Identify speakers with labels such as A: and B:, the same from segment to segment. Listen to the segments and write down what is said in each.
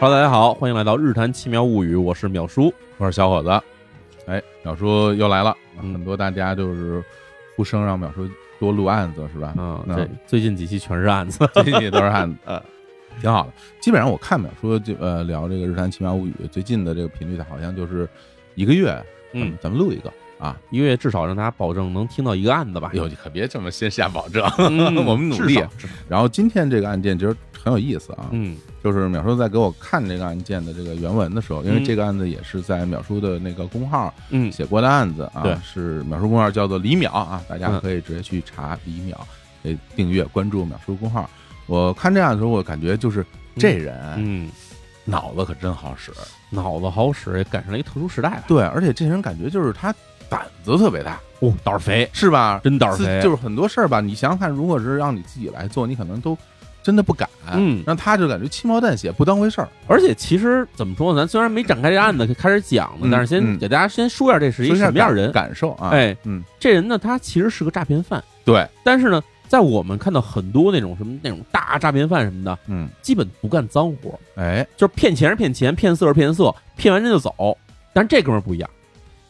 A: Hello，大家好，欢迎来到《日谈奇妙物语》，我是淼叔。
B: 我是小伙子。哎，淼叔又来了，
A: 嗯
B: 很多大家就是呼声让淼叔多录案子是吧？
A: 嗯，
B: 那
A: 这最近几期全是案子。
B: 最近也都是案 子，
A: 呃
B: 挺好的。基本上我看淼叔就呃聊这个《日谈奇妙物语》最近的这个频率，好像就是一个月，
A: 嗯，
B: 咱们录一个啊。
A: 一个月至少让大家保证能听到一个案子吧。
B: 哎呦，你可别这么先下保证，
A: 嗯，
B: 我们努力
A: 至少。至少
B: 然后今天这个案件其实很有意思啊，
A: 嗯
B: 就是淼叔在给我看这个案件的这个原文的时候，因为
A: 嗯
B: 这个案子也是在淼叔的那个公号
A: 嗯，
B: 写过的案子啊，
A: 对
B: 是秒叔公号叫做李淼啊，大
A: 嗯
B: 家可以直接去查李淼，可以订阅关注秒叔公号。我看这样的时候，我感觉就是这人
A: 嗯，
B: 脑子可真好使，
A: 脑子好使，也赶上了一特殊时代吧。
B: 对，而且这人感觉就是他胆子特别大，
A: 哦，胆儿肥，
B: 是吧？
A: 真胆儿
B: 自
A: 肥。
B: 就是很多事儿吧，你想想看，如果是让你自己来做，你可能都真的不敢。
A: 嗯
B: 让他就感觉轻描淡写，不当回事儿。
A: 而且其实怎么说呢，咱虽然没展开这案子开始讲呢，
B: 嗯
A: 但是先
B: 嗯
A: 给大家先说一下这是一
B: 说一下
A: 什么样的
B: 感
A: 人。
B: 感受啊？，
A: 哎，
B: 嗯，
A: 这人呢，他其实是个诈骗犯，
B: 对，
A: 但是呢，在我们看到很多那种什么那种大诈骗犯什么的，
B: 嗯，
A: 基本不干脏活，
B: 哎，
A: 就是骗钱是骗钱，骗色是骗色，骗完人就走。但是这哥们儿不一样，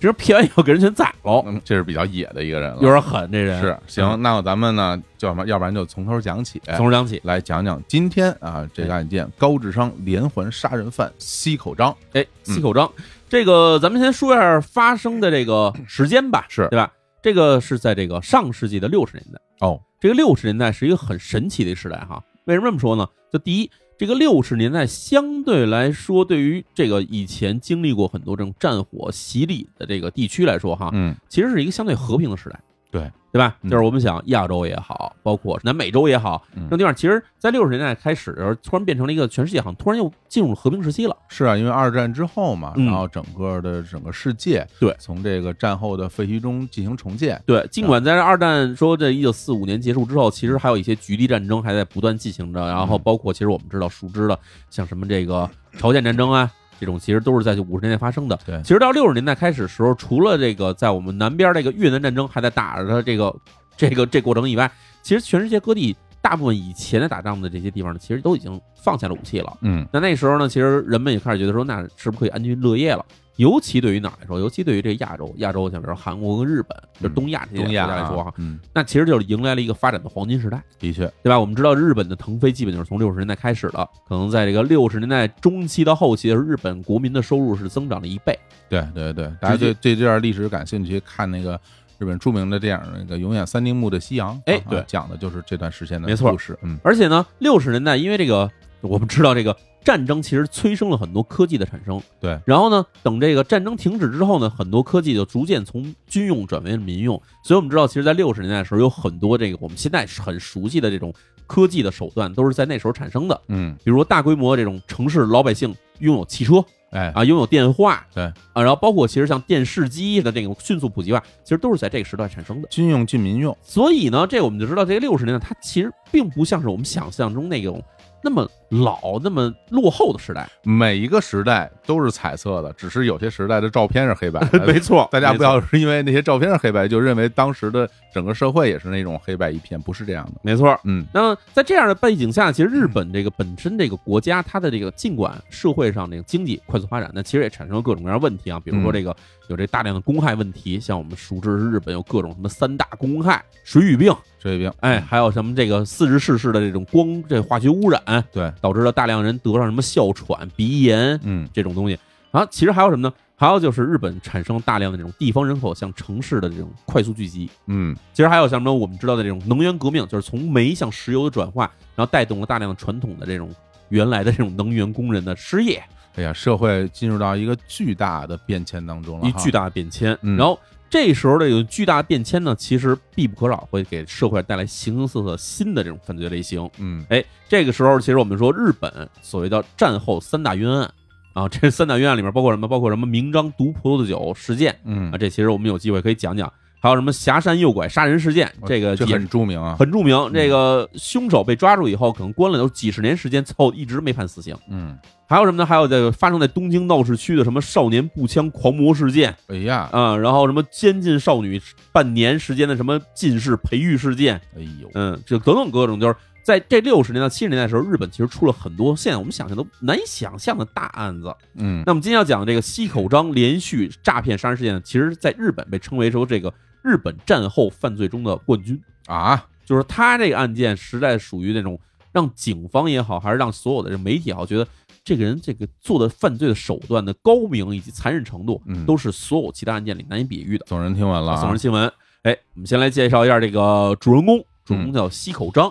A: 只是骗完以后给人全宰了，
B: 嗯这是比较野的一个人了，
A: 有点狠。这人
B: 是行，那咱们呢，就要么要不然就从头讲起，
A: 嗯从头哎讲起。
B: 来讲讲今天啊这个案件，高智商连环杀人犯西口章
A: 哎，
B: 嗯
A: 西口章，这个咱们先说一下发生的这个时间吧，
B: 是
A: 对吧？这个是在这个上世纪的六十年代。
B: 哦，
A: 这个六十年代是一个很神奇的时代哈。为什么这么说呢？就第一，这个六十年代相对来说，对于这个以前经历过很多这种战火洗礼的这个地区来说哈，
B: 嗯，
A: 其实是一个相对和平的时代，
B: 对
A: 对吧？
B: 嗯
A: 就是我们想亚洲也好，包括南美洲也好，
B: 嗯
A: 那地方其实，在六十年代开始的时候，突然变成了一个全世界好像突然又进入了和平时期了。
B: 是啊，因为二战之后嘛，
A: 嗯
B: 然后整个的整个世界
A: 对
B: 从这个战后的废墟中进行重建，
A: 对，尽管在二战说这一九四五年结束之后，其实还有一些局地战争还在不断进行着，然后包括其实我们知道熟知的，像什么这个朝鲜战争啊。这种其实都是在五十年代发生的。
B: 对
A: 其实到六十年代开始时候，除了这个在我们南边这个越南战争还在打着的这个这个这过程以外，其实全世界各地大部分以前在打仗的这些地方呢，其实都已经放下了武器了。
B: 嗯
A: 那那时候呢，其实人们也开始觉得说，那是不是可以安居乐业了？尤其对于哪儿来说，尤其对于这个亚洲，亚洲像比如韩国跟日本，就是嗯东亚这啊些国家来说哈，，
B: 嗯，
A: 那其实就是迎来了一个发展的黄金时代，
B: 的确，
A: 对吧？我们知道日本的腾飞基本就是从六十年代开始的，可能在这个六十年代中期到后期的时候，日本国民的收入是增长了一倍。
B: 对对对，大家对对这段历史感兴趣，看那个。日本著名的电影那个《永远三丁目的夕阳》，
A: 哎
B: 啊
A: 对
B: 讲的就是这段时间的
A: 没错
B: 故事。嗯，
A: 而且呢，六十年代因为这个，我们知道这个战争其实催生了很多科技的产生。
B: 对，
A: 然后呢，等这个战争停止之后呢，很多科技就逐渐从军用转为民用。所以我们知道，其实，在六十年代的时候，有很多这个我们现在很熟悉的这种科技的手段，都是在那时候产生的。
B: 嗯，
A: 比如说，大规模这种城市老百姓拥有汽车
B: 哎，
A: 啊，拥有电话，
B: 对
A: 啊，然后包括其实像电视机的这种迅速普及化，其实都是在这个时代产生的。
B: 军用进民用，
A: 所以呢，这我们就知道，这个六十年代它其实并不像是我们想象中那种那么老、那么落后的时 代。
B: 每一个时代都是彩色的，只是有些时代的照片是黑白 的。
A: 哎错
B: 大家不要是因为那些照片是黑白，就认为当时的整个社会也是那种黑白一片，不是这样的。
A: 没错。
B: 嗯，
A: 那在这样的背景下，其实日本这个本身这个国家，它的这个尽管社会上这个经济快速发展，那其实也产生了各种各样的问题啊，比
B: 嗯
A: 如说这个有这大量的公害问题，像我们熟知日本有各种什么三大公害、水俣病，
B: 水月冰，
A: 哎，，还有什么这个四十世式的这种光这化学污染，
B: 对，
A: 导致了大量人得上什么哮喘、鼻炎，
B: 嗯，
A: 这种东西。然后其实还有什么呢？还有就是日本产生大量的这种地方人口向城市的这种快速聚集。
B: 嗯，
A: 其实还有像什么我们知道的这种能源革命，就是从煤向石油的转化，然后带动了大量的传统的这种原来的这种能源工人的失业
B: 哎呀，社会进入到一个巨大的变迁当中了，
A: 与巨，大的变迁。
B: 嗯
A: 然后这时候这个巨大的变迁呢，其实必不可少会给社会带来形形色色新的这种犯罪类型。
B: 嗯，
A: 哎，这个时候其实我们说日本所谓的战后三大冤案啊，这三大冤案里面包括什么？包括什么明章毒葡萄酒事件。
B: 嗯
A: 啊，，这其实我们有机会可以讲讲。还有什么挟山诱拐杀人事件，这个
B: 哦这
A: 也
B: 很著名啊，
A: 很著名。这个凶手被抓住以后，可能关了有几十年时间，最后一直没判死刑。
B: 嗯，
A: 还有什么呢？还有这个发生在东京闹市区的什么少年步枪狂魔事件
B: 哎呀，
A: 啊、然后什么监禁少女半年时间的什么近视培育事件，
B: 哎呦，
A: 嗯，就等等各种，就是在这六十年到七十年代的时候，日本其实出了很多现在我们想象都难以想象的大案子。
B: 嗯
A: 那么今天要讲的这个西口章连续诈骗杀人事件呢，其实在日本被称为说这个日本战后犯罪中的冠军，
B: 啊，
A: 就是他这个案件实在属于那种让警方也好，还是让所有的这媒体也好，觉得这个人这个做的犯罪的手段的高明以及残忍程度，
B: 嗯
A: 都是所有其他案件里难以比喻的。
B: 总人听完了啊，
A: 送人新闻。哎，我们先来介绍一下这个主人公，主
B: 嗯
A: 人公叫西口章。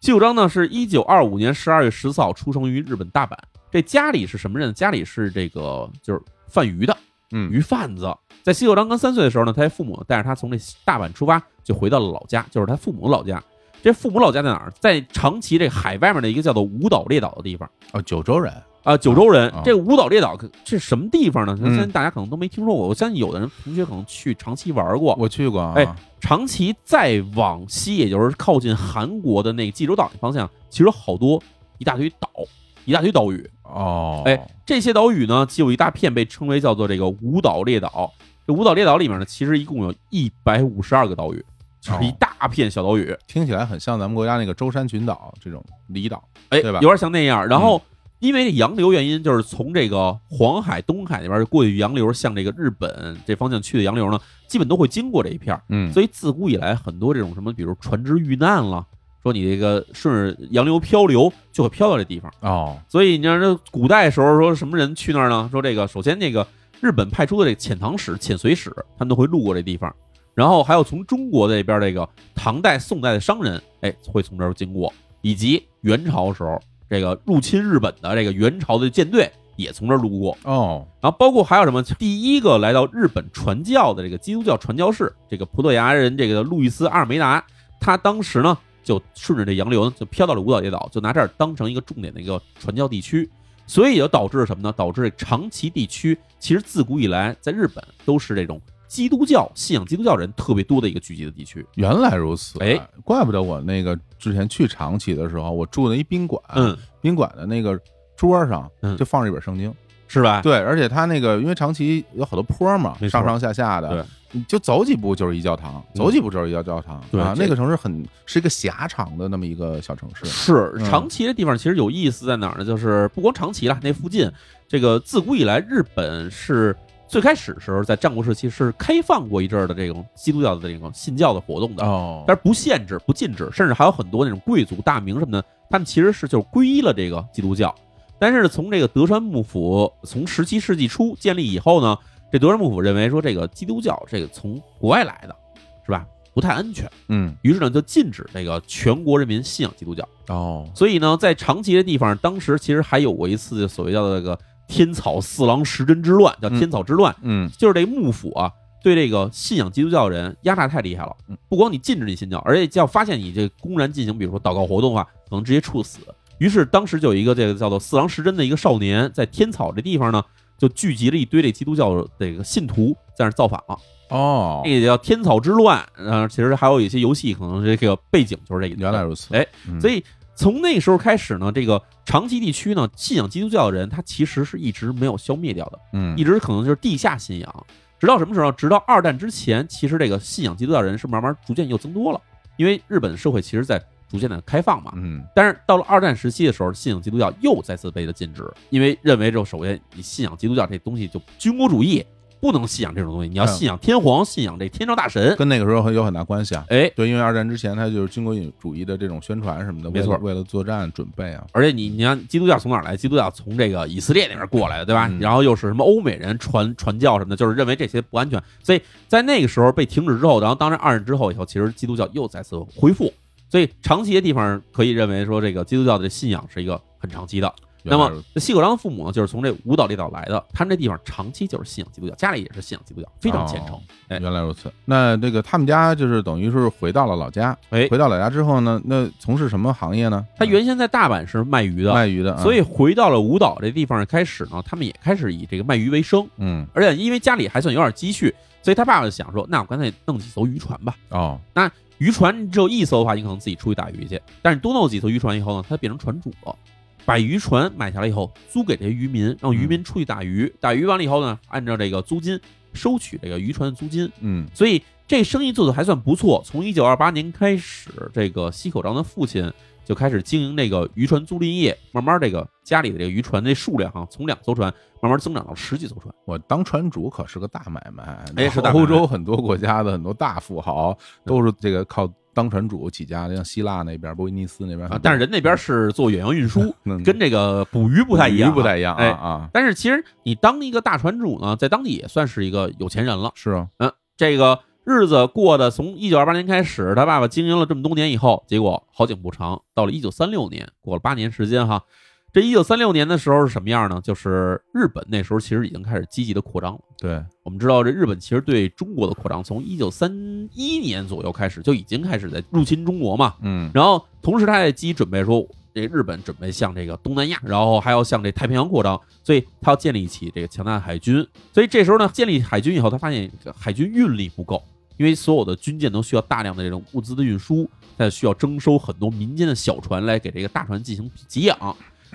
A: 西口章呢，是一九二五年十二月十四号出生于日本大阪。这家里是什么人呢？家里是这个就是贩鱼的
B: 嗯
A: 鱼贩子。在西口章刚三岁的时候呢，他父母带着他从这大阪出发，就回到了老家，就是他父母老家。这父母老家在哪儿？在长崎这海外面的一个叫做五岛列岛的地方
B: 哦，九州人
A: 啊，九州人
B: 啊啊。
A: 这五岛列岛可这什么地方呢？
B: 嗯
A: 相信大家可能都没听说过。我相信有的人同学可能去长崎玩过，
B: 我去过啊，
A: 哎长崎再往西，也就是靠近韩国的那个济州岛那方向，其实有好多一大堆岛，一大堆岛屿。
B: 哦，
A: 哎，这些岛屿呢，就有一大片被称为叫做这个五岛列岛。这五岛列岛里面呢，其实一共有一百五十二个岛屿，就是一大片小岛屿，
B: 听起来很像咱们国家那个舟山群岛这种离岛，
A: 哎，
B: 对吧嗯
A: 有点像那样。然后。因为洋流原因，就是从这个黄海、东海那边过去洋流，向这个日本这方向去的洋流呢，基本都会经过这一片儿。
B: 嗯，
A: 所以自古以来，很多这种什么，比如船只遇难了，说你这个顺着洋流漂流，就会漂到这地方。
B: 哦，
A: 所以你看，这古代时候说什么人去那儿呢？说这个首先那个日本派出的这个遣唐使、遣隋使，他们都会路过这地方。然后还有从中国这边这个唐代、宋代的商人，哎，会从这儿经过，以及元朝时候这个入侵日本的这个元朝的舰队也从这儿路过。
B: 哦，
A: 然后包括还有什么？第一个来到日本传教的这个基督教传教士，这个葡萄牙人这个路易斯阿尔梅达，他当时呢就顺着这洋流呢就飘到了五岛列岛，就拿这儿当成一个重点的一个传教地区，所以也就导致了什么呢？导致这长崎地区其实自古以来在日本都是这种基督教信仰基督教人特别多的一个聚集的地区。
B: 原来如此，啊
A: 哎，
B: 怪不得我那个之前去长崎的时候，我住的一宾馆，，
A: 嗯，
B: 宾馆的那个桌上
A: 嗯
B: 就放着一本圣经，
A: 是吧？
B: 对，而且它那个因为长崎有好多坡嘛，
A: 没错
B: 上上下下的，
A: 对，嗯
B: 你就走几步就是一教堂，走几步就是一教教堂，
A: 对
B: 啊，
A: 这
B: 那个城市很是一个狭长的那么一个小城市，
A: 是
B: 嗯
A: 长崎这地方其实有意思在哪儿呢？就是不光长崎了，那附近这个自古以来，日本是最开始时候在战国时期是开放过一阵儿的这种基督教的这种信教的活动的，
B: 哦，
A: 但是不限制、不禁止，甚至还有很多那种贵族大名什么的，他们其实是就是皈依了这个基督教。但是呢从这个德川幕府从十七世纪初建立以后呢，这德川幕府认为说这个基督教这个从国外来的，是吧？不太安全，
B: 嗯，
A: 于是呢就禁止这个全国人民信仰基督教。
B: 哦，
A: 所以呢，在长崎这地方，当时其实还有过一次所谓叫这个天草四郎时针之乱，叫天草之乱，
B: 嗯，
A: 就是这幕府啊对这个信仰基督教人压榨太厉害了
B: 嗯，
A: 不光你禁止你信教，而且要发现你这公然进行，比如说祷告活动啊，可能直接处死。于是当时就有一个这个叫做四郎时针的一个少年，在天草这地方呢，就聚集了一堆这基督教这个信徒在那儿造反了，
B: 哦
A: 这，个叫天草之乱。呃，其实还有一些游戏可能这个背景就是这个
B: 原来如此，
A: 哎
B: 嗯，
A: 所以从那时候开始呢，这个长崎地区呢，信仰基督教的人，他其实是一直没有消灭掉的，
B: 嗯
A: 一，直可能就是地下信仰。直到什么时候？直到二战之前，其实这个信仰基督教人是慢慢逐渐又增多了，因为日本社会其实在逐渐的开放嘛。
B: 嗯，
A: 但是到了二战时期的时候，信仰基督教又再次被它禁止，因为认为就首先你信仰基督教这东西就军国主义，不能信仰这种东西，你要
B: 嗯
A: 信仰天皇，信仰这天照大神。
B: 跟那个时候很有很大关系啊。
A: 哎，
B: 对，因为二战之前，它就是军国主义的这种宣传什么的，
A: 没
B: 为了
A: 错
B: 为了作战准备啊。
A: 而且你你看基督教从哪儿来？基督教从这个以色列那边过来的，对吧？
B: 嗯
A: 然后又是什么欧美人传传教什么的，就是认为这些不安全，所以在那个时候被停止之后，然后当然二战之后以后，其实基督教又再次恢复，所以长期的地方可以认为说这个基督教的信仰是一个很长期的。那
B: 原来
A: 么
B: 如此
A: 西口章父母呢，就是从这五岛列岛来的，他们这地方长期就是信仰基督教，家里也是信仰基督教，非常虔诚
B: 哦。
A: 哎
B: 原来如此。那这个他们家就是等于是回到了老家，
A: 哎
B: 回到老家之后呢，那从事什么行业呢？
A: 他原先在大阪是卖鱼
B: 嗯
A: 的，
B: 卖鱼的，
A: 所
B: 以
A: 以回到了五岛这地方开始呢，他们也开始以这个卖鱼为生。
B: 嗯
A: 而且因为家里还算有点积蓄，所以他爸爸就想说，那我干脆弄几艘渔船吧。
B: 哦
A: 渔船只有一艘的话，你可能自己出去打鱼去，但是你多弄几艘渔船以后呢，他变成船主了。把渔船买下来以后，租给这些渔民，让渔民出去打鱼。打鱼完了以后呢，按照这个租金收取这个渔船的租金。
B: 嗯
A: 所以这生意做得还算不错。从一九二八年开始，这个西口章的父亲就开始经营这个渔船租赁业，慢慢这个家里的这个渔船这数量哈，从两艘船慢慢增长到十几艘船。
B: 我当船主可是个大买卖，
A: 哎是大买卖
B: 欧洲很多国家的很多大富豪都是这个靠当船主起家的，像希腊那边、波尼斯那边
A: 啊，但是人那边是做远洋运输，
B: 人
A: 跟这个嗯捕鱼不太一样啊，
B: 不太一样啊
A: 哎
B: 啊，
A: 但是其实你当一个大船主呢，在当地也算是一个有钱人了。
B: 是啊，
A: 嗯，这个日子过得从一九二八年开始，他爸爸经营了这么多年以后，结果好景不长，到了一九三六年，过了八年时间哈。这一九三六年的时候是什么样呢？就是日本那时候其实已经开始积极的扩张了。
B: 对，
A: 我们知道，这日本其实对中国的扩张，从一九三一年左右开始就已经开始在入侵中国嘛。
B: 嗯，
A: 然后同时他也积极准备说，这日本准备向这个东南亚，然后还要向这太平洋扩张，所以他要建立起这个强大的海军。所以这时候呢，建立海军以后，他发现这个海军运力不够，因为所有的军舰都需要大量的这种物资的运输，他需要征收很多民间的小船来给这个大船进行给养。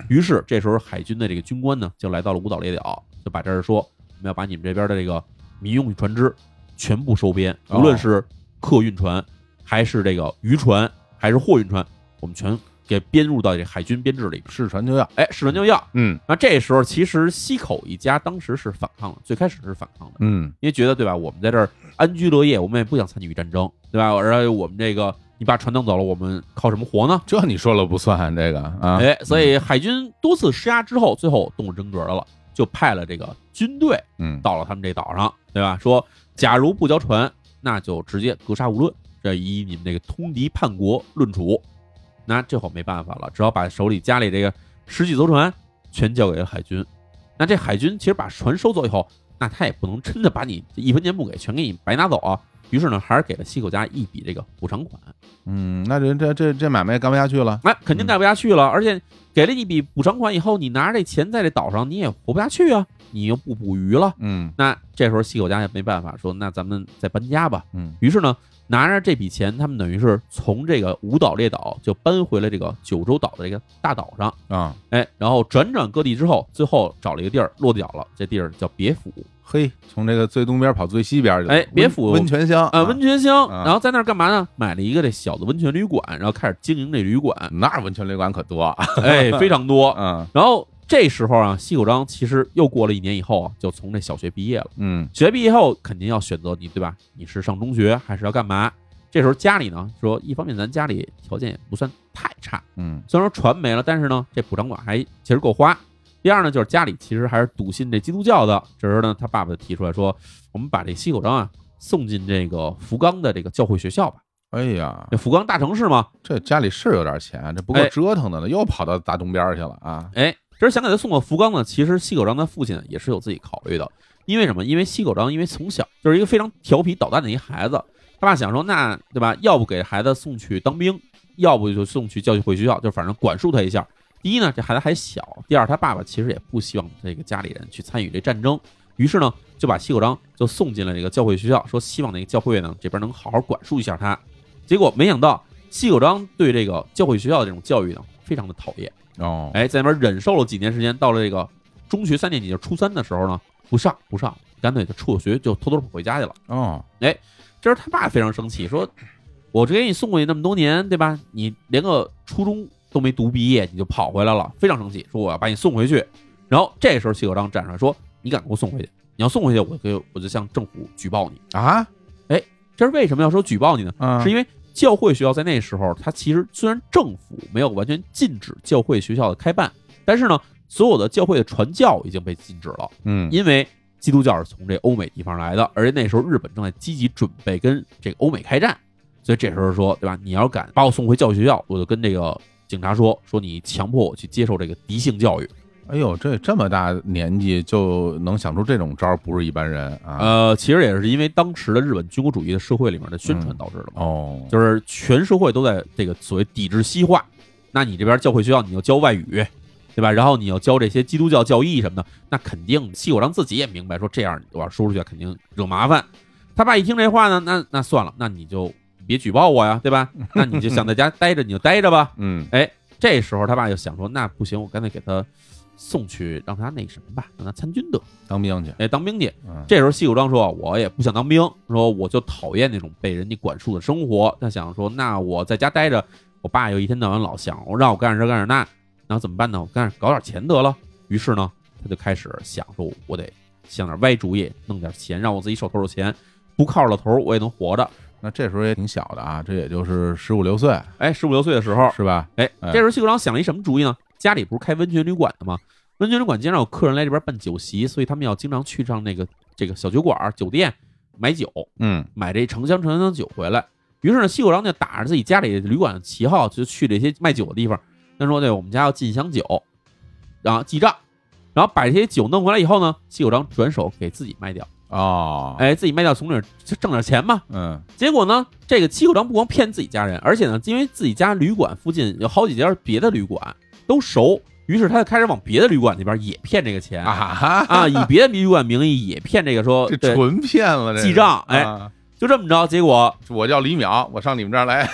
A: 于是这时候海军的这个军官呢，就来到了五岛列岛，就把这儿说，我们要把你们这边的这个民用船只全部收编，
B: 哦
A: 无论是客运船，还是这个渔船，还是货运船，我们全给编入到这海军编制里面。
B: 是船就要，
A: 哎，是人就要。
B: 嗯
A: 那这时候其实西口一家当时是反抗的，最开始是反抗的，
B: 嗯，
A: 因为觉得对吧，我们在这儿安居乐业，我们也不想参与战争，对吧？而且我们这个你把船弄走了，我们靠什么活呢？
B: 这你说了不算这个啊，
A: 哎，所以海军多次施压之后，最后动了真格了，就派了这个军队
B: 嗯，
A: 到了他们这岛上，对吧？说假如不交船，那就直接格杀勿论，这以你们这个通敌叛国论处。那这会儿没办法了，只好把手里家里这个十几艘船全交给了海军。那这海军其实把船收走以后，那他也不能真的把你一分钱不给，全给你白拿走啊。于是呢，还是给了西口家一笔这个补偿款。
B: 嗯，那这这这这买卖干不下去了，
A: 哎，肯定
B: 嗯
A: 干不下去了。而且给了你一笔补偿款以后，你拿着这钱在这岛上你也活不下去啊，你又不捕鱼了。
B: 嗯
A: 那这时候西口家也没办法，说那咱们再搬家吧。
B: 嗯，
A: 于是呢，拿着这笔钱，他们等于是从这个五岛列岛就搬回了这个九州岛的这个大岛上，
B: 啊，
A: 哎，然后转转各地之后，最后找了一个地儿落脚了，这地儿叫别府，
B: 嘿，从这个最东边跑最西边去了，
A: 哎
B: 温
A: 别府
B: 温泉乡
A: 呃，温泉乡。
B: 啊
A: 然后在那儿干嘛呢？买了一个这小的温泉旅馆，然后开始经营这旅馆，
B: 那温泉旅馆可多，啊
A: 哎，非常多。
B: 嗯
A: 然后这时候啊，西口章其实又过了一年以后啊，就从这小学毕业了。
B: 嗯
A: 学毕业后肯定要选择你对吧？你是上中学还是要干嘛？这时候家里呢说，一方面咱家里条件也不算太差，
B: 嗯
A: 虽然说船没了，但是呢这补偿款还其实够花。第二呢就是家里其实还是笃信这基督教的，这时候呢他爸爸就提出来说，我们把这西口章啊送进这个福冈的这个教会学校吧。
B: 哎呀，
A: 这福冈大城市嘛，
B: 这家里是有点钱，这不够
A: 哎
B: 折腾的了，又跑到大东边去了啊！
A: 哎，这是想给他送到福冈呢。其实西口章他父亲也是有自己考虑的，因为什么？因为西口章因为从小就是一个非常调皮捣蛋的一孩子，他爸想说，那对吧？要不给孩子送去当兵，要不就送去教育会学校，就反正管束他一下。第一呢，这孩子还小；第二，他爸爸其实也不希望这个家里人去参与这战争，于是呢，就把西口章就送进了这个教会学校，说希望那个教会呢这边能好好管束一下他。结果没想到，西口章对这个教会学校的这种教育呢，非常的讨厌。
B: 哦，
A: 哎，在那边忍受了几年时间，到了这个中学三年级，就是初三的时候呢，不上不上，干脆就辍学，就偷偷跑回家去了。
B: 哦，
A: 这时候他爸非常生气，说：“我这给你送过去那么多年，对吧？你连个初中都没读毕业，你就跑回来了，非常生气，说我要把你送回去。”然后这时候谢可章站出来说：“你敢给我送回去？你要送回去，我就我就向政府举报你。
B: 啊，”
A: 这是为什么要说举报你呢？
B: 嗯，
A: 是因为教会学校在那时候，它其实虽然政府没有完全禁止教会学校的开办，但是呢，所有的教会的传教已经被禁止了，
B: 嗯
A: 因为基督教是从这欧美地方来的，而且那时候日本正在积极准备跟这个欧美开战，所以这时候说，对吧？你要敢把我送回教会学校，我就跟这个警察说，说你强迫我去接受这个敌性教育。
B: 哎呦，这这么大年纪就能想出这种招儿，不是一般人啊！
A: 呃，其实也是因为当时的日本军国主义的社会里面的宣传
B: 嗯
A: 导致的嘛。
B: 哦，
A: 就是全社会都在这个所谓抵制西化。那你这边教会学校，你要教外语，对吧？然后你要教这些基督教教义什么的，那肯定西口章自己也明白，说这样我要说出去肯定惹麻烦。他爸一听这话呢，那那算了，那你就别举报我呀，对吧？那你就想在家待着，你就待着吧。
B: 嗯
A: 这时候他爸就想说，那不行，我干脆给他送去，让他那什么吧，让他参军得，
B: 当兵去，
A: 哎，当兵去。
B: 嗯
A: 这时候西谷章说：“我也不想当兵，说我就讨厌那种被人家管束的生活。他想说，那我在家待着，我爸又一天到晚老想我让我干这干点那，然后怎么办呢？我干搞点钱得了。于是呢，他就开始想说，我得想点歪主意，弄点钱，让我自己手头有钱，不靠着头我也能活着。
B: 那这时候也挺小的啊，这也就是十五六岁，
A: 哎，十五六岁的时候，
B: 是吧？
A: 哎，
B: 哎
A: 这时候谢国长想了一什么主意呢？家里不是开温泉旅馆的吗？温泉旅馆经常有客人来这边办酒席，所以他们要经常去上那个这个小酒馆儿、酒店买酒，
B: 嗯，
A: 买这成箱成箱的酒回来。于是呢，谢国长就打着自己家里旅馆的旗号，就去这些卖酒的地方。他说：“对，我们家要进箱酒，然后记账，然后把这些酒弄回来以后呢，谢国长转手给自己卖掉。
B: 哦，，
A: 哎，自己卖掉从这儿就挣点钱嘛。
B: 嗯，
A: 结果呢，这个戚口章不光骗自己家人，而且呢，因为自己家旅馆附近有好几家别的旅馆都熟，于是他就开始往别的旅馆那边也骗这个钱
B: 啊哈，
A: 啊以别的旅馆名义也骗这个说，
B: 这
A: 对，
B: 纯骗了，这
A: 记账哎
B: 哎，啊
A: 就这么着。结果，
B: 我叫李淼，我上你们这儿来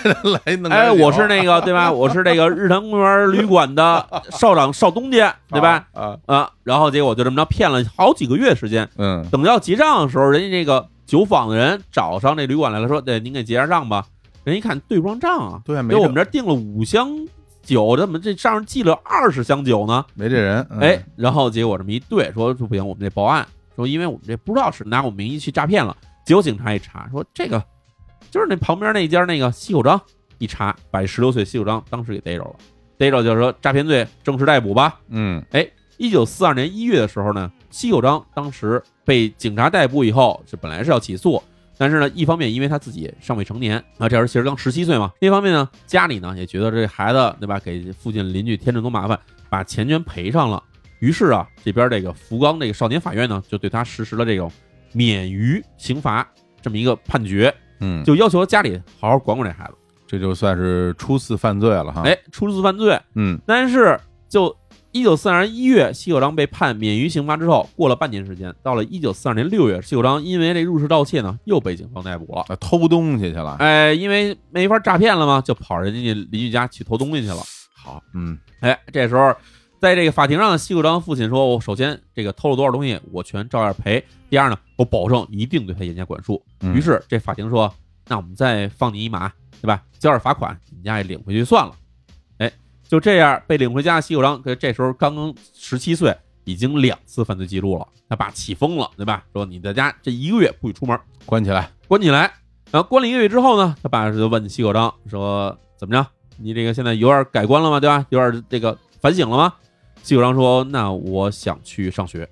B: 来弄点酒，啊
A: 哎，我是那个对吧？我是这个日坛公园旅馆的少长少东家，对吧？？
B: 啊，
A: 啊，然后结果就这么着骗了好几个月时间。
B: 嗯，
A: 等到结账的时候，人家这个酒坊的人找上这旅馆来了，说：“对，您给结下账吧。”人一看对不上账啊，
B: 对，没
A: 因为我
B: 这
A: 们这儿订了五箱酒，怎么这上面记了二十箱酒呢？
B: 没这人，嗯
A: 哎，，然后结果这么一对，说说不行，我们这报案，说因为我们这不知道是拿我们名义去诈骗了。结果警察一查，说这个就是那旁边那一家那个西口章，一查把十六岁西口章当时给逮着了，逮着就是说诈骗罪正式逮捕吧。
B: 嗯，
A: 一九四二年一月的时候呢，西口章当时被警察逮捕以后，是本来是要起诉，但是呢，一方面因为他自己尚未成年啊，这时候其实刚十七岁嘛；另一方面呢，家里呢也觉得这孩子对吧，给附近邻居添这么多麻烦，把钱全赔上了。于是啊，这边这个福冈这个少年法院呢，就对他实施了这种免于刑罚这么一个判决，
B: 嗯，
A: 就要求家里好好管管这孩子。
B: 这就算是初次犯罪了哈，，
A: 哎，处置犯罪，
B: 嗯，
A: 但是就一九四二年一月，西口章被判免于刑罚之后，过了半年时间，到了一九四二年六月，西口章因为这入室盗窃呢，又被警方逮捕了。
B: 啊偷东西去了，
A: 哎，因为没法诈骗了嘛，就跑人家邻居家去偷东西去了。
B: 好，嗯，
A: 哎，这时候在这个法庭上呢，西口章父亲说：“我首先这个偷了多少东西，我全照样赔。第二呢，我保证一定对他严加管束。”
B: 嗯
A: 于是这法庭说：“那我们再放你一马，对吧？交点罚款，你家也领回去算了。”哎，就这样被领回家的西口章，这这时候刚刚十七岁，已经两次犯罪记录了。他爸气疯了，对吧？说你在家这一个月不许出门，
B: 关起来，
A: 关起来。然后关了一个月之后呢，他爸就问西口章说：“怎么着？你这个现在有点改观了吗？对吧？有点这个反省了吗？”西口章说：“那我想去上学，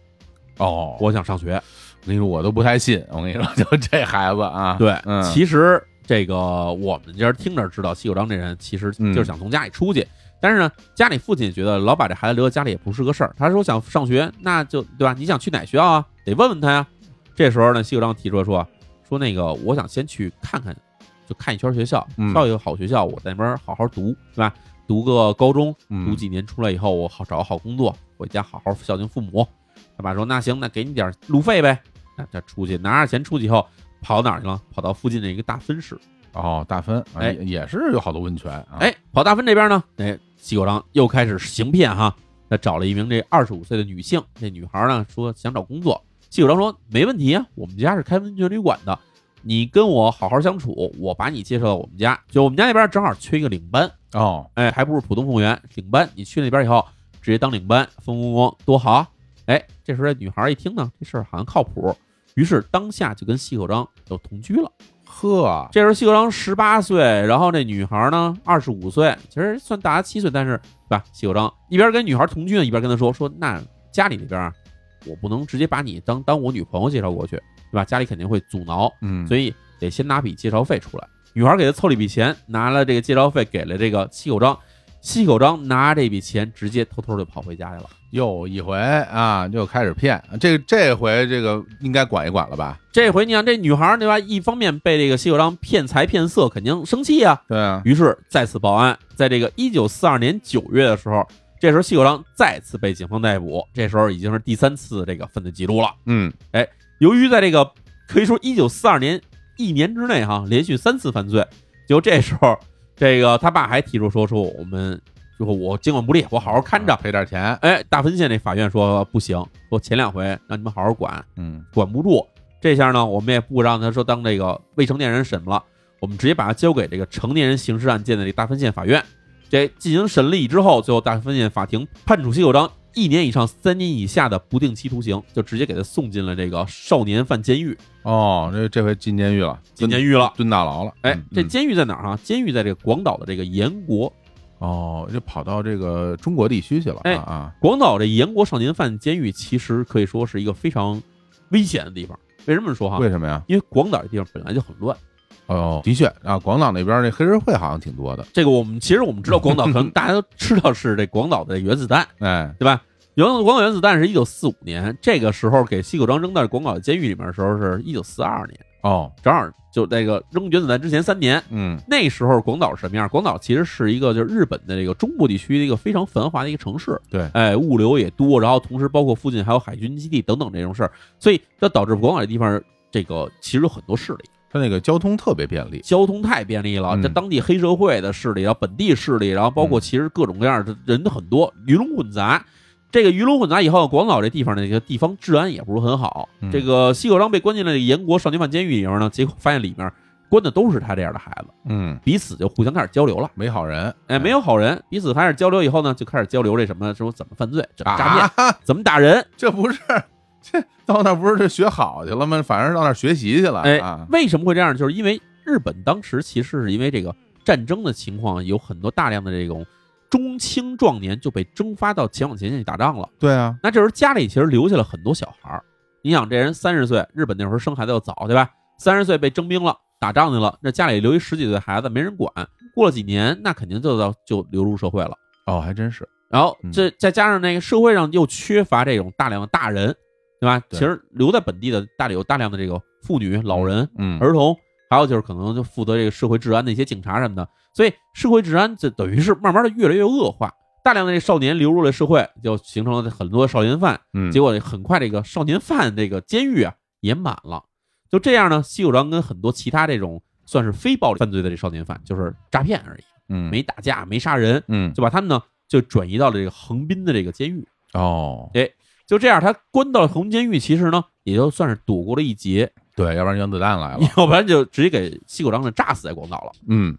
B: 哦，
A: 我想上学。
B: 我跟你说，我都不太信。我跟你说， 就这孩子啊，
A: 对，
B: 嗯，
A: 其实这个我们这儿听着知道，西口章这人其实
B: 嗯
A: 就是想从家里出去，但是呢，家里父亲觉得老把这孩子留在家里也不是个事儿。他说想上学，那就对吧？你想去哪学校啊？得问问他呀。这时候呢，西口章提出来说说那个，我想先去看看，就看一圈学校，
B: 嗯
A: 挑一个好学校，我在那边好好读，对吧？读个高中，
B: 嗯
A: 读几年出来以后，我好找个好工作，回家好好孝敬父母。他爸说：“那行，那给你点路费呗。”那他出去拿着钱出去以后，跑哪儿去了？跑到附近的一个大分市。
B: 哦，大芬，啊
A: 哎
B: 也也是有好多温泉啊，，
A: 哎，跑大分这边呢，哎，西口章又开始行骗哈。他找了一名这二十五岁的女性，这女孩呢说想找工作。西口章说：“没问题啊，我们家是开温泉旅馆的，你跟我好好相处，我把你介绍到我们家。就我们家那边正好缺一个领班，
B: 哦，
A: 哎，还不是普通服务员，领班。你去那边以后，直接当领班，风风光多好啊！哎，这时候这女孩一听呢，这事儿好像靠谱，于是当下就跟西口章就同居了。
B: 呵，
A: 这时候西口章十八岁，然后那女孩呢二十五岁，其实算大她七岁，但是对吧？西口章一边跟女孩同居呢，一边跟她说说，那家里那边啊，我不能直接把你当当我女朋友介绍过去，对吧？家里肯定会阻挠，
B: 嗯，
A: 所以得先拿笔介绍费出来。女孩给他凑了一笔钱，拿了这个介绍费给了这个西口章，西口章拿这笔钱直接偷偷就跑回家去了。
B: 又一回啊，又开始骗。这这回这个应该管一管了吧？
A: 这回你看这女孩对吧？一方面被这个西口章骗财骗色，肯定生气啊，
B: 对啊，
A: 于是再次报案。在这个一九四二年九月的时候，这时候西口章再次被警方逮捕，这时候已经是第三次这个犯罪记录了。
B: 嗯，
A: 由于在这个可以说一九四二年一年之内哈，连续三次犯罪，就这时候，这个他爸还提出说说我们就我监管不力，我好好看着。
B: 赔点钱，
A: 哎，大分县那法院说不行，说前两回让你们好好管，
B: 嗯
A: 管不住，这下呢我们也不让他说当这个未成年人审了，我们直接把它交给这个成年人刑事案件的这个大分县法院，这进行审理之后，最后大分县法庭判处西九章一年以上三年以下的不定期徒刑，就直接给他送进了这个少年犯监狱，
B: 哦，这这回进监狱了，
A: 进监
B: 狱
A: 狱了。
B: 蹲大牢了。
A: 哎
B: 嗯，
A: 这
B: 嗯
A: 监狱在哪儿啊？监狱在这个广岛的这个盐国，
B: 哦，就跑到这个中国地区去了。
A: 哎
B: 啊啊，
A: 广岛这盐国少年犯监狱其实可以说是一个非常危险的地方。为什么这么说哈？
B: 为什么呀？
A: 因为广岛这地方本来就很乱，
B: 哦，的确啊，广岛那边那黑社会好像挺多的。
A: 这个我们其实我们知道广岛，可能大家都知道是这广岛的原子弹，
B: 哎，
A: 对吧？原广岛原子弹是一九四五年，这个时候给西口章扔到广岛监狱里面的时候是一九四二年，
B: 哦，
A: 正好就那个扔原子弹之前三年。
B: 嗯，
A: 那时候广岛是什么样？广岛其实是一个就是日本的这个中部地区的一个非常繁华的一个城市，
B: 对
A: 哎，物流也多，然后同时包括附近还有海军基地等等这种事儿，所以这导致广岛这地方这个其实有很多势力，
B: 它那个交通特别便利。
A: 交通太便利了，
B: 嗯
A: 这当地黑社会的势力，然后本地势力，然后包括
B: 嗯
A: 其实各种各样的人很多，鱼龙混杂。这个鱼龙混杂以后，广岛这地方那个地方治安也不是很好。
B: 嗯
A: 这个西口章被关进了这个盐国少年犯监狱里面呢，结果发现里面关的都是他这样的孩子，
B: 嗯，
A: 彼此就互相开始交流了。
B: 没好人。
A: 哎，没有好人，彼此开始交流以后呢，就开始交流这什么，说怎么犯罪，怎么诈骗，
B: 啊，
A: 怎么打人。
B: 这不是这到那不是就学好去了吗？反正到那儿学习去了。
A: 哎
B: 啊，，
A: 为什么会这样？就是因为日本当时其实是因为这个战争的情况，有很多大量的这种中青壮年就被征发到前往前线去打仗了。
B: 对啊，
A: 那这时候家里其实留下了很多小孩儿。你想，这人三十岁，日本那时候生孩子要早，对吧？三十岁被征兵了，打仗去了，那家里留一十几岁的孩子没人管，过了几年，那肯定就到就流入社会了。
B: 哦，还真是。
A: 然后
B: 嗯
A: 这再加上那个社会上又缺乏这种大量的大人，对吧？
B: 对
A: 其实留在本地的大有大量的这个妇女、老人、
B: 嗯，
A: 儿童，还有就是可能就负责这个社会治安的一些警察什么的，所以社会治安就等于是慢慢的越来越恶化，大量的这少年流入了社会，就形成了很多少年犯，
B: 嗯
A: 结果很快这个少年犯这个监狱啊也满了，就这样呢，西九章跟很多其他这种算是非暴力犯罪的这少年犯，就是诈骗而已，
B: 嗯
A: 没打架，没杀人，
B: 嗯
A: 就把他们呢就转移到了这个横滨的这个监狱。
B: 哦，
A: 就这样，他关到了横滨监狱，其实呢也就算是躲过了一劫，
B: 对，要不然原子弹来了。
A: 要不然就直接给西口章给炸死在广岛了。
B: 嗯，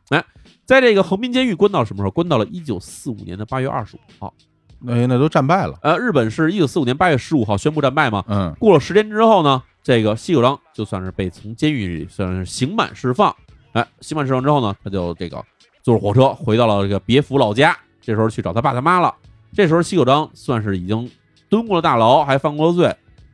A: 在这个横滨监狱关到什么时候？关到了一九四五年的八月二十五号。
B: 哎，那都战败了。
A: 呃，日本是一九四五年八月十五号宣布战败嘛。
B: 嗯，
A: 过了十天之后呢，这个西口章就算是被从监狱里算是刑满释放。哎，刑满释放之后呢，他就这个坐着火车回到了这个别府老家。这时候去找他爸他妈了。这时候西口章算是已经蹲过了大牢，还犯过了罪。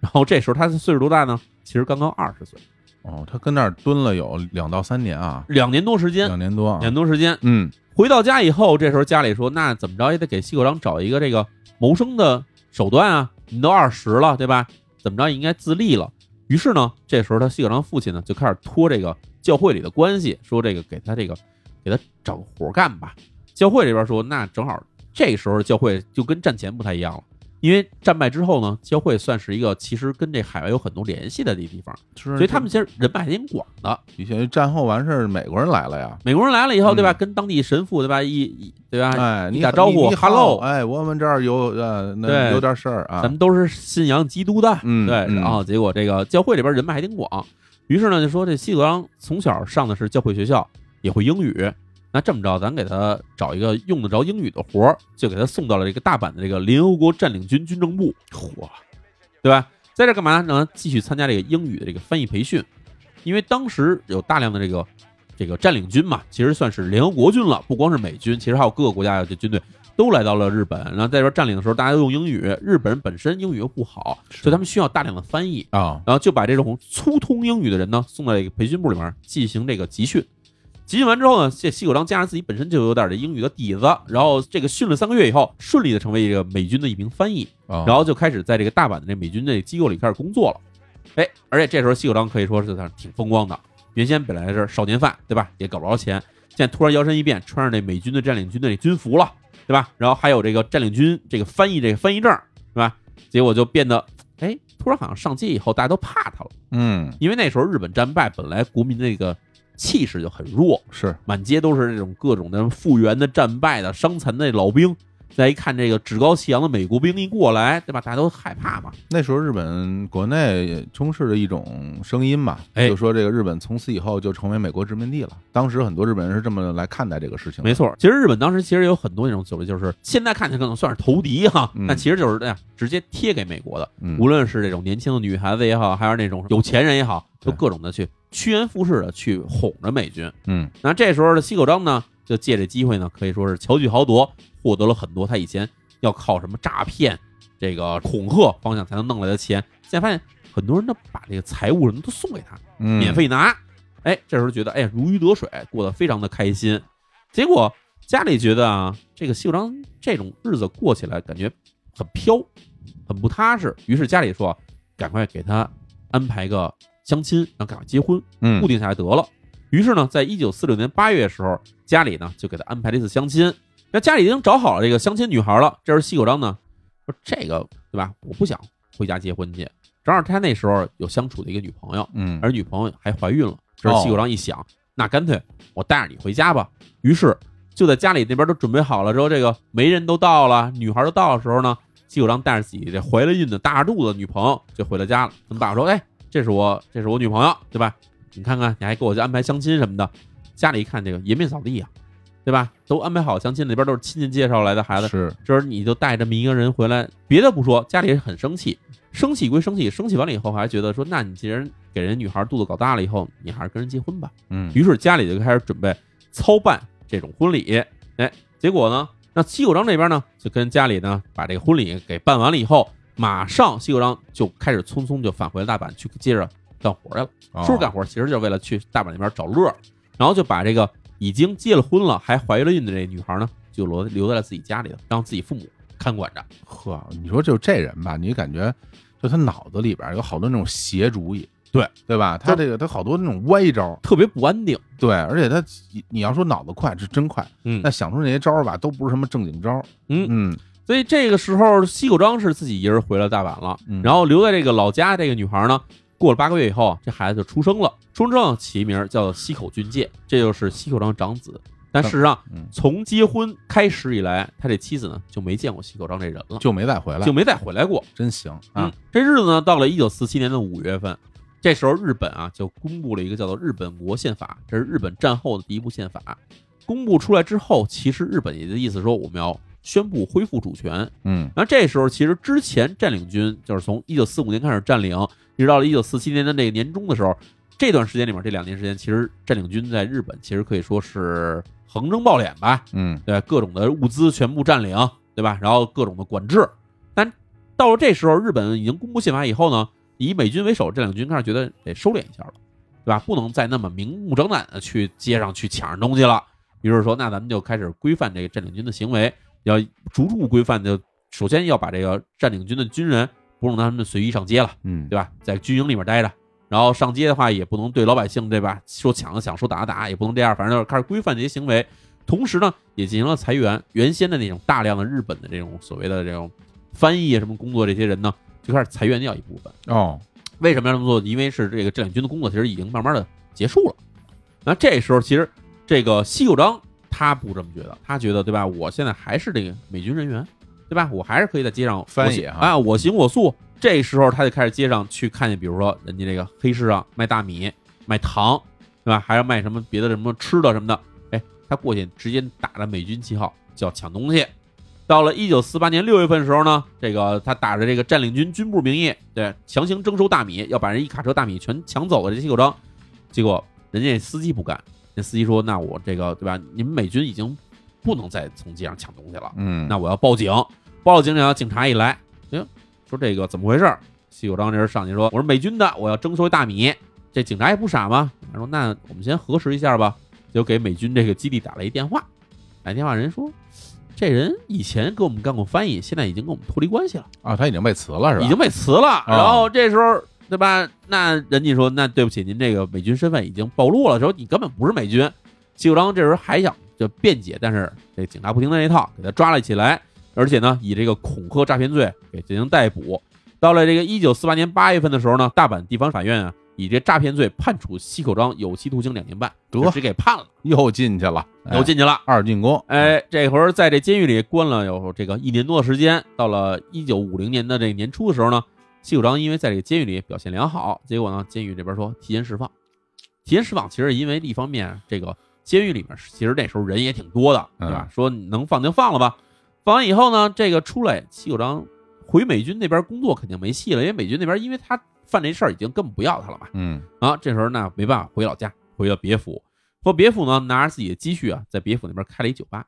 A: 然后这时候他岁数多大呢？其实刚刚二十岁，
B: 哦，他跟那儿蹲了有两到三年啊，
A: 两年多时间，
B: 两年多啊
A: 两。年多时间。
B: 嗯，
A: 回到家以后，这时候家里说，那怎么着也得给西口章找一个这个谋生的手段啊！你都二十了，对吧？怎么着也应该自立了。于是呢，这时候他西口章父亲呢就开始托这个教会里的关系，说这个给他这个给他找个活干吧。教会这边说，那正好这时候教会就跟战前不太一样了，因为战败之后呢，教会算是一个其实跟这海外有很多联系的地方，
B: 所
A: 所以他们其实人脉还挺广的。
B: 以前战后完事儿，美国人来了呀。
A: 美国人来了以后，对吧？
B: 嗯
A: 跟当地神父，对吧？一一对吧？
B: 哎，你
A: 打招呼
B: 你你好
A: hello
B: 哎，我们这儿有呃，那
A: 对
B: 有点事儿啊
A: 咱。们都是信仰基督的，
B: 嗯
A: 对。
B: 嗯
A: 然后结果这个教会里边人脉还挺广，于是呢就说这西格朗从小上的是教会学校，也会英语。那这么着，咱给他找一个用得着英语的活儿，就给他送到了这个大阪的这个联合国占领军军政部，嚯，对吧？在这干嘛呢？继续参加这个英语的这个翻译培训，因为当时有大量的这个这个占领军嘛，其实算是联合国军了，不光是美军，其实还有各个国家的军队都来到了日本。然后在这边占领的时候，大家都用英语，日本人本身英语又不好，所以他们需要大量的翻译，
B: 啊，
A: 然后就把这种粗通英语的人呢送到这个培训部里面进行这个集训。集训完之后呢，这西口章加上自己本身就有点这英语的底子，然后这个训了三个月以后，顺利的成为这个美军的一名翻译。
B: 然
A: 然后就开始在这个大阪的这美军这机构里开始工作了。哎，而且这时候西口章可以说是他挺风光的，原先本来是少年犯，对吧？也搞不着钱，现在突然摇身一变，穿上这美军的占领军的这军服了，对吧？然后还有这个占领军这个翻译这个翻译证，对吧？结果就变得，哎，突然好像上街以后大家都怕他了，
B: 嗯
A: 因为那时候日本战败，本来国民那个气势就很弱，
B: 是
A: 满街都是这种各种的复员的、战败的、伤残的老兵。再一看这个趾高气扬的美国兵一过来，对吧？大家都害怕嘛。
B: 那时候日本国内充斥着一种声音嘛，
A: 哎
B: 就说这个日本从此以后就成为美国殖民地了。当时很多日本人是这么来看待这个事情，
A: 没，错，其实日本当时其实有很多那种所谓就是现在看起来可能算是投敌哈，
B: 嗯
A: 但其实就是那样直接贴给美国的，
B: 嗯
A: 无论是这种年轻的女孩子也好，还是那种有钱人也好，都
B: 对
A: 各种的去趋炎附势的去哄着美军。
B: 嗯
A: 那这时候的西口章呢，就借这机会呢，可以说是巧取豪夺，获得了很多他以前要靠什么诈骗、这个恐吓方向才能弄来的钱，现在发现很多人都把这个财务什么都送给他，
B: 嗯，
A: 免费拿。哎，这时候觉得哎呀如鱼得水，过得非常的开心。结果哎家里觉得啊，这个西口章这种日子过起来感觉很飘，很不踏实。于是家里说，赶快给他安排个相亲，然后赶快结婚，
B: 嗯
A: 固定下来得了。于是呢，在一九四六年八月的时候，家里呢就给他安排了一次相亲。那家里已经找好了这个相亲女孩了。这时候西口章呢说：“这个对吧？我不想回家结婚去。”正好他那时候有相处的一个女朋友，
B: 嗯，
A: 而女朋友还怀孕了。这时候西口章一想，那干脆我带着你回家吧。于是就在家里那边都准备好了之后，这个媒人都到了，女孩都到的时候呢，西口章带着自己这怀了孕的大着肚子的女朋友就回了家了。他们爸说：“哎，这是我，这是我女朋友，对吧？你看看，你还给我安排相亲什么的。”家里一看，这个颜面扫地啊，对吧？都安排好相亲，那边都是亲戚介绍来的孩子，
B: 是
A: 这时候你就带这么一个人回来，别的不说，家里人很生气，生气归生气，生气完了以后还觉得说，那你既然给人女孩肚子搞大了以后，你还是跟人结婚吧。
B: 嗯
A: 于是家里就开始准备操办这种婚礼。哎，结果呢，那西口章这边呢，就跟家里呢把这个婚礼给办完了以后，马上西口章就开始匆匆就返回了大阪去接着干活去了。
B: 哦
A: 叔叔干活其实就是为了去大阪那边找乐儿，然后就把这个已经结了婚了还怀了孕的这女孩呢，就留留在了自己家里了，让自己父母看管着。
B: 呵，你说就这人吧，你感觉就他脑子里边有好多那种邪主意，
A: 对
B: 对吧？他这个他好多那种歪招，
A: 特别不安定，
B: 对，而且他你你要说脑子快是真快，
A: 嗯
B: 那想出那些招儿吧，都不是什么正经招儿，
A: 嗯
B: 嗯
A: 所以这个时候西口章是自己一人回了大阪了，
B: 嗯
A: 然后留在这个老家这个女孩呢，过了八个月以后，这孩子就出生了，出生之后起名叫西口俊介，这就是西口章长子。但事实上，
B: 嗯，
A: 从结婚开始以来，他这妻子呢就没见过西口章这人了，
B: 就没再回来，
A: 就没再回来过。
B: 真行
A: 嗯
B: 啊，，
A: 这日子呢，到了一九四七年的五月份，这时候日本啊就公布了一个叫做《日本国宪法》，这是日本战后的第一部宪法。公布出来之后，其实日本也就意思说我们要宣布恢复主权。
B: 嗯
A: 然后这时候，其实之前占领军就是从一九四五年开始占领，一直到了一九四七年的这个年中的时候，这段时间里面，这两年时间，其实占领军在日本其实可以说是横征暴敛吧，
B: 嗯
A: 对，各种的物资全部占领，对吧？然后各种的管制。但到了这时候，日本已经公布宪法以后呢，以美军为首，占领军开始觉得得收敛一下了，对吧？不能再那么明目张胆的去街上去抢人东西了。于是说，那咱们就开始规范这个占领军的行为，要逐步规范的。首先要把这个占领军的军人不能让他们随意上街了。
B: 嗯，
A: 对吧？在军营里面待着，然后上街的话也不能对老百姓，对吧？说抢的抢，说打的打，也不能这样，反正就是开始规范这些行为。同时呢，也进行了裁员，原先的那种大量的日本的这种所谓的这种翻译啊什么工作，这些人呢就开始裁员掉一部分。
B: 哦，
A: 为什么要这么做？因为是这个占领军的工作其实已经慢慢的结束了。那这时候其实这个西九章他不这么觉得，他觉得对吧？我现在还是这个美军人员，对吧？我还是可以在街上
B: 翻
A: 我行
B: 野哈
A: 啊，我行我素。这时候他就开始街上去看见，比如说人家这个黑市上卖大米、卖糖，对吧？还要卖什么别的什么吃的什么的。哎，他过去直接打着美军旗号就要抢东西。到了一九四八年六月份的时候呢，这个他打着这个占领军军部名义，对，强行征收大米，要把人一卡车大米全抢走了。这西口章，结果人家司机不干，那司机说：“那我这个对吧？你们美军已经不能再从街上抢东西了，
B: 嗯，
A: 那我要报警。报了警然后警察一来，行，说这个怎么回事儿？西口章这人上去说：“我是美军的，我要征收大米。”这警察也不傻嘛，他说：“那我们先核实一下吧。”就给美军这个基地打了一电话，哎打电话人说：“这人以前给我们干过翻译，现在已经跟我们脱离关系了，
B: 啊，他已经被辞了是吧？啊
A: 已经被辞了。”然后这时候。对吧？那人家说，那对不起，您这个美军身份已经暴露了，说你根本不是美军。西口章这时候还想就辩解，但是这警察不听他那套，给他抓了起来，而且呢，以这个恐吓诈骗罪给进行逮捕。到了这个一九四八年八月份的时候呢，大阪地方法院啊以这诈骗罪判处西口章有期徒刑两年半，
B: 得
A: 就直给判了，
B: 又进去了，哎
A: 又进去了。
B: 二进宫，
A: 哎，这会儿在这监狱里关了有这个一年多的时间，到了一九五零年的这个年初的时候呢，西口章因为在这个监狱里表现良好，结果呢，监狱这边说提前释放。提前释放其实因为一方面这个监狱里面其实那时候人也挺多的，对吧？说你能放就放了吧。放完以后呢，这个出来西口章回美军那边工作肯定没戏了，因为美军那边因为他犯这事儿已经根本不要他了嘛。
B: 嗯
A: 啊，这时候呢没办法回老家，回到别府。回别府呢，拿着自己的积蓄啊，在别府那边开了一酒吧。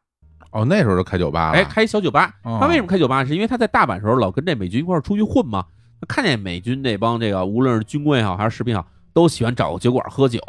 B: 哦，那时候就开酒吧了，
A: 哎，开小酒吧。
B: 哦
A: 他为什么开酒吧？是因为他在大阪时候老跟这美军一块儿出去混嘛，他看见美军这帮这个无论是军官也好还是士兵也好，都喜欢找个酒馆喝酒。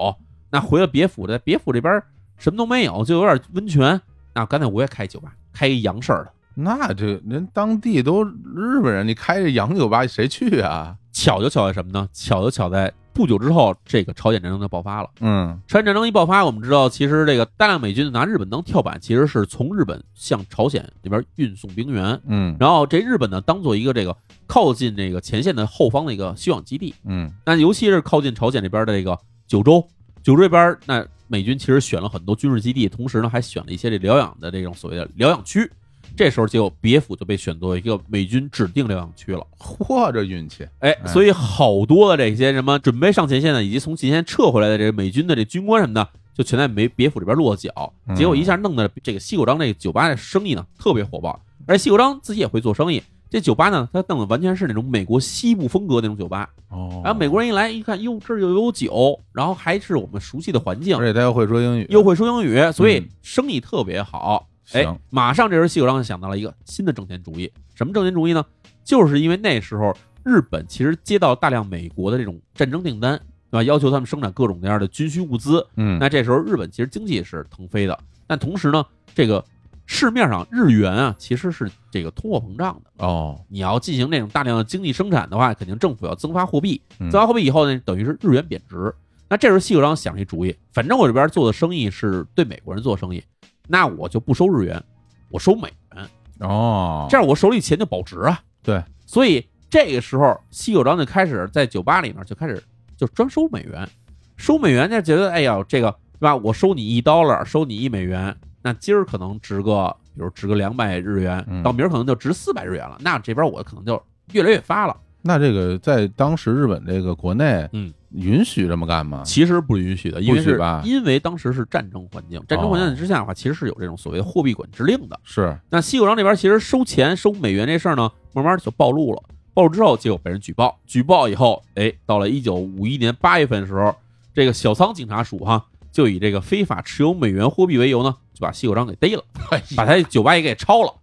A: 那回了别府，在别府这边什么都没有，就有点温泉。那干脆我也开酒吧，开一洋事儿的。
B: 那这人当地都日本人，你开这洋酒吧谁去啊？
A: 巧就巧在什么呢？巧就巧在不久之后，这个朝鲜战争就爆发了。
B: 嗯
A: 朝鲜战争一爆发，我们知道，其实这个大量美军拿日本当跳板，其实是从日本向朝鲜这边运送兵员。
B: 嗯
A: 然后这日本呢，当做一个这个靠近这个前线的后方的一个休养基地。
B: 嗯
A: 那尤其是靠近朝鲜这边的这个九州，九州这边那美军其实选了很多军事基地，同时呢还选了一些这疗养的这种所谓的疗养区。这时候结果别府就被选作为一个美军指定疗养区了。
B: 嚯，这运气，
A: 哎，所以好多的这些什么准备上前线的，以及从前线撤回来的这个美军的这军官什么的，就全在美别府这边落脚，
B: 嗯
A: 结果一下弄得这个西口章这个酒吧的生意呢特别火爆，而西口章自己也会做生意。这酒吧呢，他弄的完全是那种美国西部风格那种酒吧，
B: 哦
A: 然后美国人一来一看，哟，这儿又有酒，然后还是我们熟悉的环境，
B: 而且他又会说英语，
A: 又会说英语，所以
B: 嗯
A: 生意特别好。
B: 行
A: 哎，马上这时候西口章就想到了一个新的挣钱主意，什么挣钱主意呢？就是因为那时候日本其实接到大量美国的这种战争订单，对吧？要求他们生产各种各样的军需物资。
B: 嗯
A: 那这时候日本其实经济是腾飞的，但同时呢，这个市面上日元啊其实是这个通货膨胀的。
B: 哦，
A: 你要进行那种大量的经济生产的话，肯定政府要增发货币，
B: 嗯
A: 增发货币以后呢，等于是日元贬值。那这时候西口章想了一主意，反正我这边做的生意是对美国人做生意，那我就不收日元，我收美元，
B: 哦，
A: 这样我手里钱就保值啊。
B: 对，
A: 所以这个时候西口章就开始在酒吧里面就开始就专收美元，收美元就觉得哎呀这个对吧？我收你一 dollar，收你一美元，那今儿可能值个比如值个两百日元
B: 嗯，
A: 到明儿可能就值四百日元了，那这边我可能就越来越发了。
B: 那这个在当时日本这个国内，
A: 嗯，
B: 允许这么干吗？
A: 其实不允许的，因为
B: 不许
A: 是
B: 吧
A: 因为当时是战争环境，战争环境之下的话，其实是有这种所谓的货币管制令的。
B: 是，
A: 那西口章这边其实收钱收美元这事儿呢，慢慢就暴露了，暴露之后，结果被人举报，举报以后，哎，到了一九五一年八月份的时候，这个小仓警察署哈，就以这个非法持有美元货币为由呢，就把西口章给逮了，把他酒吧也给抄了。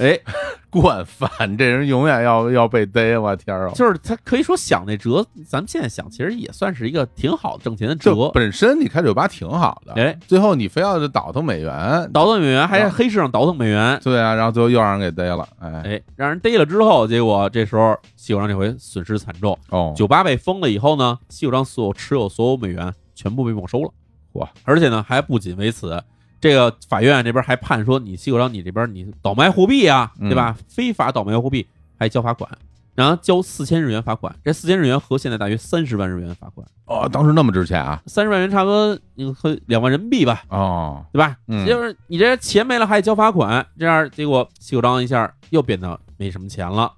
A: 哎，
B: 惯犯，这人永远要要被逮，我天儿啊！
A: 就是他可以说想那辙，咱们现在想，其实也算是一个挺好挣钱的辙。
B: 就本身你开酒吧挺好的，
A: 哎，
B: 最后你非要就倒腾美元，
A: 倒腾美元还在黑市上倒腾美元，
B: 对啊，然后最后又让人给逮了，哎，
A: 哎，让人逮了之后，结果这时候西口章这回损失惨重，
B: 哦，
A: 酒吧被封了以后呢，西口章所有持有所有美元全部被没收了，
B: 哇！
A: 而且呢，还不仅为此，这个法院这边还判说你西口章你这边你倒卖货币啊，
B: 嗯
A: 对吧？非法倒卖货币还交罚款，然后交四千日元罚款，这四千日元合现在大约三十万日元罚款，
B: 哦，当时那么值钱啊，
A: 三十万元差不多你和两万人民币吧，
B: 哦，
A: 对吧？
B: 嗯
A: 就是你这钱没了还得交罚款，这样结果西口章一下又变得没什么钱了。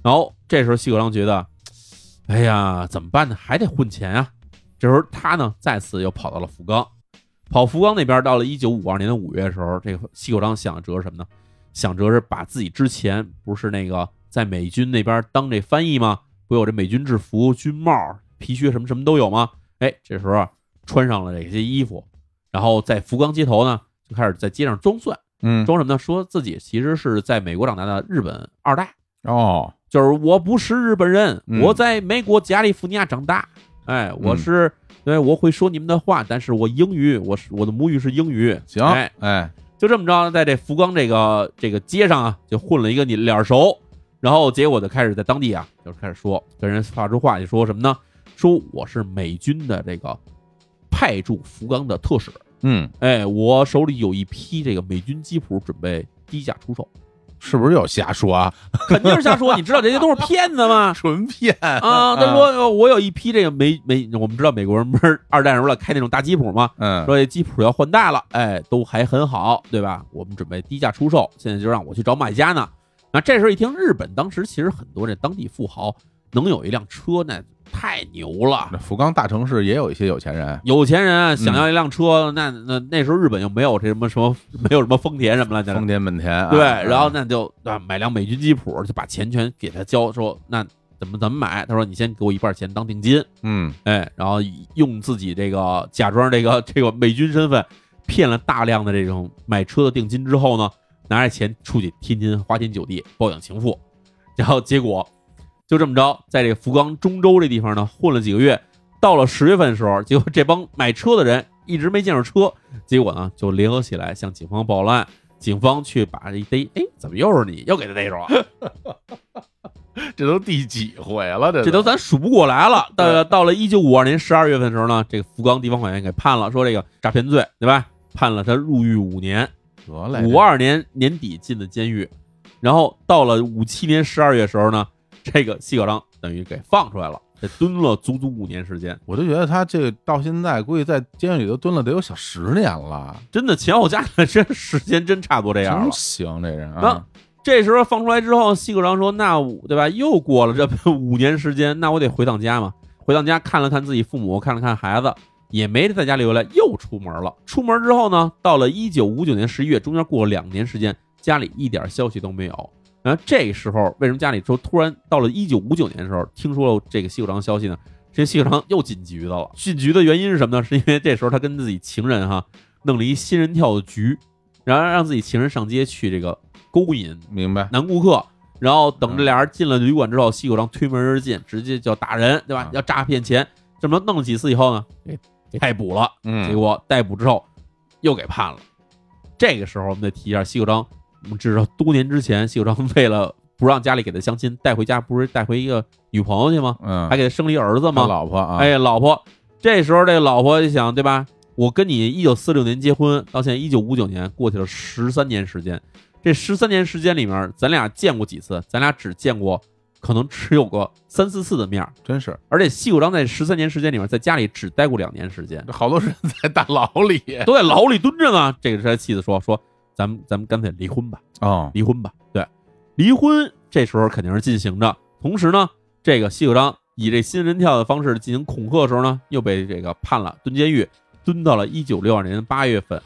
A: 然后这时候西口章觉得，哎呀，怎么办呢？还得混钱啊。这时候他呢再次又跑到了福冈，跑福冈那边，到了一九五二年的五月的时候，这个西口章想着是什么呢？想着是把自己之前不是那个在美军那边当这翻译吗？不有这美军制服、军帽、皮靴什么什么都有吗？哎，这时候啊穿上了这些衣服，然后在福冈街头呢，就开始在街上装蒜，
B: 嗯，
A: 装什么呢？说自己其实是在美国长大的日本二代，
B: 哦，
A: 就是我不是日本人，
B: 嗯
A: 我在美国加利福尼亚长大，哎，我是。对，我会说你们的话，但是我英语，我是我的母语是英语。
B: 行，
A: 哎，
B: 哎，
A: 就这么着，在这福冈这个这个街上啊，就混了一个你脸熟，然后结果就开始在当地啊，就开始说跟人发出话去，说什么呢？说我是美军的这个派驻福冈的特使，
B: 嗯，
A: 哎，我手里有一批这个美军机谱，准备低价出售。
B: 是不是又瞎说 啊？
A: 肯定是瞎 说。你知道这些都是骗子 吗？
B: 纯骗
A: 啊，他说呃我有一批这个美美，我们知道美国人不是二战时候了开那种大吉普嘛，
B: 嗯，
A: 说这吉普要换代了，哎，都还很好，对吧？我们准备低价出售，现在就让我去找买家呢。那这时候一听，日本当时其实很多这当地富豪能有一辆车，那太牛了。
B: 那福冈大城市也有一些有钱人，
A: 有钱人想要一辆车，那那那时候日本又没有这什么什么，没有什么丰田什么乱七八糟
B: 丰田、本田啊，
A: 对，
B: 嗯
A: 然后那就啊买辆美军吉普，就把钱全给他交，说那怎么怎么买？他说你先给我一半钱当定金，
B: 嗯，
A: 哎，然后用自己这个假装这个 这个美军身份骗了大量的这种买车的定金之后呢，拿着钱出去天天花天酒地包养情妇，然后结果就这么着，在这个福冈中州这地方呢混了几个月，到了十月份的时候，结 果这帮买车的人一直没见着车，结果呢就联合起来向警方报了案。警方去把这一逮，哎，怎么又是你？又给他逮着了？
B: 这都第几回了？这
A: 这都咱数不过来了。到了到了一九五二年十二月份的时候呢，这个福冈地方法院给判了，说这个诈骗罪，对吧？判了他入狱五年，
B: 得嘞，
A: 五二年年底进的监狱，然后到了五七年十二月时候呢，这个细小张等于给放出来了，这蹲了足足五年时间，
B: 我就觉得他这个到现在估计在监狱里都蹲了得有小十年了，
A: 真的前后加起来，这时间真差不多这样了
B: 真。行这人啊
A: 那，这时候放出来之后，西口章说：“那我对吧？又过了这五年时间，那我得回趟家嘛。回趟家看了看自己父母，看了看孩子，也没在家留下来，又出门了。出门之后呢，到了一九五九年十一月，中间过了两年时间，家里一点消息都没有。然后这时候，为什么家里说突然到了一九五九年的时候，听说了这个西口章消息呢？这西口章又进局子了。进局的原因是什么呢？是因为这时候他跟自己情人哈弄了一仙人跳的局，然后让自己情人上街去这个勾引
B: 明白？
A: 男顾客，然后等这俩人进了旅馆之后，西口章推门而进，直接就要打人，对吧
B: 嗯？
A: 要诈骗钱，这么弄了几次以后呢，啊给给逮捕了。结
B: 嗯，
A: 果逮捕之后又给判了。这个时候我们得提一下西口章，我们知道多年之前西口章为了不让家里给他相亲，带回家不是带回一个女朋友去吗？
B: 嗯，
A: 还给他生了一儿子
B: 他
A: 吗？
B: 老婆啊，
A: 哎，老婆，这时候这老婆就想，对吧？我跟你一九四六年结婚，到现在一九五九年，过去了十三年时间。这十三年时间里面，咱俩见过几次？咱俩只见过，可能只有过三四次的面儿。
B: 真是
A: 而且西谷章在十三年时间里面，在家里只待过两年时间，
B: 好多人在大牢里
A: 都在牢里蹲着呢。这个是他妻子说说，咱们咱们干脆离婚吧。
B: 哦，
A: 离婚吧。对，离婚这时候肯定是进行着。同时呢，这个西九章以这新人跳的方式进行恐吓的时候呢，又被这个判了蹲监狱，蹲到了一九六二年八月份，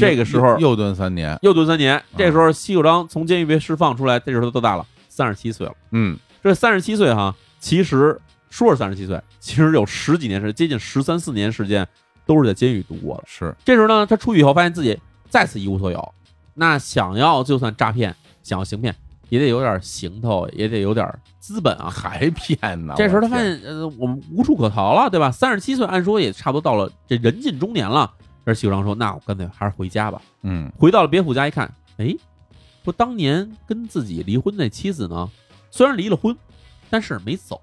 A: 这个时候
B: 又又蹲三年，
A: 又蹲三年。这时候西九章从监狱被释放出来，这时候他多大了？三十七岁了。
B: 嗯，
A: 这三十七岁哈，其实说是三十七岁，其实有十几年时间，接近十三四年时间都是在监狱度过的。
B: 是
A: 这时候呢，他出狱以后发现自己再次一无所有，那想要就算诈骗，想要行骗，也得有点行头，也得有点资本啊。
B: 还骗呢？
A: 这时候他发
B: 我天
A: 现，呃，我们无处可逃了，对吧？三十七岁，按说也差不多到了这人近中年了。而许章说：“那我干脆还是回家吧。”
B: 嗯，
A: 回到了别府家一看，哎，说当年跟自己离婚那妻子呢，虽然离了婚，但是没走，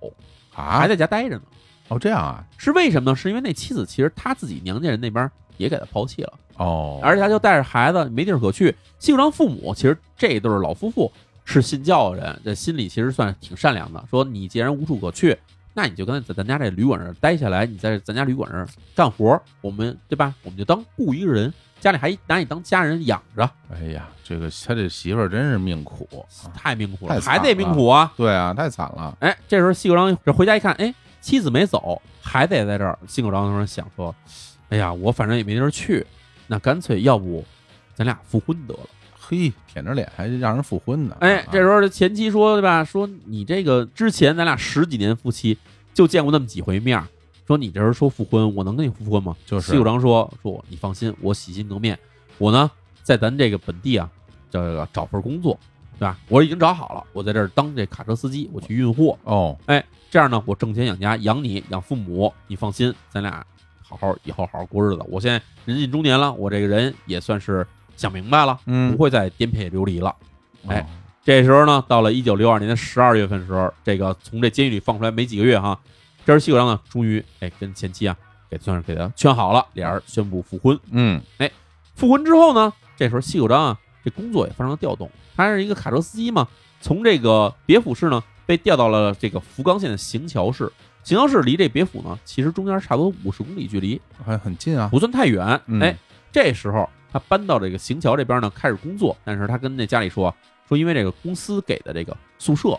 B: 啊
A: 还，在家待着呢。
B: 哦，这样啊，
A: 是为什么呢？是因为那妻子其实他自己娘家人那边也给他抛弃了。
B: 哦，
A: 而且他就带着孩子没地儿可去。西谷章父母其实这一对儿老夫妇是信教的人，这心里其实算是挺善良的。说你既然无处可去，那你就跟在咱家这旅馆这儿待下来，你在咱家旅馆这儿干活儿，我们对吧？我们就当雇一个人，家里还拿你当家人养着，
B: 哎呀，这个他这媳妇儿真是命苦，啊
A: 太命苦
B: 太
A: 了，
B: 惨
A: 还得命苦啊！
B: 对啊，太惨了，
A: 哎，这时候西谷章这回家一看，哎，妻子没走，还得在这儿。西谷章当时想说，哎呀，我反正也没地儿去，那干脆要不咱俩复婚得了。
B: 嘿，舔着脸还让人复婚呢，
A: 哎
B: 啊，
A: 这时候这前妻说对吧？说你这个之前咱俩十几年夫妻就见过那么几回面儿，说你这人说复婚，我能跟你复婚吗？
B: 就是
A: 西谷章说说你放心，我喜新革面，我呢在咱这个本地啊，这个找份工作，对吧？我已经找好了，我在这儿当这卡车司机，我去运货，
B: 哦，
A: 这样呢我挣钱养家，养你养父母，你放心，咱俩好好以后好好过日子。我现在人近中年了，我这个人也算是想明白了，
B: 嗯
A: 不，会再颠沛流离了。哎
B: 哦，
A: 这时候呢，到了一九六二年的十二月份的时候，这个从这监狱里放出来没几个月哈，这时候西口章呢，终于哎跟前妻啊，给算是给他劝好了，俩人宣布复婚。
B: 嗯，
A: 复婚之后呢，这时候西口章啊这工作也发生了调动。他是一个卡车司机嘛，从这个别府市呢被调到了这个福冈县的行桥市。行桥市离这别府呢，其实中间差不多五十公里距离，
B: 还很近啊。
A: 不算太远。
B: 嗯
A: 哎，这时候他搬到这个行桥这边呢，开始工作。但是他跟那家里说，说因为这个公司给的这个宿舍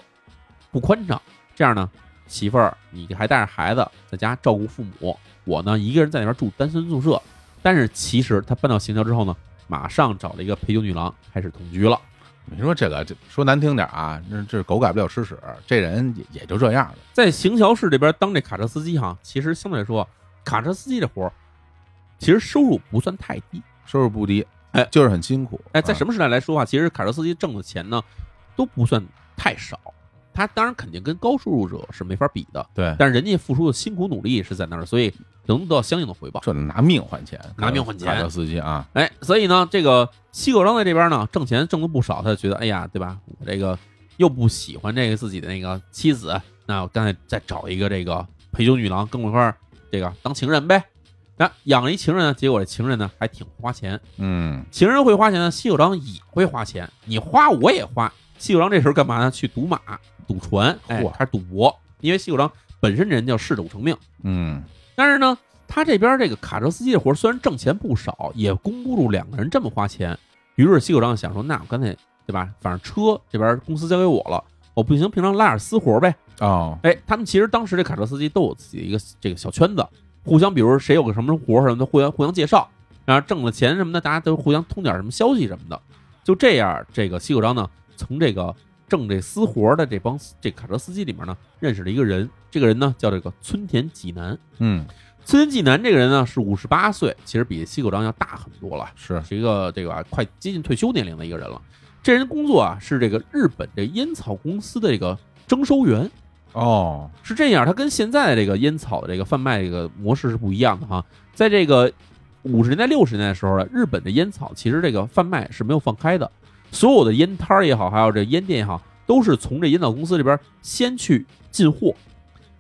A: 不宽敞，这样呢，媳妇儿你还带着孩子在家照顾父母，我呢一个人在那边住单身宿舍。但是其实他搬到行桥之后呢，马上找了一个陪酒女郎开始同居了。
B: 你说这个，这说难听点啊，那这狗改不了吃屎，这人也也就这样了。
A: 在行桥市这边当这卡车司机哈，其实相对来说，卡车司机这活儿其实收入不算太低。
B: 收入不低，
A: 哎
B: 就是很辛苦。
A: 哎，在什
B: 么？
A: 么时代来说啊，其实卡车司机挣的钱呢，都不算太少。他当然肯定跟高收入者是没法比的，
B: 对，
A: 但是人家付出的辛苦努力是在那儿，所以能得到相应的回报。
B: 这拿命换钱，
A: 拿命换钱
B: 卡车司机啊，
A: 哎，所以呢，这个西口章在这边呢，挣钱挣的不少，他就觉得，哎呀，对吧？我这个又不喜欢这个自己的那个妻子，那我干脆再找一个这个陪酒女郎跟我一块儿这个当情人呗。那、养了一情人呢，结果这情人呢还挺会花钱，
B: 嗯，
A: 情人会花钱呢，西九章也会花钱，你花我也花。西九章这时候干嘛呢？去赌马、赌船，哎
B: 嚯，
A: 还是赌博？因为西九章本身这人叫嗜赌成命，
B: 嗯，
A: 但是呢，他这边这个卡车司机的活儿虽然挣钱不少，也供不住两个人这么花钱。于是西九章想说，那我干脆对吧？反正车这边公司交给我了，我不行，平常拉点私活呗。
B: 哦，
A: 哎，他们其实当时这卡车司机都有自己的一个这个小圈子，互相比如谁有个什么活儿什么的，互相互相介绍，然后挣了钱什么的，大家都互相通点什么消息什么的。就这样，这个西口章呢，从这个挣这私活儿的这帮这卡车司机里面呢，认识了一个人，这个人呢叫这个村田济南。
B: 嗯，
A: 村田济南这个人呢是五十八岁，其实比西口章要大很多了，
B: 是，
A: 是一个这个啊快接近退休年龄的一个人了。这人工作啊是这个日本这烟草公司的这个征收员。
B: 哦，
A: 是这样，它跟现在的这个烟草的这个贩卖这个模式是不一样的哈。在这个五十年代、六十年代的时候呢，日本的烟草其实这个贩卖是没有放开的，所有的烟摊儿也好，还有这烟店也好，都是从这烟草公司这边先去进货，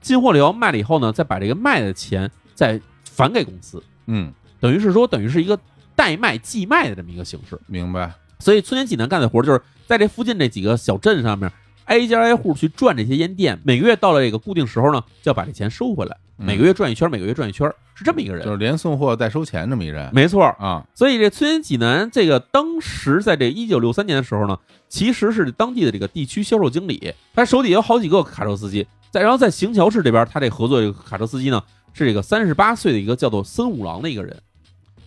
A: 进货了以后卖了以后呢，再把这个卖的钱再返给公司，
B: 嗯，
A: 等于是说，等于是一个代卖寄卖的这么一个形式。
B: 明白，嗯
A: 所以村田济南干的活儿就是在这附近这几个小镇上面，挨家挨户去转这些烟店，每个月到了这个固定时候呢，就要把这钱收回来，
B: 嗯
A: 每个月转一圈，每个月转一圈，是这么一个
B: 就
A: 人。
B: 是连送货带收钱这么一人
A: 没错儿，
B: 啊，
A: 所以这村田济南这个当时在这一九六三年的时候呢，其实是当地的这个地区销售经理，他手底下有好几个卡车司机。再然后在行桥市这边，他这合作这个卡车司机呢，是这个三十八岁的一个叫做森五郎的一个人。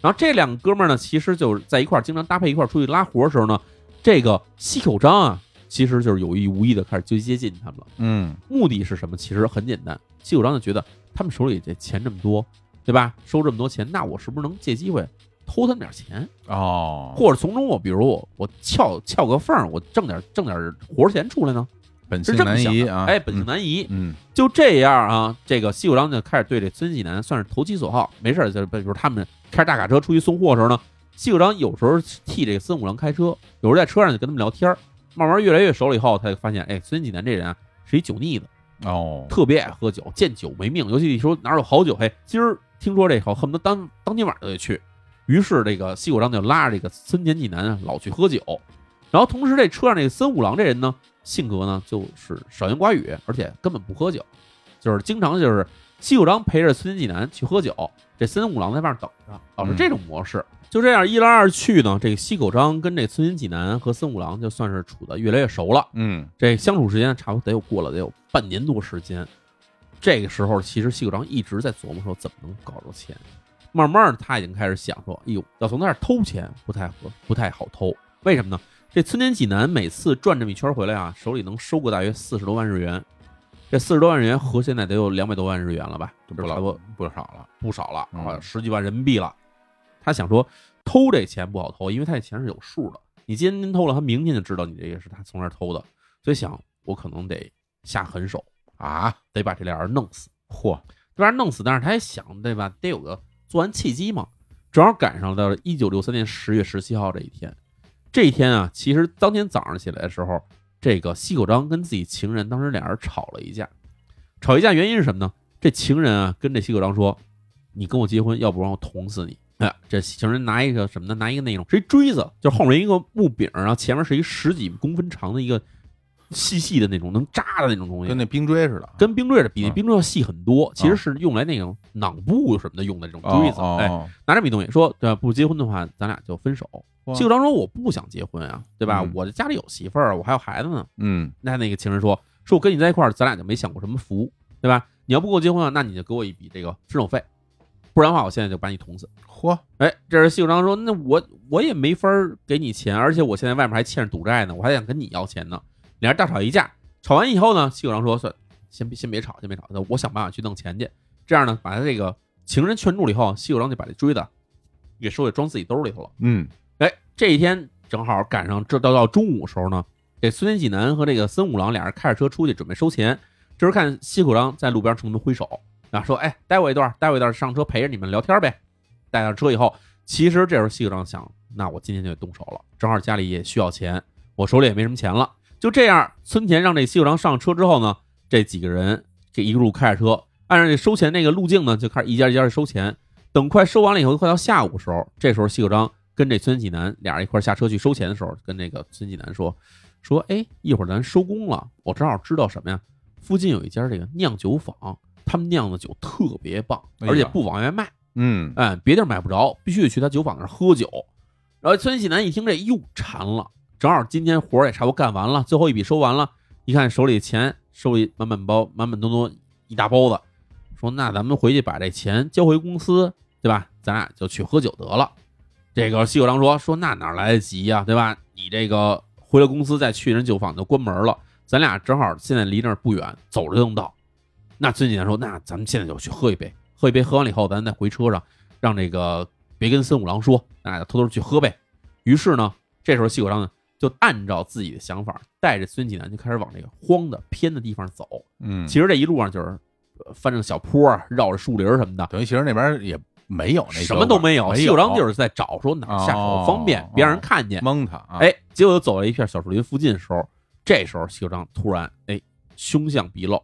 A: 然后这两个哥们儿呢，其实就是在一块儿经常搭配一块儿出去拉活的时候呢，这个西口章啊，其实就是有意无意的开始就接近他们了。
B: 嗯，
A: 目的是什么？其实很简单，西九章就觉得他们手里这钱这么多，对吧？收这么多钱，那我是不是能借机会偷他们点钱，
B: 哦，
A: 或者从中我比如我我撬撬个缝儿，我挣点挣点活钱出来呢？
B: 本性
A: 是这么
B: 难
A: 想
B: 移
A: 的，
B: 啊，
A: 哎，本性
B: 嗯
A: 难移。
B: 嗯，
A: 就这样啊，这个西九章就开始对这孙喜南算是投其所好，没事儿就是比如他们开着大卡车出去送货的时候呢，西九章有时候替这个孙五郎开车，有时候在车上就跟他们聊天儿，慢慢越来越熟了以后，他就发现，哎，孙喜南这人啊是一酒腻子，
B: 哦，
A: 特别爱喝酒，见酒没命。尤其你说哪有好酒？嘿，今儿听说这好，恨不得当当天晚上就得去。于是这个西谷章就拉着这个森田纪男啊，老去喝酒。然后同时这车上这个森五郎这人呢，性格呢就是少言寡语，而且根本不喝酒，就是经常就是西谷章陪着森田纪男去喝酒，这森五郎在外面等着，老是
B: 嗯
A: 这种模式。就这样一来二去呢，这个西口章跟这村田纪男和森五郎就算是处的越来越熟了。
B: 嗯，
A: 这相处时间差不多得有过了得有半年多时间。这个时候，其实西口章一直在琢磨说怎么能搞着钱。慢慢的，他已经开始想说，哎呦，要从那儿偷钱不太合，不太好偷。为什么呢？这村田济南每次转这么一圈回来啊，手里能收个大约四十多万日元。这四十多万日元合现在得有两百多万日元了吧？
B: 这
A: 就
B: 不
A: 是差
B: 老
A: 不多
B: 不少了，
A: 不少了，
B: 嗯
A: 好像十几万人民币了。他想说偷这钱不好偷，因为他这钱是有数的。你今天偷了，他明天就知道你这个是他从那儿偷的，所以想我可能得下狠手啊，得把这俩人弄死。嚯，这俩人弄死，但是他也想对吧，得有个作案契机嘛。正好赶上到一九六三年十月十七号这一天，这一天啊，其实当天早上起来的时候，这个西口章跟自己情人当时俩人吵了一架，吵一架原因是什么呢？这情人啊跟这西口章说：“你跟我结婚，要不然我捅死你。哎，这行人拿一个什么呢？拿一个那种是一锥子，就后面一个木柄，然后前面是一十几公分长的一个细细的那种能扎的那种东西，
B: 跟那冰锥似的，
A: 跟冰锥的比，那
B: 嗯
A: 冰锥要细很多，其实
B: 啊
A: 是用来那种囊布什么的用的这种锥子。
B: 哦哦
A: 哎，
B: 哦
A: 拿这么一东西说，对吧？不结婚的话，咱俩就分手。
B: 哇
A: 结果当中我不想结婚啊，对吧？
B: 嗯
A: 我这家里有媳妇儿，我还有孩子呢。
B: 嗯
A: 那那个情人说，说我跟你在一块儿，咱俩就没享过什么福，对吧？你要不跟我结婚啊，那你就给我一笔这个赡养费，不然的话，我现在就把你捅死。
B: 嚯，
A: 哎，这是谢永章说，那我我也没法儿给你钱，而且我现在外面还欠着赌债呢，我还想跟你要钱呢。俩人大吵一架，吵完以后呢，谢永章说，算，先别先别吵，先别吵，我想办法去弄钱去。这样呢，把他这个情人劝住了以后，谢永章就把这锥子给收起，装自己兜里头了。
B: 嗯
A: 哎，这一天正好赶上这到到中午时候呢，这孙天济南和这个森五郎俩人开着车出去准备收钱，这时候看西口章在路边冲他们挥手，然后说：“哎，待我一段，待我一段，上车陪着你们聊天呗。”带上车以后，其实这时候西口章想，那我今天就得动手了，正好家里也需要钱，我手里也没什么钱了。就这样，村田让这西口章上车之后呢，这几个人这一路开着车，按照这收钱那个路径呢，就开始一家一家的收钱。等快收完了以后，快到下午的时候，这时候西口章跟这孙济南俩人一块儿下车去收钱的时候，跟那个孙济南说说：“哎，一会儿咱收工了，我正好知道什么呀？附近有一家这个酿酒坊，他们酿的酒特别棒，
B: 哎呀
A: 而且不往外卖，
B: 嗯，
A: 哎，别地儿买不着，必须得去他酒坊那儿喝酒。”然后孙济南一听这又馋了，正好今天活儿也差不多干完了，最后一笔收完了，一看手里钱收一满满包，满满东东一大包子，说那咱们回去把这钱交回公司，对吧？咱俩就去喝酒得了。这个西九郎说说那哪来得及呀、对吧？你这个回了公司再去人酒坊就关门了，咱俩正好现在离那儿不远，走着就能到。那孙锦南说那咱们现在就去喝一杯，喝一杯，喝完了以后咱再回车上，让这个别跟森五郎说，咱俩就偷偷去喝呗。于是呢，这时候西九郎呢就按照自己的想法，带着孙锦南就开始往这个荒的偏的地方走。
B: 嗯，
A: 其实这一路上就是呃翻着小坡啊，绕着树林儿什么的，
B: 等于其实那边也没有那
A: 什么都没有。
B: 没
A: 西
B: 有
A: 九章就是在找说哪儿下手方便
B: 哦，
A: 别让人看见。
B: 蒙他啊，
A: 哎，结果走到一片小树林附近的时候，这时候西九章突然哎凶相毕露，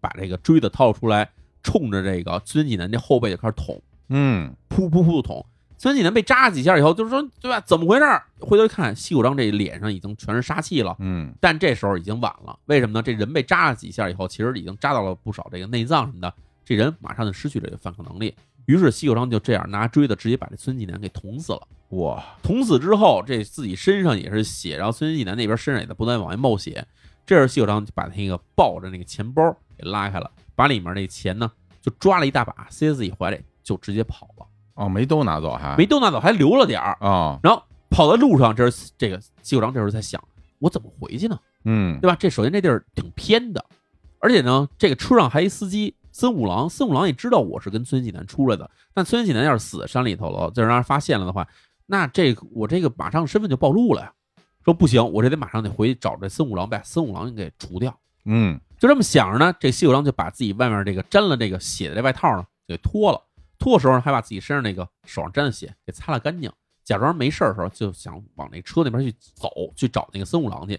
A: 把这个锥子掏出来，冲着这个孙济南这后背就开始捅，
B: 嗯
A: 噗噗噗捅。孙济南被扎几下以后，就是说对吧？怎么回事儿？回头一看，西九章这脸上已经全是杀气了。
B: 嗯
A: 但这时候已经晚了，为什么呢？这人被扎了几下以后，其实已经扎到了不少这个内脏什么的，这人马上就失去了这个反抗能力。于是西九章就这样拿锥子直接把这孙继南给捅死了。
B: 哇，
A: 捅死之后，这自己身上也是血，然后孙继南那边身上也在不断往外冒血。这时候西九章就把那个抱着那个钱包给拉开了，把里面那钱呢就抓了一大把，塞自己怀里就直接跑了，
B: 哦，没都拿走还
A: 没动大脑还留了点儿。
B: 哦，
A: 然后跑在路上，这是这个西九章这时候在想，我怎么回去呢？
B: 嗯
A: 对吧？这首先这地儿挺偏的，而且呢，这个车上还一司机森五郎，森五郎也知道我是跟孙喜南出来的，但孙喜南要是死山里头了，再让人发现了的话，那这个我这个马上身份就暴露了呀。说不行，我这得马上得回去找这森五郎，把森五郎给除掉。
B: 嗯
A: 就这么想着呢，这西九郎就把自己外面这个沾了这个血的这外套呢给脱了，脱的时候还把自己身上那个手上沾的血给擦了干净，假装没事儿的时候就想往那车那边去走，去找那个森五郎去。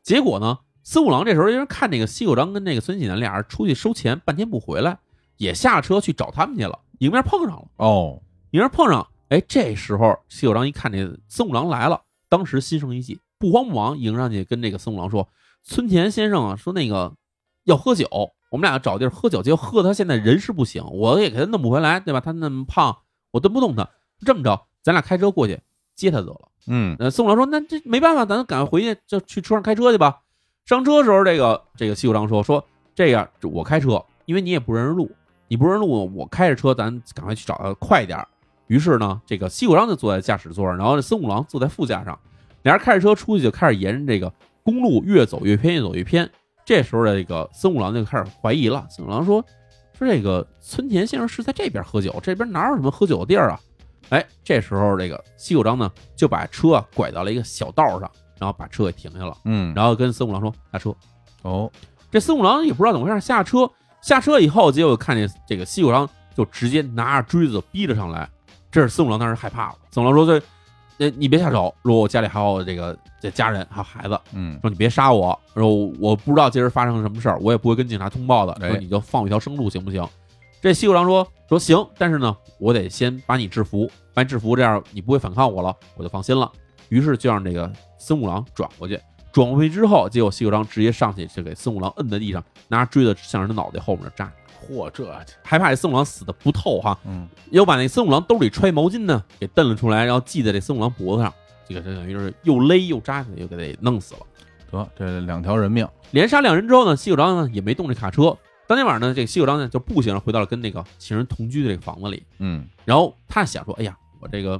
A: 结果呢，森五郎这时候因为看那个西九章跟那个孙喜南俩人出去收钱，半天不回来，也下车去找他们去了，迎面碰上了。
B: 哦，
A: 你让人碰上，哎，这时候西九章一看这森五郎来了，当时心生一计，不慌不忙迎上去跟这个森五郎说：“村田先生啊，说那个要喝酒，我们俩找地儿喝酒，结果喝他现在人是不行，我也给他弄不回来，对吧？他那么胖，我蹬不动他。这么着，咱俩开车过去接他得了。”
B: 嗯
A: 呃，宋郎说：“那这没办法，咱赶快回去，就去车上开车去吧。”上车的时候，这个这个西九章说：“说这样，我开车，因为你也不认识路，你不认识路，我开着车，咱赶快去找他，快一点儿。”于是呢，这个西九章就坐在驾驶座上，然后这森五郎坐在副驾上，俩人开着车出去，就开始沿着这个公路越走越偏，越走越偏。这时候，这个森五郎就开始怀疑了。森五郎说：“说这个村田先生是在这边喝酒，这边哪有什么喝酒的地儿啊？”哎，这时候这个西九章呢就把车啊拐到了一个小道上，然后把车给停下了，
B: 嗯，
A: 然后跟森五郎说下车。
B: 哦，
A: 这森五郎也不知道怎么回事，下车下车以后，结果看见这个西九章就直接拿着锥子逼着上来，这是森五郎当时害怕了。森五郎说：“这，呃，你别下手，说我家里还有这个这家人还有孩子，
B: 嗯
A: 说你别杀我，说我不知道今儿发生什么事儿，我也不会跟警察通报的，
B: 哎
A: 说你就放我一条生路行不行？这西九郎说说行，但是呢，我得先把你制服，把你制服，这样你不会反抗我了，我就放心了。于是就让这个森五郎转过去，转过去之后，结果西九郎直接上去就给森五郎摁在地上，拿锥子向人的脑袋后面扎，
B: 嚯，这
A: 还怕这森五郎死的不透哈，
B: 嗯
A: 又把那森五郎兜里揣毛巾呢给蹬了出来，然后系在这森五郎脖子上，这个这等于是又勒又扎起来，又给他弄死了。
B: 得这两条人命，
A: 连杀两人之后呢，西九章呢也没动这卡车。当天晚上呢，这个西九章呢就步行回到了跟那个情人同居的这个房子里。
B: 嗯
A: 然后他想说：“哎呀，我这个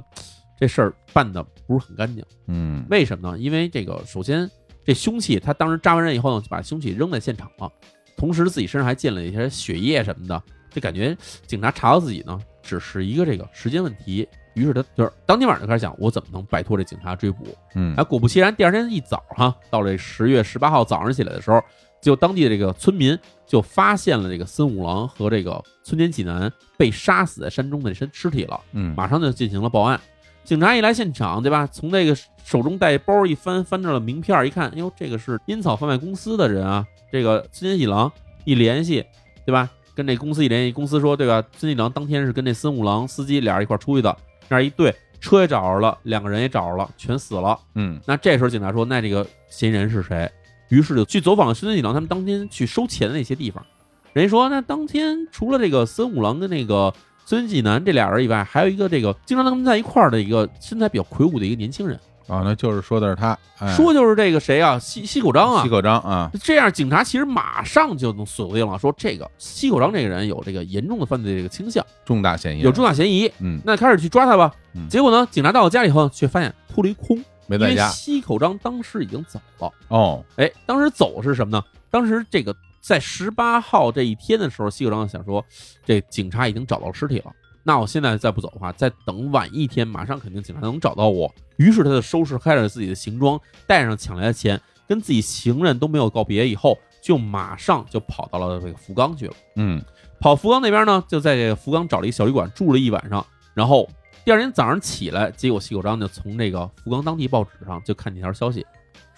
A: 这事儿办的不是很干净。
B: 嗯
A: 为什么呢？因为这个首先这凶器，他当时扎完人以后呢，就把凶器扔在现场了，同时自己身上还溅了一些血液什么的，就感觉警察查到自己呢，只是一个这个时间问题。于是他就是当天晚上就开始想，我怎么能摆脱这警察追捕？
B: 嗯
A: 哎，，果不其然，第二天一早哈，到了十月十八号早上起来的时候，就当地的这个村民就发现了这个森五郎和这个村田纪男被杀死在山中的身尸体了，
B: 嗯
A: 马上就进行了报案。警察一来现场，对吧？从这个手中带包一翻，翻着了名片儿，一看，哟，这个是烟草贩卖公司的人啊。这个村田喜郎一联系，对吧？跟这公司一联系，公司说，对吧？村田喜郎当天是跟这森五郎司机俩人一块儿出去的，那儿一对车也找着了，两个人也找着了，全死了。
B: 嗯
A: 那这时候警察说，那这个嫌疑人是谁？于是就去走访孙田一郎他们当天去收钱的那些地方。人家说，那当天除了这个森五郎跟那个孙纪南这俩人以外，还有一个这个经常跟他们在一块儿的一个身材比较魁梧的一个年轻人，
B: 啊，那就是说的是他，哎
A: 说就是这个谁啊，西西口章啊
B: 西。口章啊，
A: 这样，警察其实马上就能锁定了，说这个西口章这个人有这个严重的犯罪这个倾向，
B: 重大嫌疑人
A: 有重大嫌疑，
B: 嗯
A: 那开始去抓他吧
B: 嗯。
A: 结果呢，警察到了家里以后，却发现扑了一空，
B: 没
A: 因
B: 在
A: 为
B: 家
A: 西口章当时已经走了。
B: 哦，
A: 哎，当时走是什么呢？当时这个在十八号这一天的时候，西九章想说，这警察已经找到尸体了。那我现在再不走的话，再等晚一天，马上肯定警察能找到我。于是他就收拾开了自己的行装，带上抢来的钱，跟自己情人都没有告别以后，就马上就跑到了这个福冈去了。
B: 嗯
A: 跑福冈那边呢，就在这个福冈找了一小旅馆住了一晚上，然后第二天早上起来，结果西口章就从这个福冈当地报纸上就看见一条消息，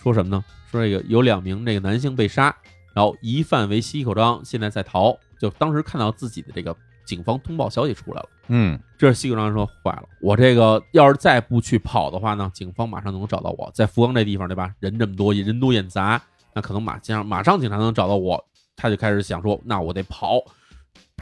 A: 说什么呢？说这个有两名这个男性被杀，然后疑犯为西口章，现在在逃。就当时看到自己的这个警方通报消息出来了，
B: 嗯
A: 这西口章说坏了，我这个要是再不去跑的话呢，警方马上就能找到我，在福冈这地方对吧？人这么多，人多眼杂，那可能马上马上警察能找到我，他就开始想说，那我得跑。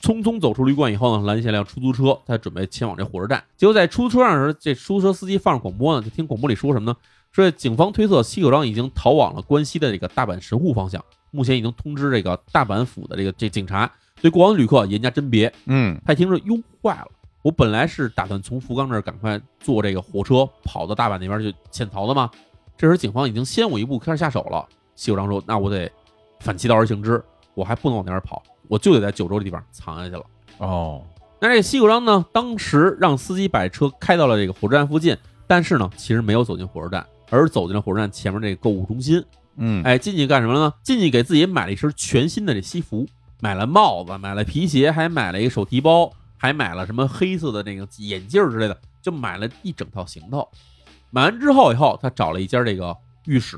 A: 匆匆走出旅馆以后呢，拦下一辆出租车，他准备前往这火车站。结果在出租车上的时候，这出租车司机放着广播呢，就听广播里说什么呢？说警方推测西口章已经逃往了关西的这个大阪神户方向，目前已经通知这个大阪府的这个这警察对过往的旅客严加甄别。
B: 嗯
A: 他一听说，哟，坏了！我本来是打算从福冈这儿赶快坐这个火车跑到大阪那边去潜逃的嘛。这时候警方已经先我一步开始下手了。西九章说：“那我得反其道而行之，我还不能往那边跑，我就得在九州这地方藏下去了。”
B: 哦，
A: 那这个西口章呢，当时让司机把车开到了这个火车站附近，但是呢，其实没有走进火车站，而是走进了火车站前面这个购物中心。
B: 嗯
A: 哎，进去干什么了呢？进去给自己买了一身全新的这西服，买了帽子，买了皮鞋，还买了一个手提包，还买了什么黑色的那个眼镜儿之类的，就买了一整套行头。买完之后以后，他找了一家这个浴室，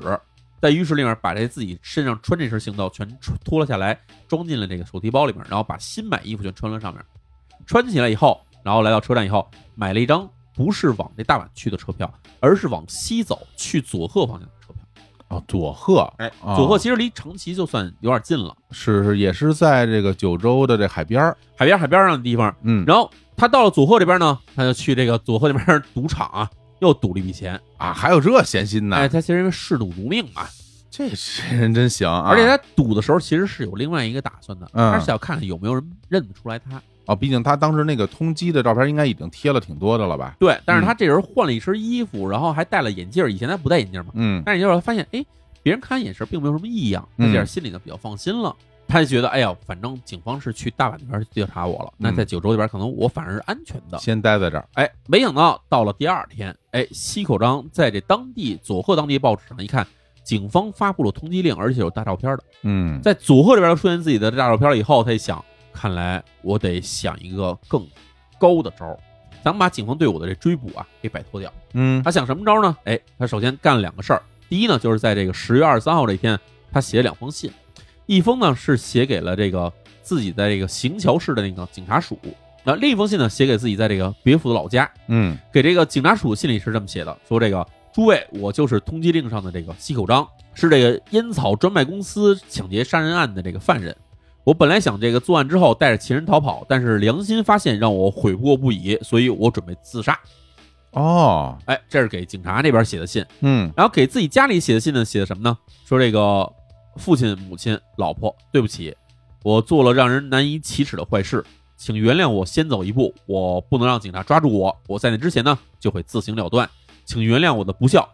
A: 在浴室里面把这自己身上穿这身行头全脱了下来，装进了这个手提包里面，然后把新买衣服全穿了上面。穿起来以后，然后来到车站以后，买了一张不是往这大阪去的车票，而是往西走去佐贺方向的车票。
B: 哦，佐贺
A: 哎，
B: 啊
A: 佐贺其实离长崎就算有点近了，
B: 是是也是在这个九州的这海边儿，
A: 海边海边上的地方。
B: 嗯
A: 然后他到了佐贺这边呢，他就去这个佐贺那边赌场啊，又赌了一笔钱。
B: 啊，还有这闲心呢，
A: 哎，他其实因为嗜赌如命嘛，
B: 这这人真行啊！
A: 而且他赌的时候其实是有另外一个打算的，
B: 嗯
A: 他是想看看有没有人认得出来他。
B: 哦，毕竟他当时那个通缉的照片应该已经贴了挺多的了吧？
A: 对，但是他这人换了一身衣服，然后还戴了眼镜儿，以前他不戴眼镜嘛，
B: 嗯
A: 但是有时候发现，哎，别人看眼神并没有什么异样，他这样
B: 嗯
A: 心里呢比较放心了。他就觉得，哎呀，反正警方是去大阪那边调查我了，那
B: 嗯
A: 在九州这边可能我反而是安全的。
B: 先待在这儿，
A: 哎，没想到到了第二天，哎，西口章在这当地佐贺当地报纸上一看，警方发布了通缉令，而且有大照片的。
B: 嗯，
A: 在佐贺这边出现自己的大照片以后，他一想，看来我得想一个更高的招儿，咱们把警方对我的这追捕啊给摆脱掉。
B: 嗯
A: 他想什么招呢？哎，他首先干了两个事儿。第一呢，就是在这个十月二十三号这一天，他写了两封信，一封呢是写给了这个自己在这个行桥市的那个警察署。那另一封信呢，写给自己在这个别府的老家，
B: 嗯
A: 给这个警察署信里是这么写的：说这个诸位，我就是通缉令上的这个西口章，是这个烟草专卖公司抢劫杀人案的这个犯人。我本来想这个作案之后带着情人逃跑，但是良心发现让我悔过不已，所以我准备自杀。
B: 哦
A: 哎，这是给警察那边写的信。
B: 嗯
A: 然后给自己家里写的信呢，写的什么呢？说这个父亲、母亲、老婆，对不起，我做了让人难以启齿的坏事，请原谅我先走一步，我不能让警察抓住我，我在那之前呢就会自行了断，请原谅我的不孝。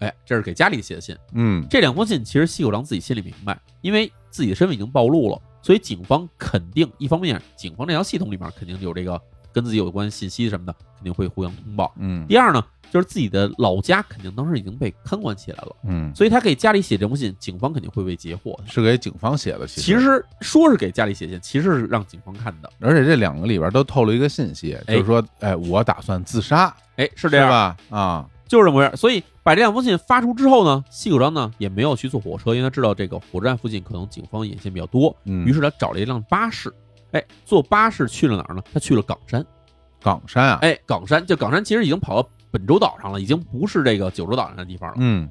A: 哎，这是给家里写的信。
B: 嗯
A: 这两封信其实西口章自己心里明白，因为自己的身份已经暴露了，所以警方肯定一方面，警方这条系统里面肯定有这个跟自己有关信息什么的，肯定会互相通报。
B: 嗯
A: 第二呢，就是自己的老家肯定当时已经被看管起来了，
B: 嗯，
A: 所以他给家里写这封信，警方肯定会被截获的。
B: 是给警方写的，其
A: 其实说是给家里写信，其实是让警方看的。
B: 而且这两个里边都透露一个信息，
A: 哎
B: 就是说，哎，我打算自杀，
A: 哎，是
B: 是
A: 这样，
B: 吧？啊，
A: 就是这么回事儿。所以把这两封信发出之后呢，西口章呢也没有去坐火车，因为他知道这个火车站附近可能警方眼线比较多，
B: 嗯，
A: 于是他找了一辆巴士。哎，坐巴士去了哪儿呢？他去了冈山。
B: 冈山啊，
A: 哎，冈山，这冈山其实已经跑到本州岛上了，已经不是这个九州岛上的地方了。
B: 嗯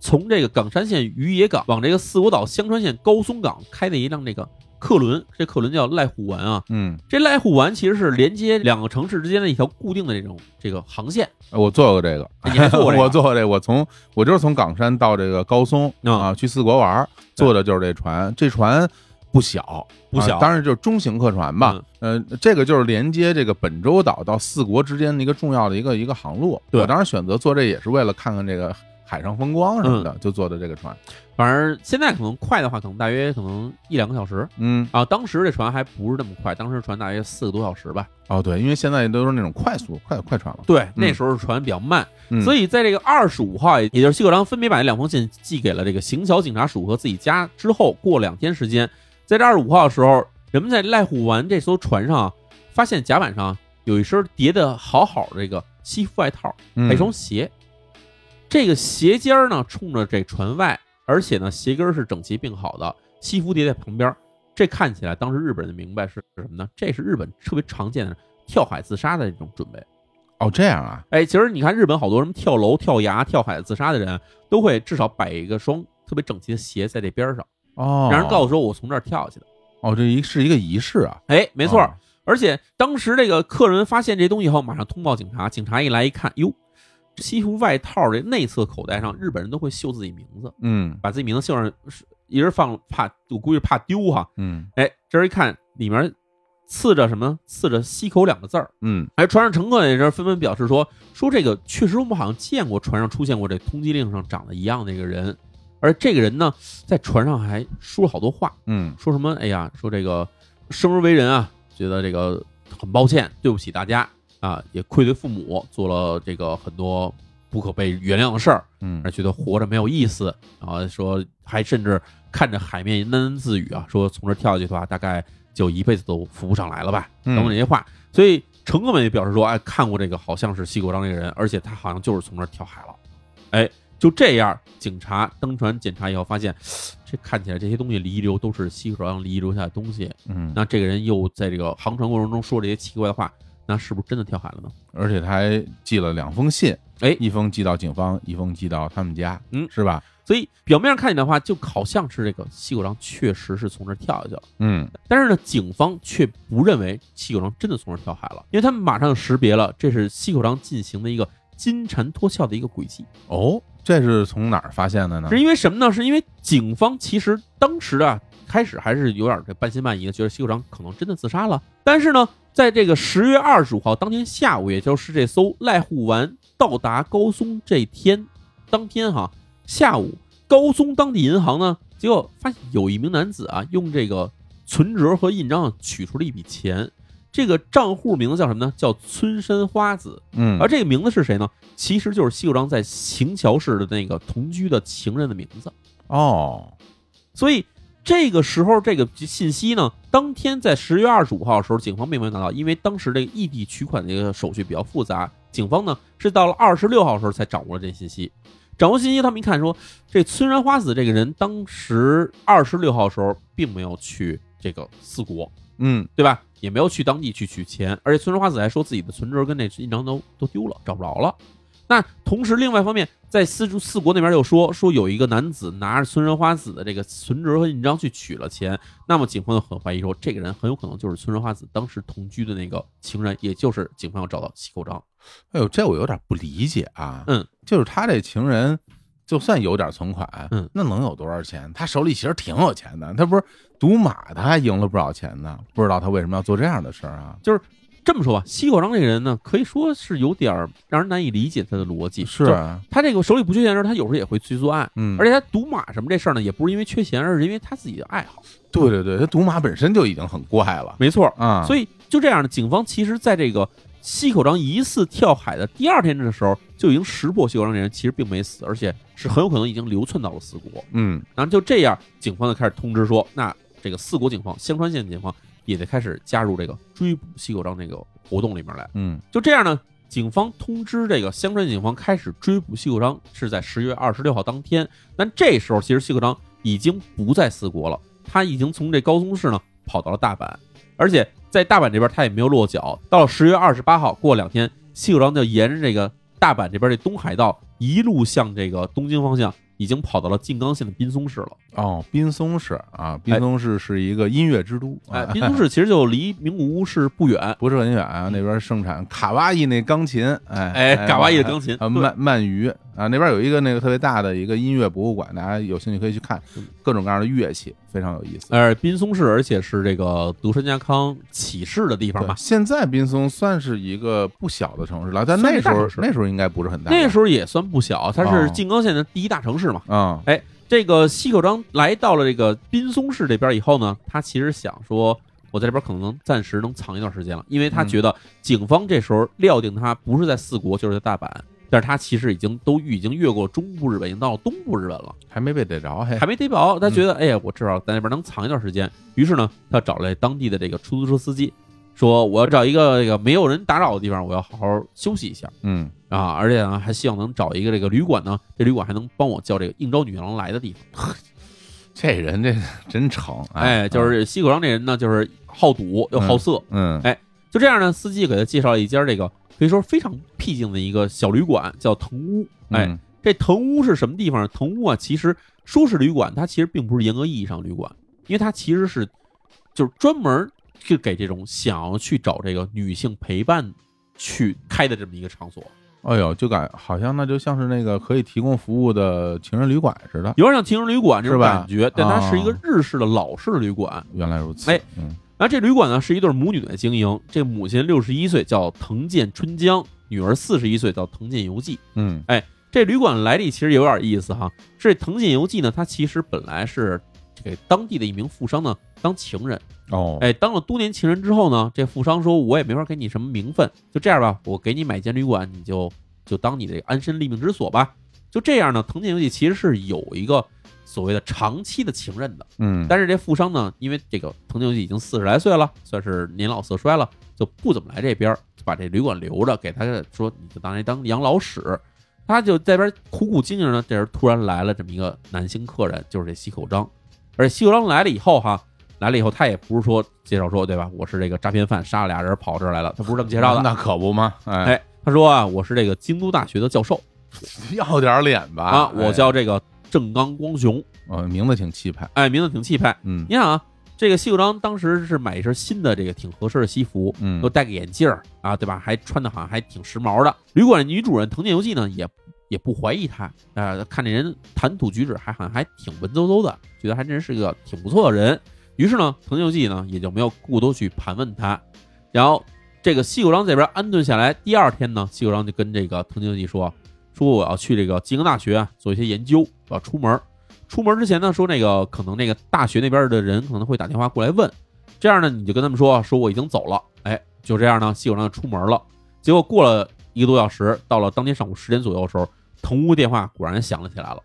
A: 从这个冈山县于野港往这个四国岛香川县高松港开的一辆这个客轮，这客轮叫濑户丸啊。
B: 嗯，
A: 这濑户丸其实是连接两个城市之间的一条固定的这种这个航线。
B: 我做过这个，
A: 哎 你还做过这个
B: 我做过这个，我从我就是从冈山到这个高松
A: 嗯
B: 啊，去四国玩儿，坐的就是这船，这船。不小，
A: 不小嗯
B: 啊当然就是中型客船吧。呃，这个就是连接这个本州岛到四国之间的一个重要的一个一个航路。
A: 对
B: 我当时选择坐这也是为了看看这个海上风光什
A: 嗯
B: 么的，就坐的这个船。
A: 反正现在可能快的话，可能大约可能一两个小时
B: 嗯，
A: 啊。当时这船还不是那么快，当时船大约四个多小时吧。
B: 哦，对，因为现在都是那种快速快快船了，
A: 对，那时候船比较慢，
B: 嗯
A: 所以在这个二十五号，也就是西口章分别把这两封信寄给了这个行桥警察署和自己家之后，过两天时间，在这二十五号的时候，人们在濑户丸这艘船上啊发现甲板上有一身叠的好好的这个西服外套，还有一
B: 嗯
A: 双鞋。这个鞋尖儿呢冲着这船外，而且呢鞋跟儿是整齐并好的，西服叠在旁边儿。这看起来当时日本人明白是是什么呢？这是日本特别常见的跳海自杀的这种准备。
B: 哦，这样啊，
A: 哎，其实你看日本好多什么跳楼、跳崖、跳海自杀的人，都会至少摆一个双特别整齐的鞋在这边上，
B: 哦，
A: 让人告诉说我从这儿跳下去的。
B: 哦，这一是一个仪式啊，
A: 哎，没错儿。
B: 哦
A: 而且当时这个客人发现这东西后，马上通报警察。警察一来一看，哟，西服外套的内侧口袋上，日本人都会绣自己名字，
B: 嗯
A: 把自己名字绣上，是一人放怕，我估计怕丢哈。
B: 嗯
A: 哎，这人一看里面刺着什么？刺着“西口”两个字儿。
B: 嗯，
A: 哎，船上乘客也是纷纷表示说，说这个确实我们好像见过船上出现过这通缉令上长得一样的一个人，而这个人呢，在船上还说了好多话，
B: 嗯
A: 说什么哎呀，说这个生而为人啊，觉得这个很抱歉，对不起大家啊，也愧对父母，做了这个很多不可被原谅的事儿，
B: 嗯
A: 而觉得活着没有意思，然后说还甚至看着海面喃喃自语啊，说从这儿跳下去的话，大概就一辈子都扶不上来了吧，等等这
B: 嗯，
A: 些话。所以乘客们也表示说，哎，看过这个好像是西国章这个人，而且他好像就是从这儿跳海了。哎，就这样，警察登船检查以后发现，这看起来这些东西遗留都是西国章遗留下的东西。
B: 嗯，
A: 那这个人又在这个航船过程中说这些奇怪的话，那是不是真的跳海了呢？
B: 而且他还寄了两封信，
A: 哎
B: 一封寄到警方，一封寄到他们家，
A: 嗯
B: 是吧？
A: 所以表面上看起来的话，就好像是这个西国章确实是从这儿跳下去了。
B: 嗯
A: 但是呢，警方却不认为西口章真的从这儿跳海了，因为他们马上就识别了这是西口章进行的一个金蝉脱壳的一个轨迹。
B: 哦，这是从哪儿发现的呢？
A: 是因为什么呢？是因为警方其实当时啊，开始还是有点这半信半疑的，觉得西口章可能真的自杀了。但是呢，在这个十月二十五号当天下午，也就是这艘濑户丸到达高松这天当天哈下午，高松当地银行呢，结果发现有一名男子啊，用这个存折和印章啊取出了一笔钱。这个账户名字叫什么呢？叫村山花子。
B: 嗯
A: 而这个名字是谁呢？其实就是西口章在行桥市的那个同居的情人的名字。
B: 哦，
A: 所以这个时候，这个信息呢，当天在十月二十五号的时候，警方并没有拿到，因为当时这个异地取款的这个手续比较复杂，警方呢是到了二十六号的时候才掌握了这信息。掌握信息，他们一看说，这村山花子这个人当时二十六号的时候并没有去这个四国，
B: 嗯，
A: 对吧？也没有去当地去取钱，而且村上花子还说自己的存折跟那印章都都丢了，找不着了。那同时，另外一方面，在四柱四国那边又说说有一个男子拿着村上花子的这个存折和印章去取了钱，那么警方就很怀疑说，这个人很有可能就是村上花子当时同居的那个情人，也就是警方要找到西口章。
B: 哎呦，这我有点不理解啊。
A: 嗯，
B: 就是他这情人，就算有点存款，
A: 嗯，
B: 那能有多少钱？他手里其实挺有钱的，他不是赌马，他还赢了不少钱呢。不知道他为什么要做这样的事儿啊？
A: 这么说吧，西口章这个人呢，可以说是有点儿让人难以理解他的逻辑。
B: 是
A: 就
B: 啊，
A: 他这个手里不缺钱的时候，他有时候也会去作案，
B: 嗯，
A: 而且他赌马什么这事儿呢，也不是因为缺钱，而是因为他自己的爱好。
B: 对对对，他赌马本身就已经很怪了
A: 没错，
B: 啊。
A: 嗯所
B: 以，
A: 以就这样呢，警方其实在这个西口章疑似跳海的第二天的时候，就已经识破西口章这人其实并没死，而且是很有可能已经流窜到了四国。
B: 嗯，
A: 然后就这样，警方就开始通知说，那这个四国警方、香川县警方也得开始加入这个追捕西口章这个活动里面来。
B: 嗯
A: 就这样呢，警方通知这个香川警方开始追捕西口章，是在十月二十六号当天。但这时候，其实西口章已经不在四国了，他已经从这高松市呢跑到了大阪，而且在大阪这边他也没有落脚。到了十月二十八号，过两天，西口章就沿着这个大阪这边这东海道一路向这个东京方向，已经跑到了静冈县的滨松市了。
B: 哦，滨松市啊，滨松市是一个音乐之都，
A: 哎，
B: 啊
A: 滨松市其实就离名古屋市不远。
B: 不是很远啊，那边盛产卡哇伊那钢琴，哎
A: 哎卡哇伊的钢琴
B: 啊，
A: 对
B: 鳗鳗鱼啊，那边有一个那个特别大的一个音乐博物馆，大家有兴趣可以去看
A: 嗯，
B: 各种各样的乐器，非常有意思。
A: 呃，滨松市，而且是这个德川家康起事的地方
B: 对
A: 嘛，
B: 现在滨松算是一个不小的城市了，但
A: 算
B: 那
A: 是
B: 时
A: 大
B: 候
A: 城市
B: 那时候应该不是很大吧。
A: 那时候也算不小，它
B: 哦
A: 是静冈县的第一大城市嘛。
B: 啊，
A: 这个西口章来到了这个滨松市这边以后呢，他其实想说，我在这边可能暂时能藏一段时间了，因为他
B: 嗯
A: 觉得警方这时候料定他不是在四国就是在大阪，但是他其实已经都已经越过中部日本，已经到了东部日本了。
B: 还没被逮着，还
A: 还没逮着，
B: 嗯
A: 他觉得哎呀，我至少在那边能藏一段时间。于是呢，他找来当地的这个出租车司机，说我要找一个这个没有人打扰的地方，我要好好休息一下
B: 嗯
A: 啊！而且呢，还希望能找一个这个旅馆呢，这旅馆还能帮我叫这个应招女郎来的地方。
B: 这人这真啊成，
A: 哎，就是西口章这人呢，就是好赌又好色，
B: 嗯
A: 哎就这样呢，司机给他介绍了一家这个可以说非常僻静的一个小旅馆，叫藤屋。哎，
B: 嗯
A: 这藤屋是什么地方呢？藤屋啊，其实说是旅馆，它其实并不是严格意义上旅馆，因为它其实是就是专门去给这种想要去找这个女性陪伴去开的这么一个场所。
B: 哎呦，就感好像那就像是那个可以提供服务的情人旅馆似的。
A: 有点像情人旅馆这种
B: 是吧
A: 感觉，但它是一个
B: 哦
A: 日式的老式的旅馆。
B: 原来如此，
A: 哎
B: 嗯，
A: 然后这旅馆呢是一对母女在经营，这母亲六十一岁，叫藤见春江，女儿四十一岁，叫藤见由纪。
B: 嗯
A: 这旅馆来历其实有点意思哈。这藤见由纪呢，他其实本来是给当地的一名富商呢当情人，
B: 哦，
A: 哎，当了多年情人之后呢，这富商说我也没法给你什么名分，就这样吧，我给你买间旅馆，你就就当你的安身立命之所吧。就这样呢，藤见由纪其实是有一个所谓的长期的情人的，
B: 嗯，
A: 但是这富商呢，因为这个藤见由纪已经四十来岁了，算是年老色衰了，就不怎么来这边儿，就把这旅馆留着，给他说你就当这当养老使。他就在这边苦苦经营呢，这时候突然来了这么一个男性客人，就是这西口章。而且西口章来了以后哈，来了以后他也不是说介绍说对吧，我是这个诈骗犯杀了俩人跑这儿来了，他不是这么介绍的。
B: 那可不嘛，哎，
A: 哎，他说啊，我是这个京都大学的教授
B: 要点脸吧
A: 啊，我
B: 哎
A: 叫这个正刚光雄，
B: 呃，名字挺气派，
A: 哎，名字挺气派。
B: 嗯
A: 你看啊，这个西口章当时是买一身新的这个挺合适的西服，
B: 嗯
A: 又，戴个眼镜儿啊，对吧？还穿的好像还挺时髦的。旅馆女主人藤见由纪呢，也也不怀疑他，呃，看这人谈吐举止还好像还挺文绉绉的，觉得还真是个挺不错的人。于是呢，藤见由纪呢也就没有过多去盘问他。然后这个西口章这边安顿下来，第二天呢，西口章就跟这个藤见由纪说，说我要去这个京大学啊做一些研究，我要出门儿。出门之前呢，说那个可能那个大学那边的人可能会打电话过来问，这样呢，你就跟他们说，说我已经走了。哎，就这样呢，西口章就出门了。结果过了一个多小时，到了当天上午十点左右的时候，藤屋电话果然响了起来了。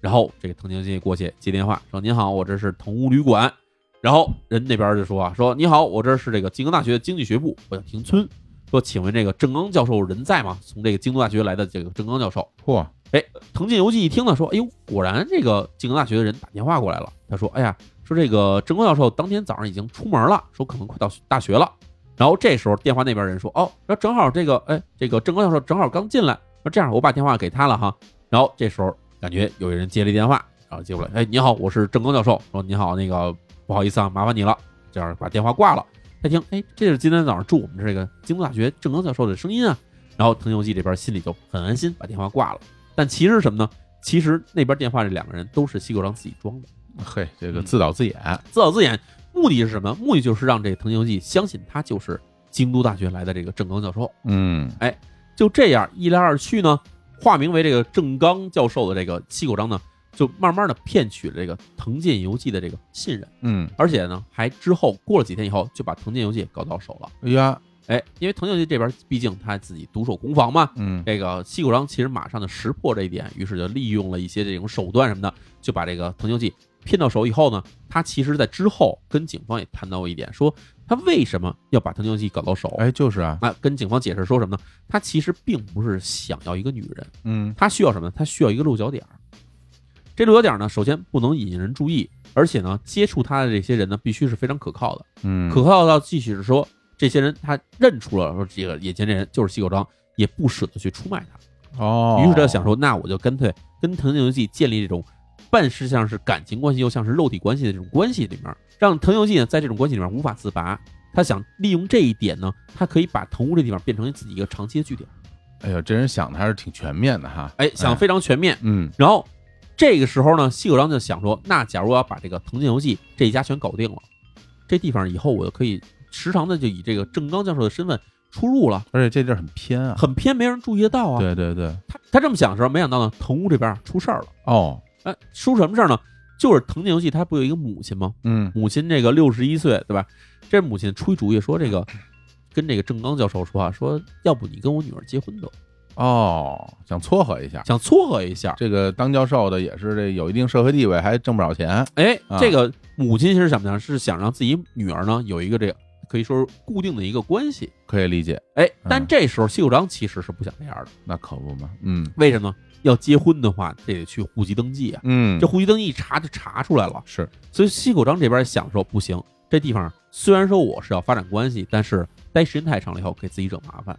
A: 然后这个藤井进过去接电话，说：“您好，我这是藤屋旅馆。”然后人那边就说啊，说：“你好，我这是这个京都大学的经济学部，我叫平村。说，请问这个郑刚教授人在吗？从这个京都大学来的这个郑刚教授。”
B: 嚯，
A: 哎，藤进游记一听呢，说：“哎呦，果然这个静冈大学的人打电话过来了。”他说：“哎呀，说这个郑国教授当天早上已经出门了，说可能快到大学了。然后这时候电话那边人说，哦，说正好这个，哎，这个郑国教授正好刚进来，说这样我把电话给他了哈。然后这时候感觉有人接了一电话，然后接过来，哎，你好，我是郑刚教授，说你好，那个不好意思啊，麻烦你了，这样把电话挂了。他听，哎，这是今天早上住我们这个京都大学郑刚教授的声音啊。然后藤秀记这边心里就很安心，把电话挂了。但其实是什么呢？其实那边电话这两个人都是西狗章自己装的，
B: 嘿，这个自导自演，
A: 自导自演。目的是什么？目的就是让这个藤秀记相信他就是京都大学来的这个郑刚教授。
B: 嗯
A: 就这样一来二去呢，化名为这个郑刚教授的这个西口章呢，就慢慢的骗取了这个藤见由纪的这个信任，
B: 嗯，
A: 而且呢，还之后过了几天以后就把藤见由纪搞到手了。
B: 哎呀，
A: 哎，因为藤见由纪这边毕竟他自己独守空房嘛，
B: 嗯
A: 这个西口章其实马上就识破这一点，于是就利用了一些这种手段什么的，就把这个藤秀纪骗到手以后呢，他其实在之后跟警方也谈到过一点，说他为什么要把藤秀纪搞到手，
B: 哎，就是啊，
A: 啊，跟警方解释说什么呢？他其实并不是想要一个女人，
B: 嗯
A: 他需要什么呢？他需要一个落脚点儿。这落脚点儿呢，首先不能引人注意，而且呢，接触他的这些人呢，必须是非常可靠的。
B: 嗯，
A: 可靠到即使是说这些人他认出了说这个眼前这人就是西口章，也不舍得去出卖他。
B: 哦，
A: 于是他想，说，那我就干脆跟藤井游纪建立这种半是像是感情关系又像是肉体关系的这种关系里面，让藤游纪呢在这种关系里面无法自拔。他想利用这一点呢，他可以把藤屋这地方变成自己一个长期的据点。
B: 哎呦，这人想的还是挺全面的哈，
A: 哎，想得非常全面。
B: 嗯
A: 然后这个时候呢，西口章就想说，那假如我要把这个藤井游纪这一家全搞定了，这地方以后我就可以时常的就以这个正刚教授的身份出入了，
B: 而且这地儿很偏啊，
A: 很偏，没人注意得到啊。
B: 对对对，
A: 他他这么想的时候，没想到呢，藤屋这边出事儿了。
B: 哦，
A: 哎，出什么事儿呢？就是藤井游纪他不有一个母亲吗？
B: 嗯
A: 母亲这个六十一岁，对吧？这母亲出一主意说，这个跟这个正刚教授说啊，说要不你跟我女儿结婚得了，
B: 哦，想撮合一下，
A: 想撮合一下。
B: 这个当教授的也是这有一定社会地位，还挣不少钱，
A: 哎
B: 啊，
A: 这个母亲是想不想是想让自己女儿呢有一个这个可以说是固定的一个关系。
B: 可以理解，
A: 哎，但
B: 嗯
A: 这时候西口章其实是不想这样的，
B: 那可不嘛，嗯
A: 为什么呢？要结婚的话，这得去户籍登记啊，
B: 嗯
A: 这户籍登记一查就查出来了。
B: 是，
A: 所以西口章这边想说，不行，这地方虽然说我是要发展关系，但是待时间太长了以后给自己整麻烦。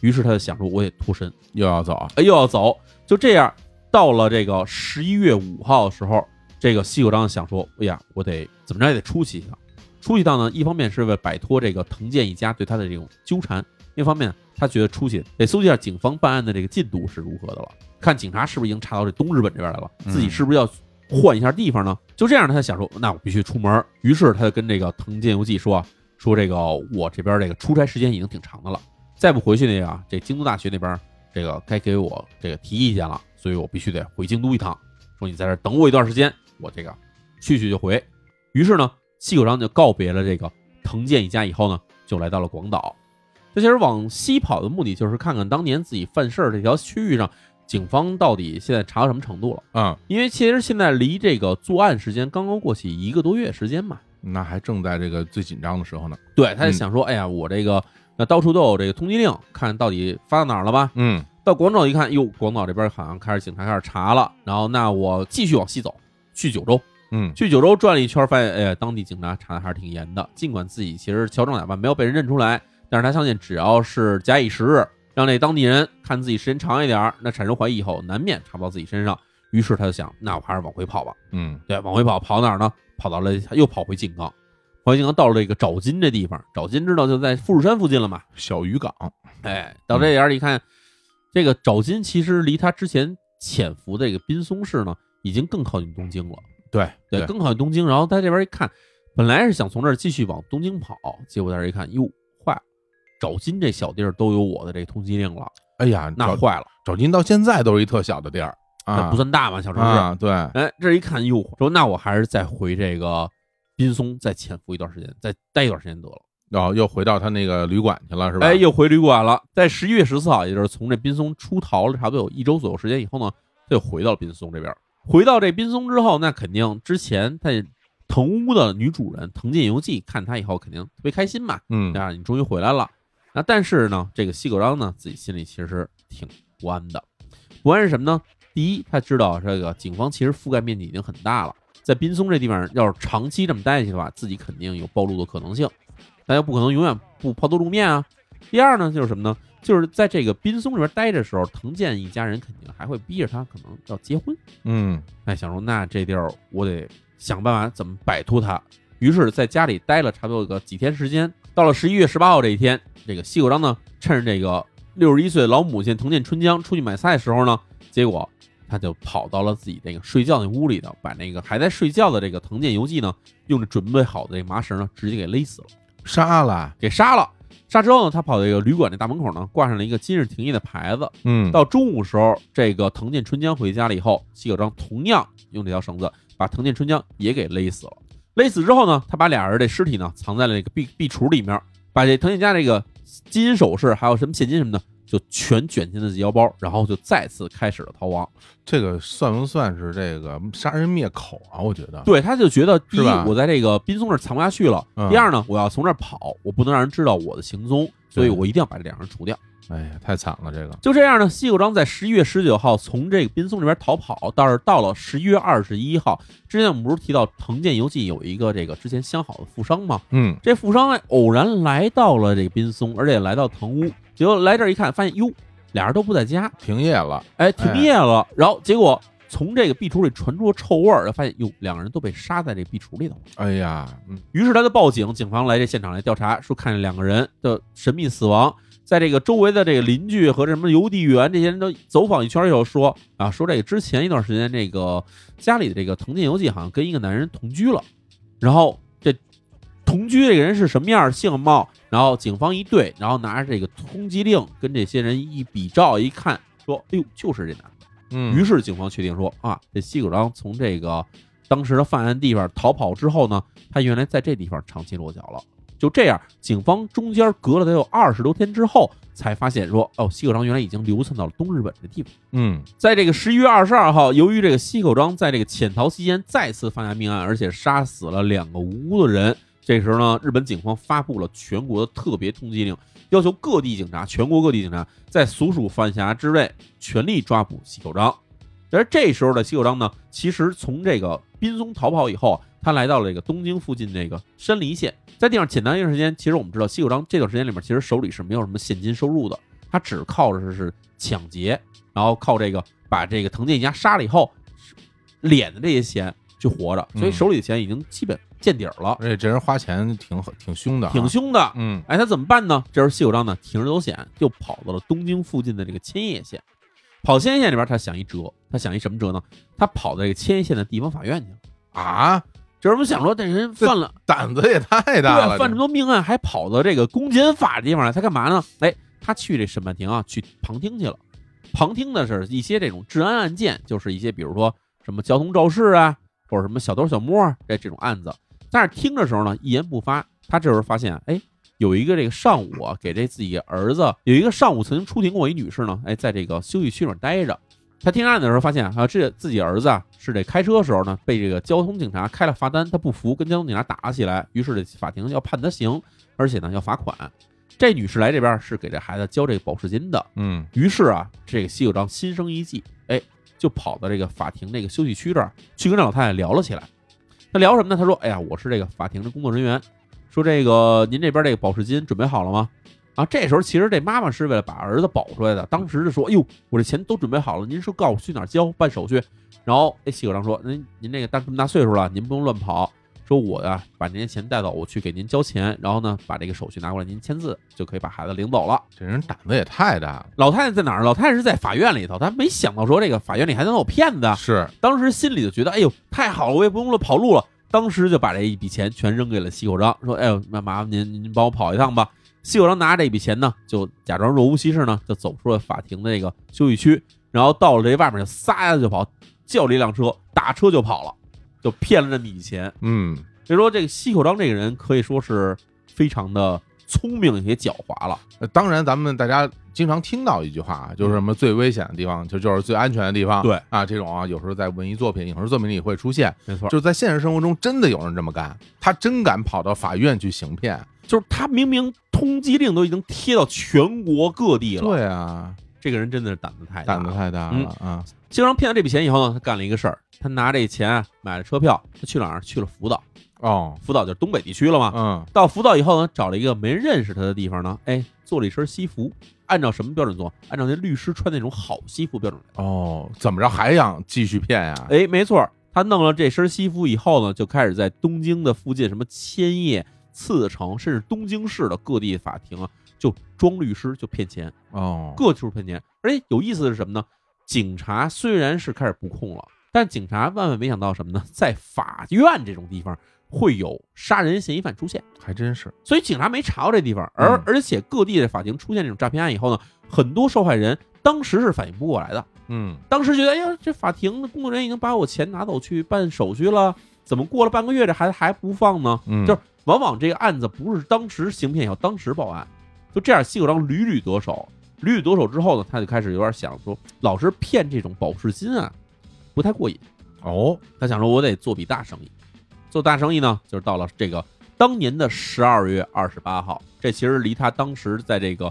A: 于是他就想说，我得脱身，
B: 又要走，
A: 哎，又要走，就这样，到了这个十一月五号的时候，这个西口章想说，哎呀，我得怎么着也得出去一趟。出去一趟呢，一方面是为了摆脱这个藤健一家对他的这种纠缠，另一方面他觉得出去得搜集一下警方办案的这个进度是如何的了，看警察是不是已经查到这东日本这边来了，
B: 嗯
A: 自己是不是要换一下地方呢？就这样，他想说，那我必须出门儿。于是他就跟这个藤健游纪说啊，说这个我这边这个出差时间已经挺长的了，再不回去那个啊这京都大学那边这个该给我这个提意见了，所以我必须得回京都一趟。说你在这儿等我一段时间，我这个去去就回。于是呢，西口章就告别了这个藤健一家以后呢，就来到了广岛。这些人往西跑的目的就是看看当年自己犯事儿这条区域上，警方到底现在查到什么程度了。
B: 嗯，
A: 因为其实现在离这个作案时间刚刚过去一个多月时间嘛，
B: 那还正在这个最紧张的时候呢，
A: 对，他就想说，哎呀，我这个那到处都有这个通缉令，看到底发到哪儿了吧？
B: 嗯
A: 到广岛一看，哟，广岛这边好像开始警察开始查了，然后那我继续往西走，去九州，
B: 嗯
A: 去九州转了一圈，发现哎呀，当地警察查的还是挺严的。尽管自己其实乔装打扮没有被人认出来，但是他相信只要是假以时日，让那当地人看自己时间长一点儿，那产生怀疑以后，难免查不到自己身上。于是他就想，那我还是往回跑吧。
B: 嗯，
A: 对，往回跑，跑哪儿呢？跑到了又跑回静冈，跑回静冈到了这个沼津这地方，沼津知道就在富士山附近了嘛。
B: 小渔港，
A: 哎，到这点儿一看，这个沼津其实离他之前潜伏的这个滨松市呢，已经更靠近东京了。
B: 对
A: 对，更靠近东京。然后他这边一看，本来是想从这儿继续往东京跑，结果在这儿一看，哟，坏了，沼津这小地儿都有我的这通缉令了，
B: 哎呀，
A: 那
B: 找
A: 坏了，
B: 找您到现在都是一特小的地儿
A: 那
B: 啊，
A: 不算大嘛，小城市。
B: 啊，对，
A: 哎，这一看，哟，说那我还是再回这个滨松，再潜伏一段时间，再待一段时间得了。
B: 然后又回到他那个旅馆去了，是吧？
A: 哎，又回旅馆了。在十一月十四号，也就是从这滨松出逃了差不多有一周左右时间以后呢，他又回到了滨松这边。回到这滨松之后，那肯定之前在藤屋的女主人藤见由纪看他以后，肯定特别开心嘛。
B: 嗯
A: 啊，你终于回来了。那但是呢，这个西狗章呢，自己心里其实挺不安的。不安是什么呢？第一，他知道这个警方其实覆盖面积已经很大了，在滨松这地方要是长期这么待下去的话，自己肯定有暴露的可能性，大家不可能永远不抛头露面啊。第二呢，就是什么呢？就是在这个滨松这边待着的时候，藤健一家人肯定还会逼着他可能要结婚。
B: 嗯
A: 哎，想说那这地儿我得想办法怎么摆脱它。于是，在家里待了差不多有个几天时间，到了十一月十八号这一天，这个西口章呢，趁着这个六十一岁的老母亲藤见春江出去买菜的时候呢，结果他就跑到了自己这个睡觉那屋里头，把那个还在睡觉的这个藤见游纪呢，用着准备好的这麻绳呢，直接给勒死了，
B: 杀了，
A: 给杀了。杀之后呢，他跑到这个旅馆那大门口呢，挂上了一个今日停业的牌子，
B: 嗯
A: 到中午时候，这个藤见春江回家了以后，西九章同样用这条绳子把藤见春江也给勒死了。勒死之后呢，他把俩人的尸体呢藏在了这个壁壁橱里面，把这藤见家这个金银首饰还有什么现金什么的，就全卷进了自己腰包，然后就再次开始了逃亡。
B: 这个算不算是这个杀人灭口啊？我觉得，
A: 对，他就觉得第一
B: 是吧，
A: 我在这个滨松这儿藏不下去了；
B: 嗯
A: 第二呢，我要从这儿跑，我不能让人知道我的行踪，所以我一定要把这两人除掉。
B: 哎呀，太惨了，这个，
A: 就这样呢，西口章在十一月十九号从这个滨松这边逃跑，倒是到了十一月二十一号。之前我们不是提到藤见由纪有一个这个之前相好的富商吗？
B: 嗯
A: 这富商呢哎偶然来到了这个滨松，而且来到藤屋，结果来这儿一看，发现哟，俩人都不在家，
B: 停业了，
A: 哎，停业了。然后结果从这个壁橱里传出了臭味儿，就发现哟，两个人都被杀在这壁橱里头了。
B: 哎呀，嗯
A: 于是他就报警，警方来这现场来调查，说看见两个人的神秘死亡，在这个周围的这个邻居和这什么邮递员这些人都走访一圈以后说啊，说这个之前一段时间这个家里的这个藤见由纪好像跟一个男人同居了，然后这同居这个人是什么样相貌，然后警方一对，然后拿着这个通缉令跟这些人一比照一看，说哎呦就是这男的。
B: 嗯
A: 于是警方确定说啊，这西口章从这个当时的犯案地方逃跑之后呢，他原来在这地方长期落脚了。就这样，警方中间隔了得有二十多天之后，才发现说，哦，西口章原来已经流窜到了东日本这地方。
B: 嗯
A: 在这个十一月二十二号，由于这个西口章在这个潜逃期间再次犯下命案，而且杀死了两个无辜的人。这时候呢，日本警方发布了全国的特别通缉令，要求各地警察，全国各地警察在所属管辖之内全力抓捕西口章。而这时候的西口章呢，其实从这个滨松逃跑以后，他来到了这个东京附近这个山梨县，在地上潜藏一段时间。其实我们知道，西口章这段时间里面，其实手里是没有什么现金收入的，他只靠着是抢劫，然后靠这个把这个藤见一家杀了以后，敛的这些钱去活着，所以
B: 嗯
A: 手里的钱已经基本见底儿了，
B: 而且这人花钱挺挺凶的、啊，
A: 挺，凶的。
B: 嗯
A: 哎，他怎么办呢？这时候西口章呢铤而走险，又跑到了东京附近的这个千叶县。跑千叶县里边，他想一辙，他想一什么辙呢？他跑到这个千叶县的地方法院去了。
B: 啊，
A: 这人不想说，这人犯了
B: 胆子也太
A: 对
B: 大
A: 啊
B: 了，
A: 犯这么多命案，还跑到这个公检法地方来，他干嘛呢？哎，他去这审判庭啊，去旁听去了。旁听的是一些这种治安案件，就是一些比如说什么交通肇事啊，或者什么小偷小摸啊，这这种案子。但是听的时候呢，一言不发。他这时候发现，哎，有一个这个上午啊，给这自己儿子有一个上午曾经出庭过一女士呢，哎，在这个休息区里面待着。他听案的时候发现啊，这自己儿子啊是这开车时候呢被这个交通警察开了罚单，他不服，跟交通警察打了起来，于是这法庭要判他刑，而且呢要罚款。这女士来这边是给这孩子交这个保释金的，
B: 嗯
A: 于是啊，这个西九章心生一计，哎，就跑到这个法庭这个休息区这儿去跟这老太太聊了起来。他聊什么呢？他说：“哎呀，我是这个法庭的工作人员，说这个您这边这个保释金准备好了吗？”啊，这时候其实这妈妈是为了把儿子保出来的，当时就说：“哎呦，我这钱都准备好了，您是告诉我去哪儿交办手续？”然后哎，西九章说：“您您这个大这么大岁数了，您不用乱跑。”说我呀、把您的钱带走，我去给您交钱，然后呢，把这个手续拿过来，您签字就可以把孩子领走了。
B: 这人胆子也太大了，
A: 老太太在哪儿？老太太是在法院里头，她没想到说这个法院里还能有骗子，啊
B: 是，
A: 当时心里就觉得，哎呦，太好了，我也不用了跑路了。当时就把这一笔钱全扔给了西口章，说，哎呦，那麻烦您您帮我跑一趟吧。西口章拿着这笔钱呢，就假装若无其事呢，就走出了法庭的这个休息区，然后到了这外面就撒丫子就跑，叫了一辆车，打车就跑了，就骗了这么一笔钱。
B: 嗯，
A: 所以说，这个西口章这个人可以说是非常的聪明也狡猾了。
B: 呃当然，咱们大家经常听到一句话啊，就是什么最危险的地方，就就是最安全的地
A: 嗯
B: 方。
A: 对
B: 啊，这种啊，有时候在文艺作品、影视作品里会出现，
A: 没错
B: 就是在现实生活中真的有人这么干，他真敢跑到法院去行骗。
A: 就是他明明通缉令都已经贴到全国各地了，
B: 对啊，
A: 这个人真的是胆子太大
B: 胆
A: 了。嗯
B: 子太大了啊！
A: 经常骗了这笔钱以后呢，他干了一个事儿，他拿这钱买了车票，他去哪儿？去了福岛，
B: 哦，
A: 福岛就是东北地区了嘛。
B: 嗯，
A: 到福岛以后呢，找了一个没人认识他的地方呢，哎，做了一身西服。按照什么标准做？按照那律师穿那种好西服标准来。
B: 哦，怎么着还想继续骗呀？
A: 哎，没错儿，他弄了这身西服以后呢，就开始在东京的附近，什么千叶、次城，甚至东京市的各地法庭啊，就装律师，就骗钱，
B: 哦，
A: 各处骗钱。而且有意思的是什么呢？警察虽然是开始布控了，但警察万万没想到什么呢？在法院这种地方会有杀人嫌疑犯出现。
B: 还真是，
A: 所以警察没查过这地方，而、
B: 嗯
A: 而且各地的法庭出现这种诈骗案以后呢，很多受害人当时是反应不过来的，
B: 嗯，
A: 当时觉得哎呀，这法庭的工作人员已经把我钱拿走去办手续了，怎么过了半个月这孩子还不放呢？
B: 嗯
A: 就是往往这个案子不是当时行骗以后当时报案，就这样西口章屡屡得手，屡屡得手之后呢，他就开始有点想说，老是骗这种保释金啊，不太过瘾。
B: 哦，
A: 他想说，我得做笔大生意。做大生意呢，就是到了这个当年的十二月二十八号，这其实离他当时在这个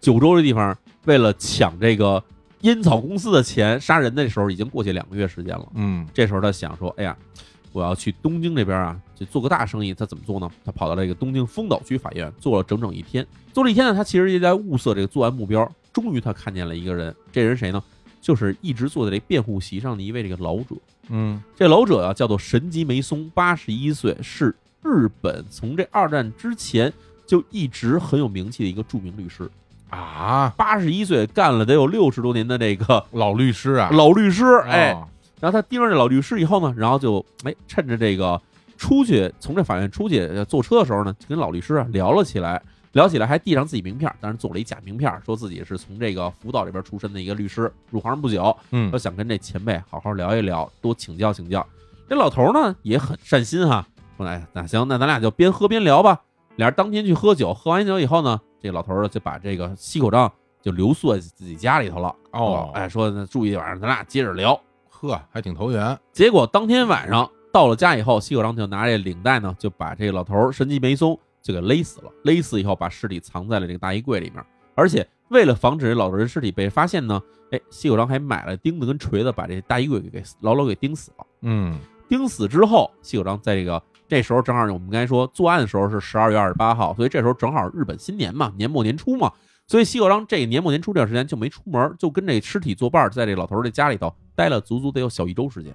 A: 九州这地方为了抢这个烟草公司的钱杀人的时候，已经过去两个月时间了。
B: 嗯，
A: 这时候他想说，哎呀，我要去东京这边啊，就做个大生意。他怎么做呢？他跑到这个东京丰岛区法院做了整整一天。做了一天呢，他其实也在物色这个作案目标。终于，他看见了一个人，这人谁呢？就是一直坐在这辩护席上的一位这个老者。
B: 嗯，
A: 这老者啊叫做神吉梅松，八十一岁，是日本从这二战之前就一直很有名气的一个著名律师。
B: 啊，
A: 八十一岁干了得有六十多年的这个
B: 老律师啊，
A: 老律师，哎，
B: 哦，
A: 然后他盯上这老律师以后呢，然后就哎趁着这个出去从这法院出去呃坐车的时候呢，就跟老律师啊聊了起来，聊起来还递上自己名片，当然做了一假名片，说自己是从这个福岛这边出身的一个律师，入行不久，
B: 嗯
A: 说，想跟这前辈好好聊一聊，多请教请教。这老头呢也很善心哈，说哎那行，那咱俩就边喝边聊吧。俩人当天去喝酒，喝完酒以后呢，这老头儿就把这个西口章就留宿在自己家里头了。
B: 哦，
A: 哎，说那住一晚上，咱俩接着聊。
B: 呵，还挺投缘，
A: 结果当天晚上到了家以后，西口章就拿这领带呢，就把这老头儿神机没松就给勒死了。勒死以后，把尸体藏在了这个大衣柜里面。而且为了防止这老头儿的尸体被发现呢，哎，西口章还买了钉子跟锤子，把这大衣柜给牢牢给钉死了。
B: 嗯，
A: 钉死之后，西口章在这个这时候正好我们刚才说作案的时候是十二月二十八号，所以这时候正好日本新年嘛，年末年初嘛，所以西口章这个年末年初这段时间就没出门，就跟这尸体作伴儿，在这老头儿这家里头待了足足得有小一周时间，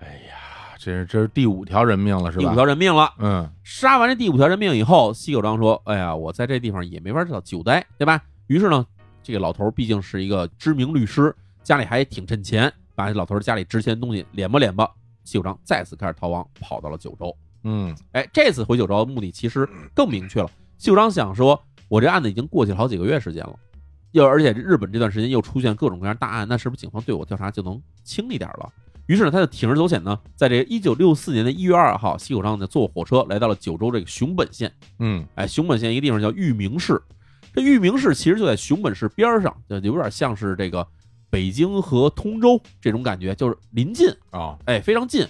B: 哎呀，这是这是第五条人命了，是吧？
A: 第五条，人命了。
B: 嗯，
A: 杀完这第五条人命以后，西九章说：“哎呀，我在这地方也没法找久待，对吧？”于是呢，这个老头儿毕竟是一个知名律师，家里还挺趁钱，把这老头儿家里值钱的东西敛吧敛吧。西九章再次开始逃亡，跑到了九州。
B: 嗯，
A: 哎，这次回九州的目的其实更明确了。西九章想说，我这案子已经过去了好几个月时间了，又而且日本这段时间又出现各种各样大案，那是不是警方对我调查就能轻一点了？于是呢，他就铤而走险呢，在这个一九六四年的一月二号，西口章呢坐火车来到了九州这个熊本县。
B: 嗯，
A: 哎，熊本县一个地方叫玉名市，这玉名市其实就在熊本市边儿上，就有点像是这个北京和通州这种感觉，就是临近，
B: 哦，
A: 哎，非常近。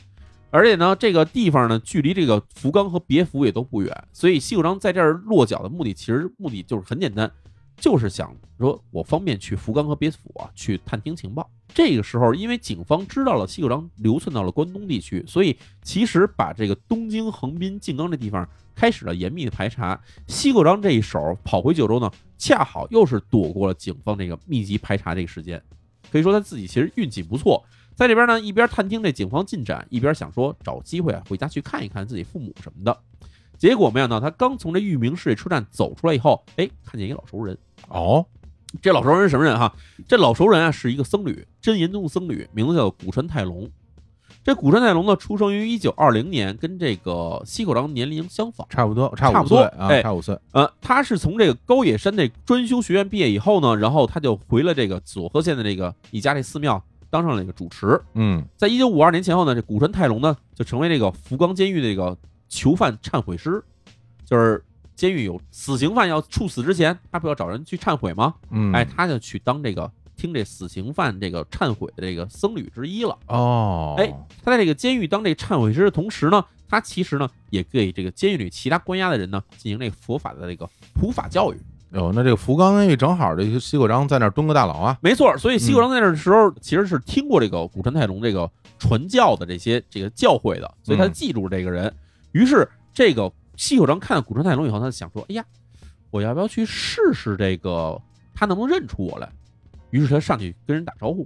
A: 而且呢，这个地方呢，距离这个福冈和别府也都不远，所以西口章在这儿落脚的目的，其实目的就是很简单，就是想说我方便去福冈和别府啊，去探听情报。这个时候，因为警方知道了西口章流窜到了关东地区，所以其实把这个东京、横滨、静冈这地方开始了严密的排查。西口章这一手跑回九州呢，恰好又是躲过了警方这个密集排查这个时间，可以说他自己其实运气不错。在这边呢，一边探听这警方进展，一边想说找机会啊回家去看一看自己父母什么的。结果没想到，他刚从这玉名市车站走出来以后，哎，看见一个老熟人。
B: 哦，
A: 这老熟人是什么人哈、这老熟人啊是一个僧侣，真言宗僧侣，名字叫古川泰隆。这古川泰隆呢，出生于一九二零年，跟这个西口章年龄相仿。
B: 差不多，差
A: 差
B: 五
A: 不多
B: 岁啊，
A: 哎
B: 差五岁，
A: 呃，他是从这个高野山这专修学院毕业以后呢，然后他就回了这个佐贺县的这个一家这寺庙，当上了这个主持。
B: 嗯，
A: 在一九五二年前后呢，这古川泰隆呢就成为这个福冈监狱的这个囚犯忏悔师，就是监狱有死刑犯要处死之前，他不要找人去忏悔吗？
B: 嗯，
A: 哎，，他就去当这个听这死刑犯这个忏悔的这个僧侣之一了。
B: 哦，
A: 哎，他在这个监狱当这个忏悔师的同时呢，他其实呢也给这个监狱里其他关押的人呢进行这个佛法的这个普法教育。
B: 哟，那这个福冈监狱正好，这个西口章在那儿蹲个大牢啊。
A: 没错，所以西口章在那时候其实是听过这个古川泰隆这个传教的这些这个教诲的，所以他
B: 嗯
A: 记住这个人。于是这个西口章看到古川泰隆以后，他就想说：“哎呀，我要不要去试试这个他能不能认出我来？”于是他上去跟人打招呼。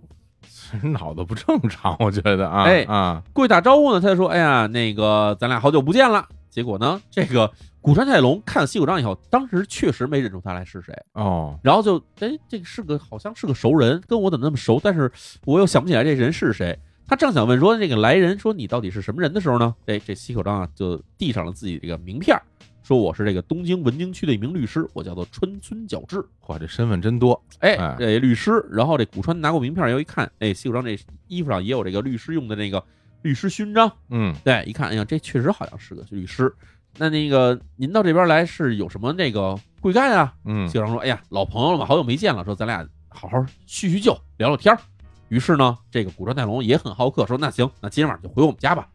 B: 脑子不正常，我觉得啊，
A: 哎
B: 啊，
A: 过去打招呼呢，他就说：“哎呀，那个咱俩好久不见了。”结果呢，这个古川泰隆看西口章以后，当时确实没认出他来是谁。
B: 哦，
A: 然后就哎，这个是个好像是个熟人，跟我怎么那么熟？但是我又想不起来这人是谁。他正想问说这个来人说你到底是什么人的时候呢，这这西口章啊就递上了自己这个名片儿，说我是这个东京文京区的一名律师，我叫做川村角志。
B: 哇，这身份真多，
A: 哎
B: 哎，
A: 这律师。然后这古川拿过名片儿以后一看，哎，西口章这衣服上也有这个律师用的那个律师勋章。
B: 嗯，
A: 对，一看，哎呀，这确实好像是个律师。那那个您到这边来是有什么那个贵干啊？
B: 嗯，
A: 谢长说：“哎呀，老朋友了嘛，好久没见了，说咱俩好好叙叙旧，聊聊天儿。”于是呢，这个古川泰隆也很好客，说：“那行，那今天晚上就回我们家吧。”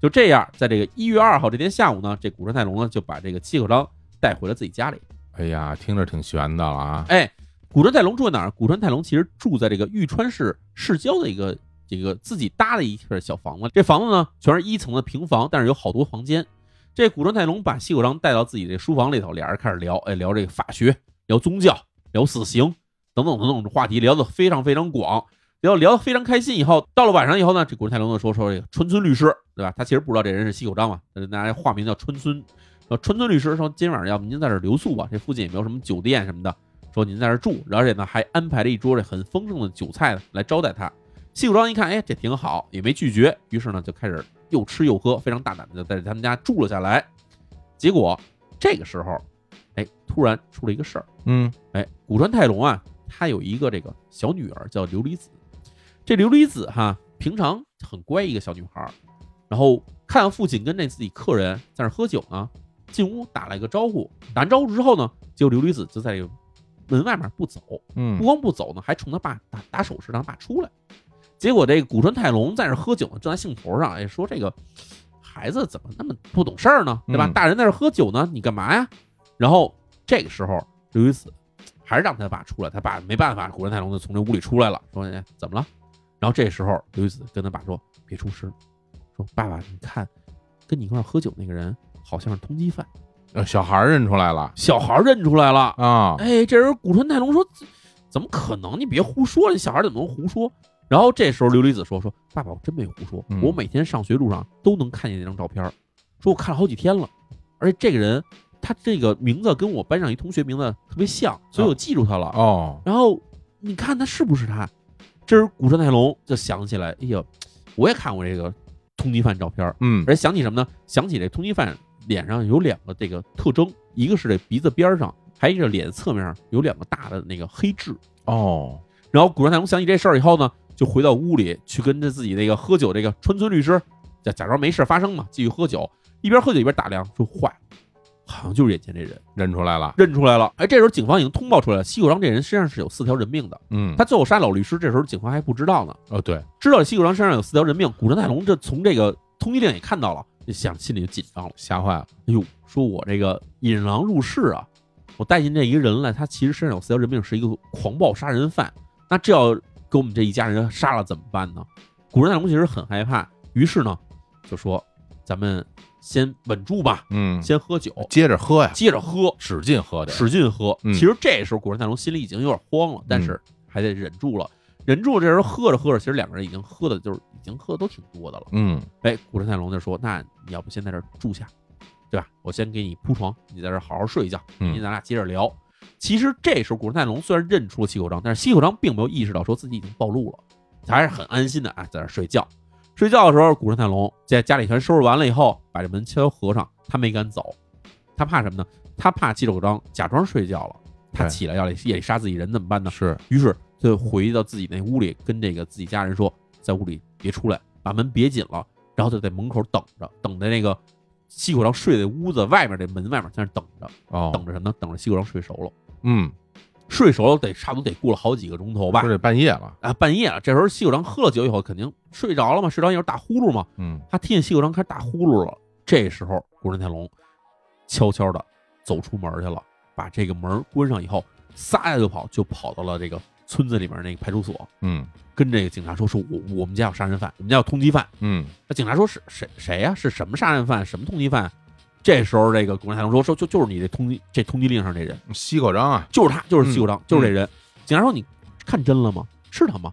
A: 就这样，在这个一月二号这天下午呢，这古川泰隆呢就把这个七口章带回了自己家里。
B: 哎呀，听着挺悬的了啊，
A: 哎，古川泰隆住在哪儿？古川泰隆其实住在这个玉川市市郊的一个这个自己搭的一片小房子。这房子呢，全是一层的平房，但是有好多房间。这古川泰隆把西口章带到自己这书房里头，俩人开始聊，哎，聊这个法学，聊宗教，聊死刑等等等等话题，聊得非常非常广。聊聊得非常开心，以后到了晚上以后呢，这古川泰隆就说说这个川村律师，对吧？他其实不知道这人是西口章嘛，但是拿这化名叫川村。呃，川村律师说今晚上要不您在这儿留宿吧，这附近也没有什么酒店什么的。说您在这儿住，而且呢还安排了一桌这很丰盛的酒菜来招待他。西武章一看，哎，这挺好，也没拒绝，于是呢就开始又吃又喝，非常大胆的就在他们家住了下来。结果这个时候，哎，突然出了一个事儿，
B: 嗯，
A: 哎，古川泰隆啊，他有一个这个小女儿叫琉璃子，这琉璃子哈，平常很乖一个小女孩儿，然后看父亲跟那自己客人在那儿喝酒呢，进屋打了一个招呼，打完招呼之后呢，结果琉璃子就在这个门外面不走，不
B: 嗯，
A: 光不走呢，还冲他爸打打手势让他爸出来。结果这个古川泰隆在那儿喝酒呢，正在兴头上，哎，说这个孩子怎么那么不懂事儿呢，对吧？
B: 嗯
A: 大人在这儿喝酒呢，你干嘛呀？然后这个时候刘一子还是让他爸出来，他爸没办法，古川泰隆就从这屋里出来了，说、哎、怎么了？然后这时候刘一子跟他爸说：“别出声，说爸爸，你看跟你一块儿喝酒那个人好像是通缉犯。
B: 呃小孩儿认出来了”
A: 小孩儿认出来了，
B: 啊，
A: 哎，这人古川泰隆说：“怎怎么可能？你别胡说了，你小孩怎么能胡说？”然后这时候琉璃子说：“说爸爸，我真没胡说，
B: 嗯
A: 我每天上学路上都能看见那张照片儿，说我看了好几天了，而且这个人他这个名字跟我班上一同学名字特别像，所以我记住他了。
B: 哦，
A: 然后你看他是不是他？”这时候古川泰隆就想起来：“哎呀，我也看过这个通缉犯照片儿，
B: 嗯，
A: 而想起什么呢？想起这通缉犯脸上有两个这个特征，一个是这鼻子边儿上，还有一个脸侧面有两个大的那个黑痣。
B: 哦，
A: 然后古川太龙想起这事儿以后呢，就回到屋里去跟着自己那个喝酒这个川村律师，假假装没事发生嘛，继续喝酒，一边喝酒一边打量，说坏了，好像就是眼前这人，
B: 认出来了，
A: 认出来了。哎，这时候警方已经通报出来了，西口章这人身上是有四条人命的，
B: 嗯，
A: 他最后杀老律师，这时候警方还不知道呢。
B: 哦，对，
A: 知道西口章身上有四条人命，古川太龙这从这个通缉令也看到了，就想心里就紧张了。
B: 吓坏了，
A: 哎呦，说我这个引狼入室啊，我带进这一个人来，他其实身上有四条人命，是一个狂暴杀人犯。那这要给我们这一家人杀了怎么办呢？古人大龙其实很害怕，于是呢，就说咱们先稳住吧，
B: 嗯，
A: 先喝酒，
B: 接着喝呀，
A: 接着喝，
B: 使劲喝的，
A: 使劲喝。
B: 嗯
A: 其实这时候古人大龙心里已经有点慌了，但是还得忍住了。忍住了，这时候喝着喝着，其实两个人已经喝的，就是已经喝的都挺多的了。
B: 嗯，
A: 哎，古川泰隆就说：“那你要不先在这儿住下，对吧？我先给你铺床，你在这儿好好睡一觉，
B: 嗯
A: 明天咱俩接着聊。其实这时候，古川泰隆虽然认出了西口章，但是西口章并没有意识到说自己已经暴露了，他还是很安心的啊，在这儿睡觉。睡觉的时候，古川泰隆在家里全收拾完了以后，把这门悄悄合上，他没敢走，他怕什么呢？他怕西口章假装睡觉了，他
B: 对
A: 起来要来夜里杀自己人怎么办呢？
B: 是，
A: 于是他就回到自己那屋里，跟这个自己家人说，在屋里别出来，把门别紧了，然后就在门口等着，等着那个西口章睡在屋子外面这门外面，在那等着，
B: 哦
A: 等，着什么呢？等着西口章睡熟了，
B: 嗯，
A: 睡熟了得差不多得过了好几个钟头吧
B: 说。这半夜了，
A: 啊，半夜了，这时候西口章喝了酒以后，肯定睡着了嘛，睡着以后打呼噜嘛，
B: 嗯，
A: 他听见西口章开始打呼噜了。这时候，古人泰隆悄悄的走出门去了，把这个门儿关上以后，撒丫就跑，就跑到了这个村子里面那个派出所，
B: 嗯
A: 跟这个警察说：“说我我们家有杀人犯，我们家有通缉犯。”
B: 嗯
A: 那警察说是谁谁呀、是什么杀人犯？什么通缉犯？这时候这个共产党说说就就是你这通缉这通缉令上这人，
B: 西口章啊，
A: 就是他，就是西口章，
B: 嗯
A: 就是这人。警察说你看真了吗？是他吗？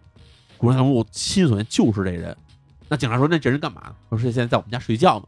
A: 共产党说我亲眼就是这人。那警察说那这人干嘛呢？说是现在在我们家睡觉呢。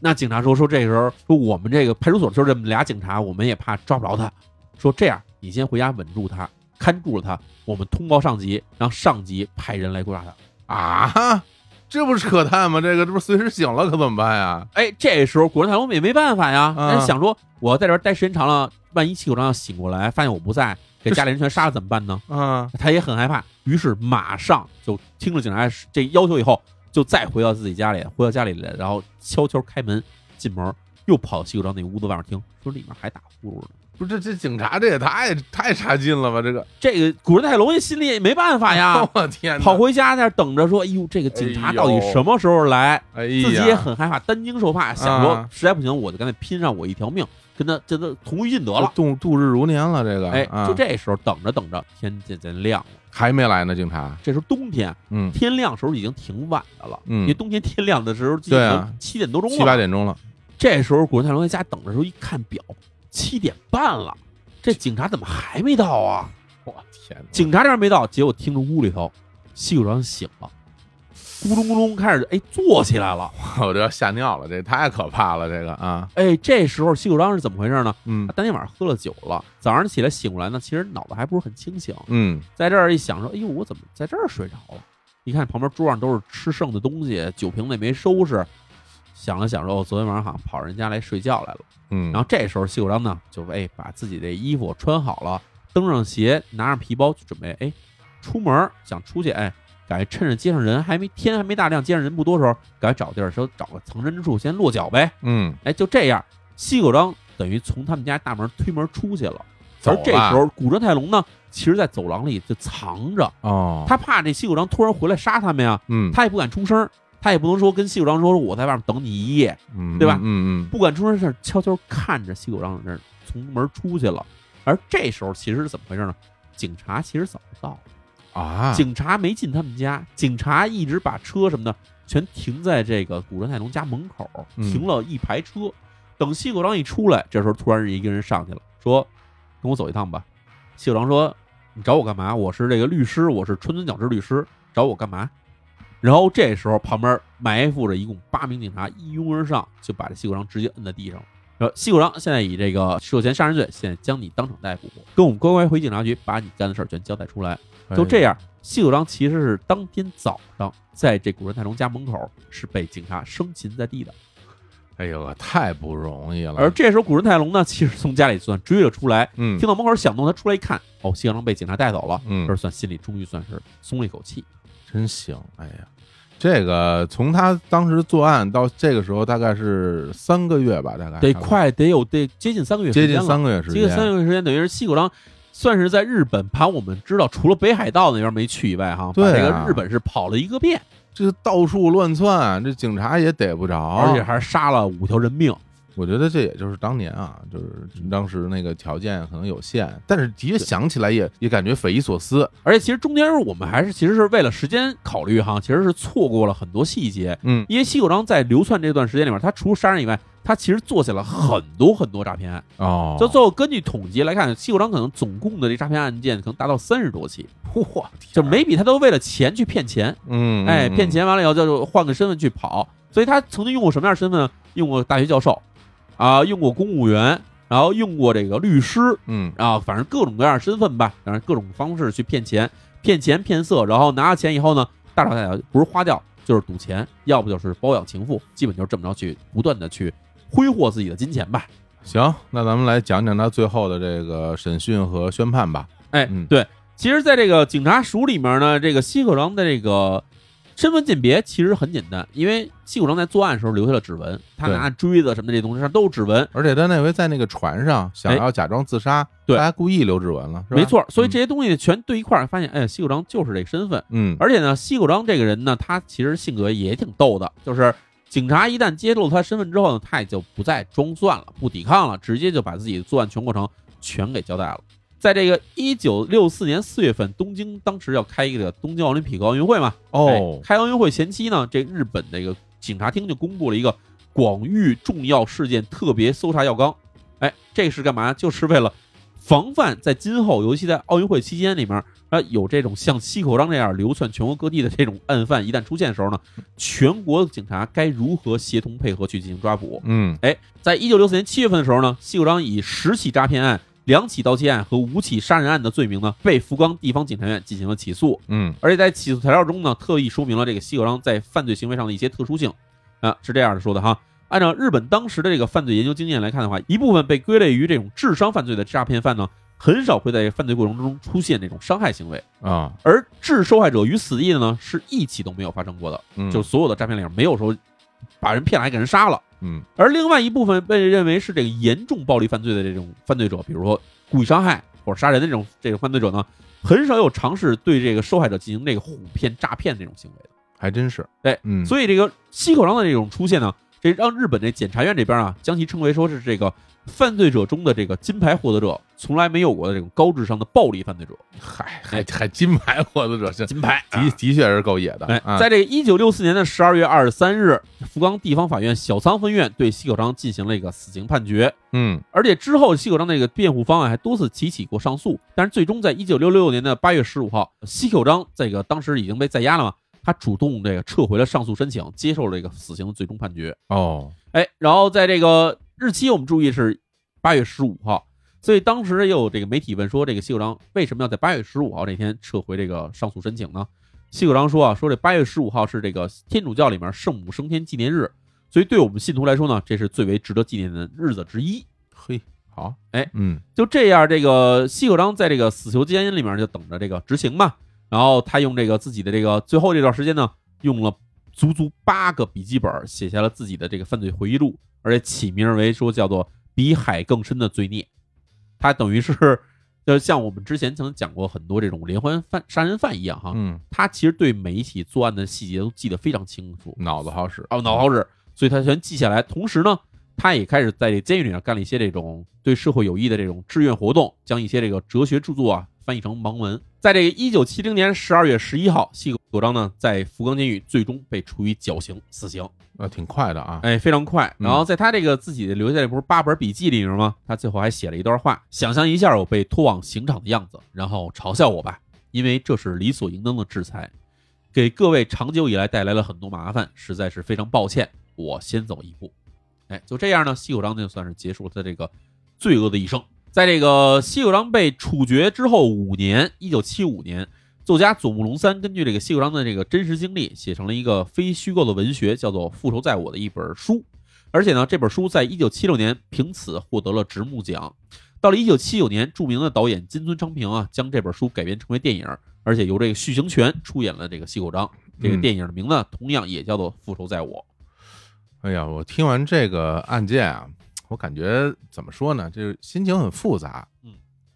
A: 那警察说说这时候说我们这个派出所就这么俩警察，我们也怕抓不着他。说这样你先回家稳住他，看住了他，我们通报上级，让上级派人来抓他。
B: 啊，这不是扯淡吗？这个这不是随时醒了可怎么办呀？
A: 哎，这时候果仁太郎也没办法呀，
B: 嗯
A: 人想说我在这儿待时间长了，万一气口章要醒过来，发现我不在，给家里人全杀了怎么办呢？
B: 啊，
A: 他也很害怕，于是马上就听了警察这要求以后，就再回到自己家里，回到家里来，然后悄悄开门进门，又跑到西口章那屋子外面听，说里面还打呼噜呢。
B: 不是这这警察这也太太差劲了吧？这个，，
A: 这个古仁太郎也心里也没办法哎呀
B: 我天哪，
A: 跑回家那儿等着说，哎呦，这个警察到
B: 哎
A: 底
B: 呦
A: 什么时候来？
B: 哎
A: 自己也
B: 呀，
A: 很害怕，担惊受怕，想说
B: 啊
A: 实在不行，我就干脆拼上我一条命，跟他这都同归于尽得了。
B: 度度日如年了，这个，
A: 哎，
B: 哦啊
A: 就这时候等着等着，天渐渐亮了。
B: 还没来呢，警察，
A: 这时候冬天
B: 嗯，
A: 天亮的时候已经挺晚的了，
B: 嗯
A: 因为冬天天亮的时候
B: 对啊
A: 七点多钟
B: 七八
A: 了。
B: 点钟了，
A: 这时候古仁太郎在家等的时候一看表，七点半了，这警察怎么还没到啊？
B: 我天哪，
A: 警察这边没到，结果听着屋里头西口章醒了，咕咚咕咚开始哎坐起来了。
B: 我这要吓尿了，这太可怕了，这个啊，
A: 哎，这时候西口章是怎么回事呢？
B: 嗯
A: 当天晚上喝了酒了，早上起来醒过来呢，其实脑子还不是很清醒，
B: 嗯
A: 在这儿一想说，哎呦，我怎么在这儿睡着了？一看旁边桌上都是吃剩的东西，酒瓶子也没收拾，想了想说，哦，昨天晚上好像跑人家来睡觉来了。
B: 嗯，
A: 然后这时候西口章呢，就哎把自己这衣服穿好了，蹬上鞋，拿上皮包，就准备哎出门儿想出去，哎，赶紧趁着街上人还没天还没大亮，街上人不多时候，赶紧找地儿说找个藏身之处先落脚呗。
B: 嗯，
A: 哎，就这样，西口章等于从他们家大门推门出去了。
B: 走
A: 而
B: 了
A: 这时候，古哲泰隆呢，其实在走廊里就藏着，
B: 哦，
A: 他怕这西口章突然回来杀他们呀，
B: 嗯，
A: 他也不敢出声儿，他也不能说跟西口章说我在外面等你一夜，
B: 嗯
A: 对吧
B: 嗯嗯
A: 不敢出声，是悄悄看着西口章这儿从门出去了。而这时候其实是怎么回事呢？警察其实早就到了，
B: 嗯啊，
A: 警察没进他们家，警察一直把车什么的全停在这个古人泰隆家门口，
B: 嗯
A: 停了一排车。等西口章一出来，这时候突然是一个人上去了，说：“跟我走一趟吧。”西口章说：“嗯你找我干嘛？我是这个律师，我是川村角之律师，找我干嘛？”然后这时候旁边埋伏着一共八名警察，一拥而上，就把这西口章直接摁在地上了。然后西口章现在以这个涉嫌杀人罪，现在将你当场逮捕，跟我们乖乖回警察局，把你干的事儿全交代出来。
B: 哎
A: 就这样，西口章其实是当天早上在这古人太龙家门口是被警察生擒在地的。
B: 哎，哎呦，我太不容易了，
A: 而这时候，古人太龙呢，其实从家里算追了出来，
B: 嗯
A: 听到门口响动，他出来一看，哦，西口章被警察带走了，
B: 嗯
A: 这算心里终于算是松了一口气。
B: 真行，哎呀，这个从他当时作案到这个时候，大概是三个月哎吧，大概
A: 得
B: 差不多
A: 快得有得接近三个月时
B: 接
A: 间
B: 近
A: 了，
B: 三个月时
A: 接近三
B: 间。
A: 个月时间，等于是西口章。算是在日本盘，我们知道除了北海道那边没去以外，哈，把
B: 对
A: 这
B: 啊
A: 个日本是跑了一个遍，
B: 这到处乱窜，这警察也逮不着，
A: 而且还杀了五条人命。
B: 我觉得这也就是当年啊，就是当时那个条件可能有限，但是的确想起来也也感觉匪夷所思。
A: 而且其实中间我们还是其实是为了时间考虑哈，其实是错过了很多细节。
B: 嗯
A: 因为西口章在流窜这段时间里面，他除了杀人以外，他其实做起了很多很多诈骗案。
B: 哦，
A: 就最后根据统计来看，西口章可能总共的这诈骗案件可能达到三十多起，
B: 我天，啊
A: 就每笔他都为了钱去骗钱，
B: 嗯，嗯
A: 哎，骗，钱完了以后就换个身份去跑。所以他曾经用过什么样的身份呢？用过大学教授，啊，用过公务员，然后用过这个律师，
B: 嗯
A: 啊，反正各种各样的身份吧，反正各种方式去骗钱，骗钱骗色，然后拿了钱以后呢，大手大脚不是花掉就是赌钱，要不就是包养情妇，基本就是这么着去不断的去挥霍自己的金钱吧。
B: 嗯，行，那咱们来讲讲他最后的这个审讯和宣判吧。
A: 哎，
B: 嗯
A: 对，其实，在这个警察署里面呢，这个西口章的这个身份鉴别其实很简单，因为西口章在作案的时候留下了指纹，他
B: 对
A: 拿锥子什么的这东西上都有指纹，
B: 而且他那回在那个船上想
A: 哎
B: 要假装自杀，
A: 对
B: 他还故意留指纹了，是吧
A: 没，错，所以
B: 嗯
A: 这些东西全对一块儿，发现，哎，西口章就是这个身份。
B: 嗯，
A: 而且呢，西口章这个人呢，他其实性格也挺逗的，就是警察一旦揭露他身份之后呢，他也就不再装蒜了，不抵抗了，直接就把自己的作案全过程全给交代了。在这个一九六四年四月份，东京当时要开一个东京奥林匹克奥运会嘛，哎
B: 哦，
A: 开奥运会前夕呢，这日本这个警察厅就公布了一个广域重要事件特别搜查要纲。哎，这是干嘛？就是为了防范在今后，尤其在奥运会期间里面，啊，有这种像西口章这样流窜全国各地的这种案犯一旦出现的时候呢，全国警察该如何协同配合去进行抓捕？
B: 嗯
A: 哎，在一九六四年七月份的时候呢，西口章以十起诈骗案、两起盗窃案和五起杀人案的罪名呢，被福冈地方检察院进行了起诉。
B: 嗯
A: 而且在起诉材料中呢，特意说明了这个西口章在犯罪行为上的一些特殊性啊，是这样的说的哈。按照日本当时的这个犯罪研究经验来看的话，一部分被归类于这种智商犯罪的诈骗犯呢，很少会在犯罪过程中出现这种伤害行为，
B: 啊，
A: 而置受害者于死地的呢，是一起都没有发生过的，
B: 嗯
A: 就所有的诈骗里面没有说把人骗了还给人杀了。
B: 嗯
A: 而另外一部分被认为是这个严重暴力犯罪的这种犯罪者，比如说故意伤害或者杀人的这种这种犯罪者呢，很少有尝试对这个受害者进行这个哄骗、诈骗这种行为的。
B: 还真是，
A: 哎
B: 嗯，
A: 所以这个西口章的这种出现呢，这让日本这检察院这边啊，将其称为说是这个犯罪者中的这个金牌获得者，从来没有过的这种高智商的暴力犯罪者。
B: 以嗨还还金牌获得者，这
A: 金牌啊
B: 的的确是够野的
A: 哎，
B: 啊，
A: 在这一九六四年的十二月二十三日，福冈地方法院小仓分院对西口章进行了一个死刑判决。
B: 嗯
A: 而且之后，西口章那个辩护方案还多次提起过上诉，但是最终在一九六六年的八月十五号，西口章这个当时已经被在押了嘛，他主动这个撤回了上诉申请，接受了这个死刑的最终判决。
B: 哦，
A: 哎，然后在这个日期我们注意是八月十五号，所以当时也有这个媒体问说，这个西口章为什么要在八月十五号这天撤回这个上诉申请呢？西口章说啊，说这八月十五号是这个天主教里面圣母升天纪念日，所以对我们信徒来说呢，这是最为值得纪念的日子之一。
B: 嘿，好，
A: 哎，
B: 嗯
A: 就这样，这个西口章在这个死囚监里面就等着这个执行嘛。然后他用这个自己的这个最呃后这段时间呢，用了足足八个笔记本写下了自己的这个犯罪回忆录，而且起名为说叫做“比海更深的罪孽”。他等于是，就像我们之前曾讲过很多这种连环犯杀人犯一样哈，
B: 嗯，
A: 他其实对每一起作案的细节都记得非常清楚。
B: 脑子好使，
A: 哦，脑好使，所以他全记下来。同时呢，他也开始在这监狱里面干了一些这种对社会有益的这种志愿活动，将一些这个哲学著作啊翻译成盲文。在这个一九七零年十二月十一号，西口章呢在福冈监狱最终被处以绞刑死刑，
B: 啊，挺快的啊，
A: 哎，非常快。
B: 嗯
A: 然后在他这个自己留下这不是八本笔记里面吗？他最后还写了一段话：想象一下我被拖往刑场的样子，然后嘲笑我吧，因为这是理所应当的制裁，给各位长久以来带来了很多麻烦，实在是非常抱歉。我先走一步。哎，就这样呢，西口章就算是结束了他这个罪恶的一生。在这个西口章被处决之后五年，一九七五年，作家佐木龙三根据这个西口章的这个真实经历，写成了一个非虚构的文学，叫做《复仇在我》的一本书。而且呢，这本书在一九七六年凭此获得了直木奖。到了一九七九年，著名的导演金村昌平啊，将这本书改编成为电影，而且由这个续行权出演了这个西口章。这个
B: 嗯
A: 电影的名字同样也叫做《复仇在我》。
B: 哎呀，我听完这个案件啊，我感觉怎么说呢，就是心情很复杂。
A: 嗯，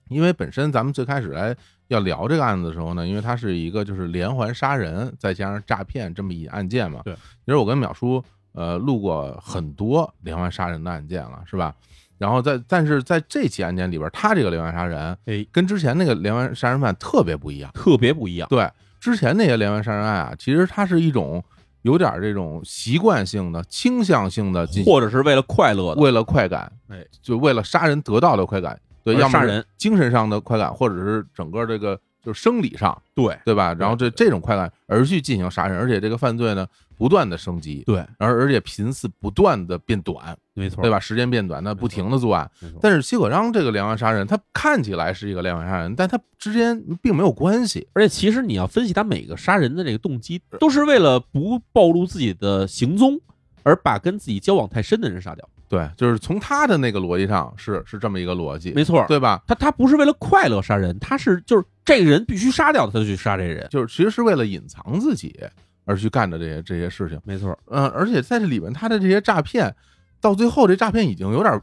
B: 因为本身咱们最开始来要聊这个案子的时候呢，因为它是一个就是连环杀人再加上诈骗这么一案件嘛。
A: 对，
B: 其实我跟淼叔呃录过很多连环杀人的案件了，是吧？然后在但是在这起案件里边，他这个连环杀人
A: 哎，
B: 跟之前那个连环杀人犯特别不一样。
A: 特别不一样。
B: 对，之前那些连环杀人案啊，其实它是一种有点儿这种习惯性的、倾向性的进行，
A: 或者是为了快乐的，
B: 为了快感，
A: 哎，
B: 就为了杀人得到的快感，对，
A: 而
B: 要么
A: 杀
B: 是
A: 人
B: 精神上的快感，或者是整个这个就是生理上，
A: 对
B: 对吧？然后这
A: 对
B: 这种快感而去进行杀人，而且这个犯罪呢不断的升级，
A: 对，
B: 而而且频次不断的变短，
A: 没错，
B: 对吧？时间变短，那不停的作案。
A: 没错？
B: 但是西可章这个连环杀人，他看起来是一个连环杀人，但他之间并没有关系，
A: 而且其实你要分析他每个杀人的这个动机，都是为了不暴露自己的行踪，而把跟自己交往太深的人杀掉。
B: 对，就是从他的那个逻辑上是是这么一个逻辑，
A: 没错，
B: 对吧？
A: 他他不是为了快乐杀人，他是就是这个人必须杀掉，他就去杀这个人。
B: 就是其实是为了隐藏自己而去干的这些这些事情，呃
A: 没错，
B: 嗯、而且在这里面他的这些诈骗，到最后这诈骗已经有点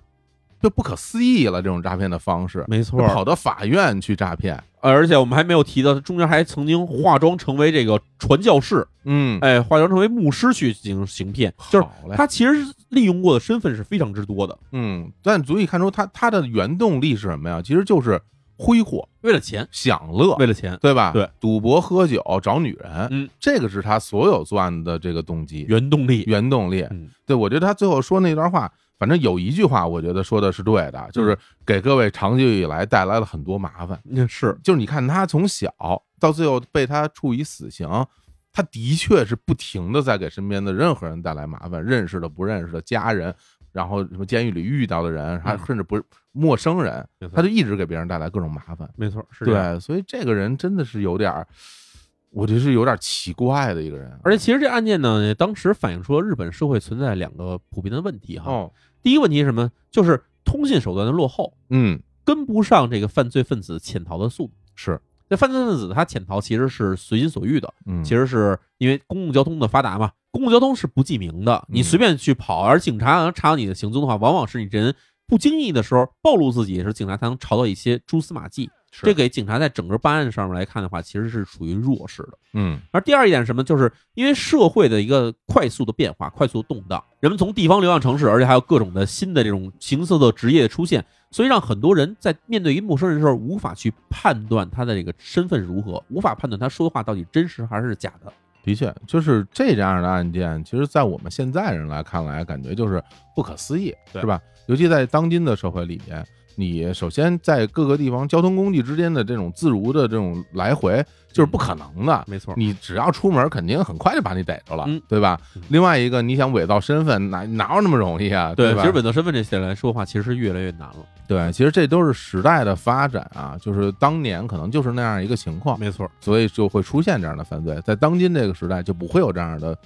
B: 就不可思议了，这种诈骗的方式，
A: 没错
B: 跑到法院去诈骗，
A: 而且我们还没有提到，他中间还曾经化妆成为这个传教士，
B: 嗯，
A: 哎，化妆成为牧师去进行行骗，就是
B: 好嘞，
A: 他其实是利用过的身份是非常之多的，
B: 嗯，但足以看出他他的原动力是什么呀？其实就是挥霍、
A: 为了钱，
B: 享乐，
A: 为了钱，
B: 对吧？
A: 对，
B: 赌博、喝酒、找女人，
A: 嗯，
B: 这个是他所有作案的这个动机、
A: 原动力，
B: 原动力。
A: 嗯
B: 对，我觉得他最后说那段话，反正有一句话，我觉得说的是对的，
A: 嗯
B: 就是给各位长久以来带来了很多麻烦。
A: 那嗯是
B: 就是你看他从小到最后被他处以死刑，他的确是不停的在给身边的任何人带来麻烦，认识的、不认识的家人，然后什么监狱里遇到的人，还
A: 嗯
B: 甚至不是陌生人
A: 没，错
B: 他就一直给别人带来各种麻烦。
A: 没错，是这样。
B: 对，所以这个人真的是有点儿，我觉得是有点儿奇怪的一个人。
A: 而且其实这案件呢，当时反映出了日本社会存在两个普遍的问题哈。
B: 哦，
A: 第一个问题是什么？就是通信手段的落后，
B: 嗯，
A: 跟不上这个犯罪分子潜逃的速度。
B: 是，
A: 那犯罪分子他潜逃其实是随心所欲的，
B: 嗯，
A: 其实是因为公共交通的发达嘛，公共交通是不记名的，你
B: 嗯
A: 随便去跑，而警察能查到你的行踪的话，往往是你人不经意的时候暴露自己，也是警察才能查到一些蛛丝马迹。
B: 是
A: 这，给警察在整个办案上面来看的话，其实是处于弱势的。
B: 嗯，
A: 而第二一点是什么，就是因为社会的一个快速的变化、快速的动荡，人们从地方流向城市，而且还有各种的新的这种形色的职业的出现，所以让很多人在面对一陌生人的时候，无法去判断他的这个身份是如何，无法判断他说的话到底真实还是假的。
B: 的确，就是这样的案件，其实，在我们现在人来看来，感觉就是不可思议，
A: 对
B: 是吧？尤其在当今的社会里面，你首先在各个地方交通工具之间的这种自如的这种来回，就是不可能的。
A: 嗯没错，
B: 你只要出门，肯定很快就把你逮着了，
A: 嗯
B: 对吧
A: 嗯？
B: 另外一个，你想伪造身份，哪哪有那么容易啊？
A: 对，
B: 吧
A: 其实？伪造身份这些来说的话，其实是越来越难了。
B: 对，其实这都是时代的发展啊，就是当年可能就是那样一个情况，
A: 没错，
B: 所以就会出现这样的犯罪。在当今这个时代，就不会有这样的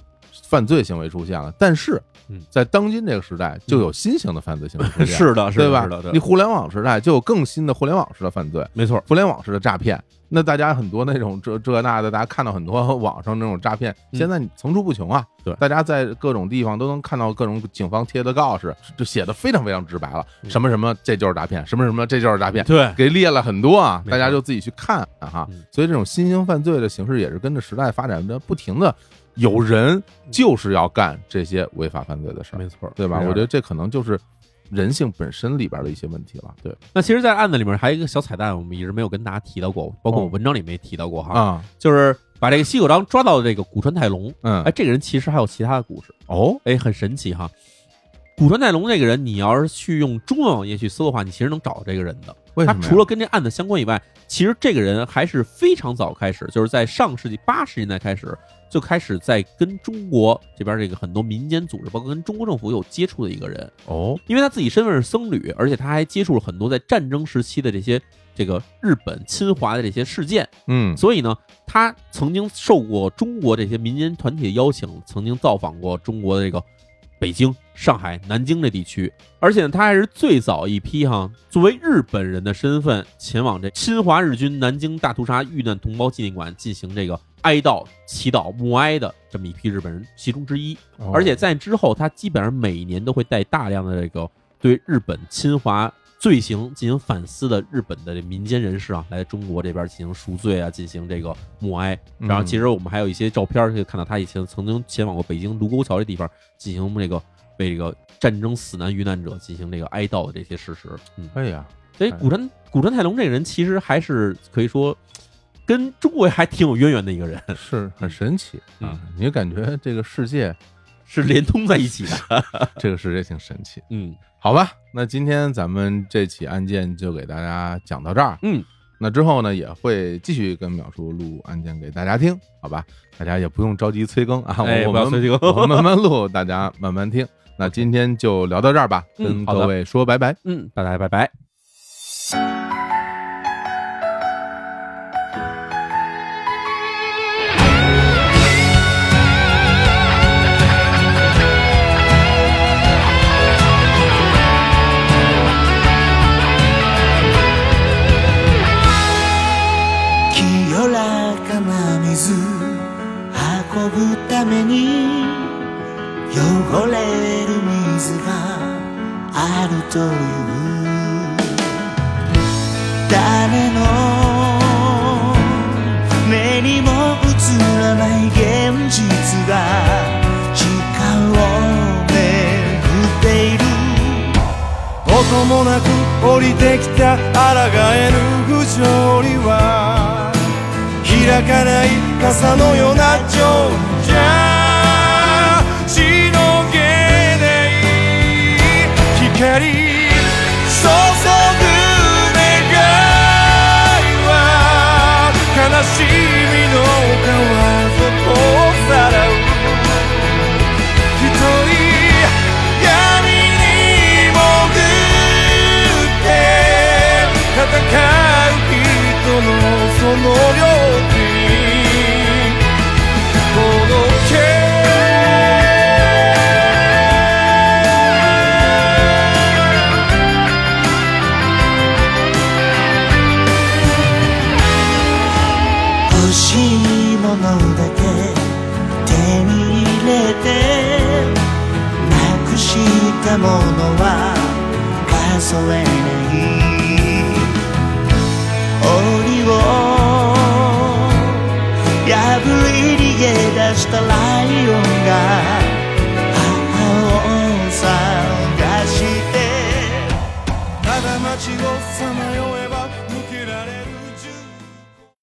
B: 犯罪行为出现了。但是
A: 嗯，
B: 在当今这个时代，就有新型的犯罪行为出现，
A: 是的，是
B: 对
A: 的，
B: 吧
A: 是的，？
B: 你
A: 对，
B: 互联网时代就有更新的互联网式的犯罪，
A: 没错，
B: 互联网式的诈骗。那大家很多那种这这那的，大家看到很多网上那种诈骗，
A: 嗯
B: 现在层出不穷啊。
A: 对
B: 大家在各种地方都能看到各种警方贴的告示，就写的非常非常直白了，
A: 嗯
B: 什么什么这就是诈骗，什么什么这就是诈骗。
A: 对，
B: 给列了很多啊，
A: 没错
B: 大家就自己去看啊哈
A: 嗯。
B: 所以这种新型犯罪的形式也是跟着时代发展的，不停的有人就是要干这些违法犯罪的嗯事儿，
A: 没错，
B: 对吧？
A: 是这样
B: 我觉得这可能就是人性本身里边的一些问题了。对
A: 那其实，在案子里面还有一个小彩蛋，我们一直没有跟大家提到过，包括我
B: 哦
A: 文章里没提到过哈。
B: 啊，
A: 就是把这个西口章抓到的这个古川泰隆，
B: 嗯
A: 哎，，这个人其实还有其他的故事，
B: 哦，
A: 哎，很神奇哈。古川泰隆这个人，你要是去用中文网页去搜的话，你其实能找到这个人的。
B: 为
A: 他
B: 什么呀？
A: 除了跟这案子相关以外，其实这个人还是非常早开始，就是在上世纪八十年代开始就开始在跟中国这边这个很多民间组织，包括跟中国政府有接触的一个人。
B: 哦，
A: 因为他自己身份是僧侣，而且他还接触了很多在战争时期的这些这个日本侵华的这些事件，
B: 嗯，
A: 所以呢，他曾经受过中国这些民间团体的邀请，曾经造访过中国的这个北京、上海、南京这地区，而且呢，他还是最早一批哈，作为日本人的身份前往这侵华日军南京大屠杀遇难同胞纪念馆进行这个哀悼、祈祷、默哀的这么一批日本人其中之一。
B: 哦
A: 而且在之后，他基本上每年都会带大量的这个对日本侵华罪行进行反思的日本的这民间人士啊，来中国这边进行赎罪啊，进行这个默哀。然后其实我们还有一些照片可以看到，他以前曾经前往过北京卢沟桥这地方进行这个呃为这个战争死难遇难者进行这个哀悼的这些事实。嗯，
B: 哎呀，
A: 所以古川古川泰隆这个人其实还是可以说跟中国还挺有渊源的一个人，
B: 是很神奇啊！你就感觉这个世界，
A: 是连通在一起的。
B: 这个世界挺神奇。
A: 嗯
B: 好吧，那今天咱们这起案件就给大家讲到这儿。
A: 嗯，
B: 那之后呢，也会继续跟淼叔录案件给大家听，好吧？大家也不用着急催更啊，
A: 哎
B: 我
A: 不要
B: 们
A: 催更
B: 我们慢慢录，大家慢慢听。那今天就聊到这儿吧，
A: 嗯
B: 跟
A: 好的
B: 各位说拜拜。
A: 嗯，大家拜拜。
C: 清らかな水運ぶために汚れる水があるという誰の目にも映らない現実が時間を巡っている
D: 音もなく降りてきた抗えぬ不条理は開かない傘のような情じゃしのげない光注ぐ願いは悲しみの川底をさらう一人闇に潜って戦う人のその両にこの景
C: 欲しいものだけ手に入れてなくしたものは数え ない檻を破り逃げ出したライオン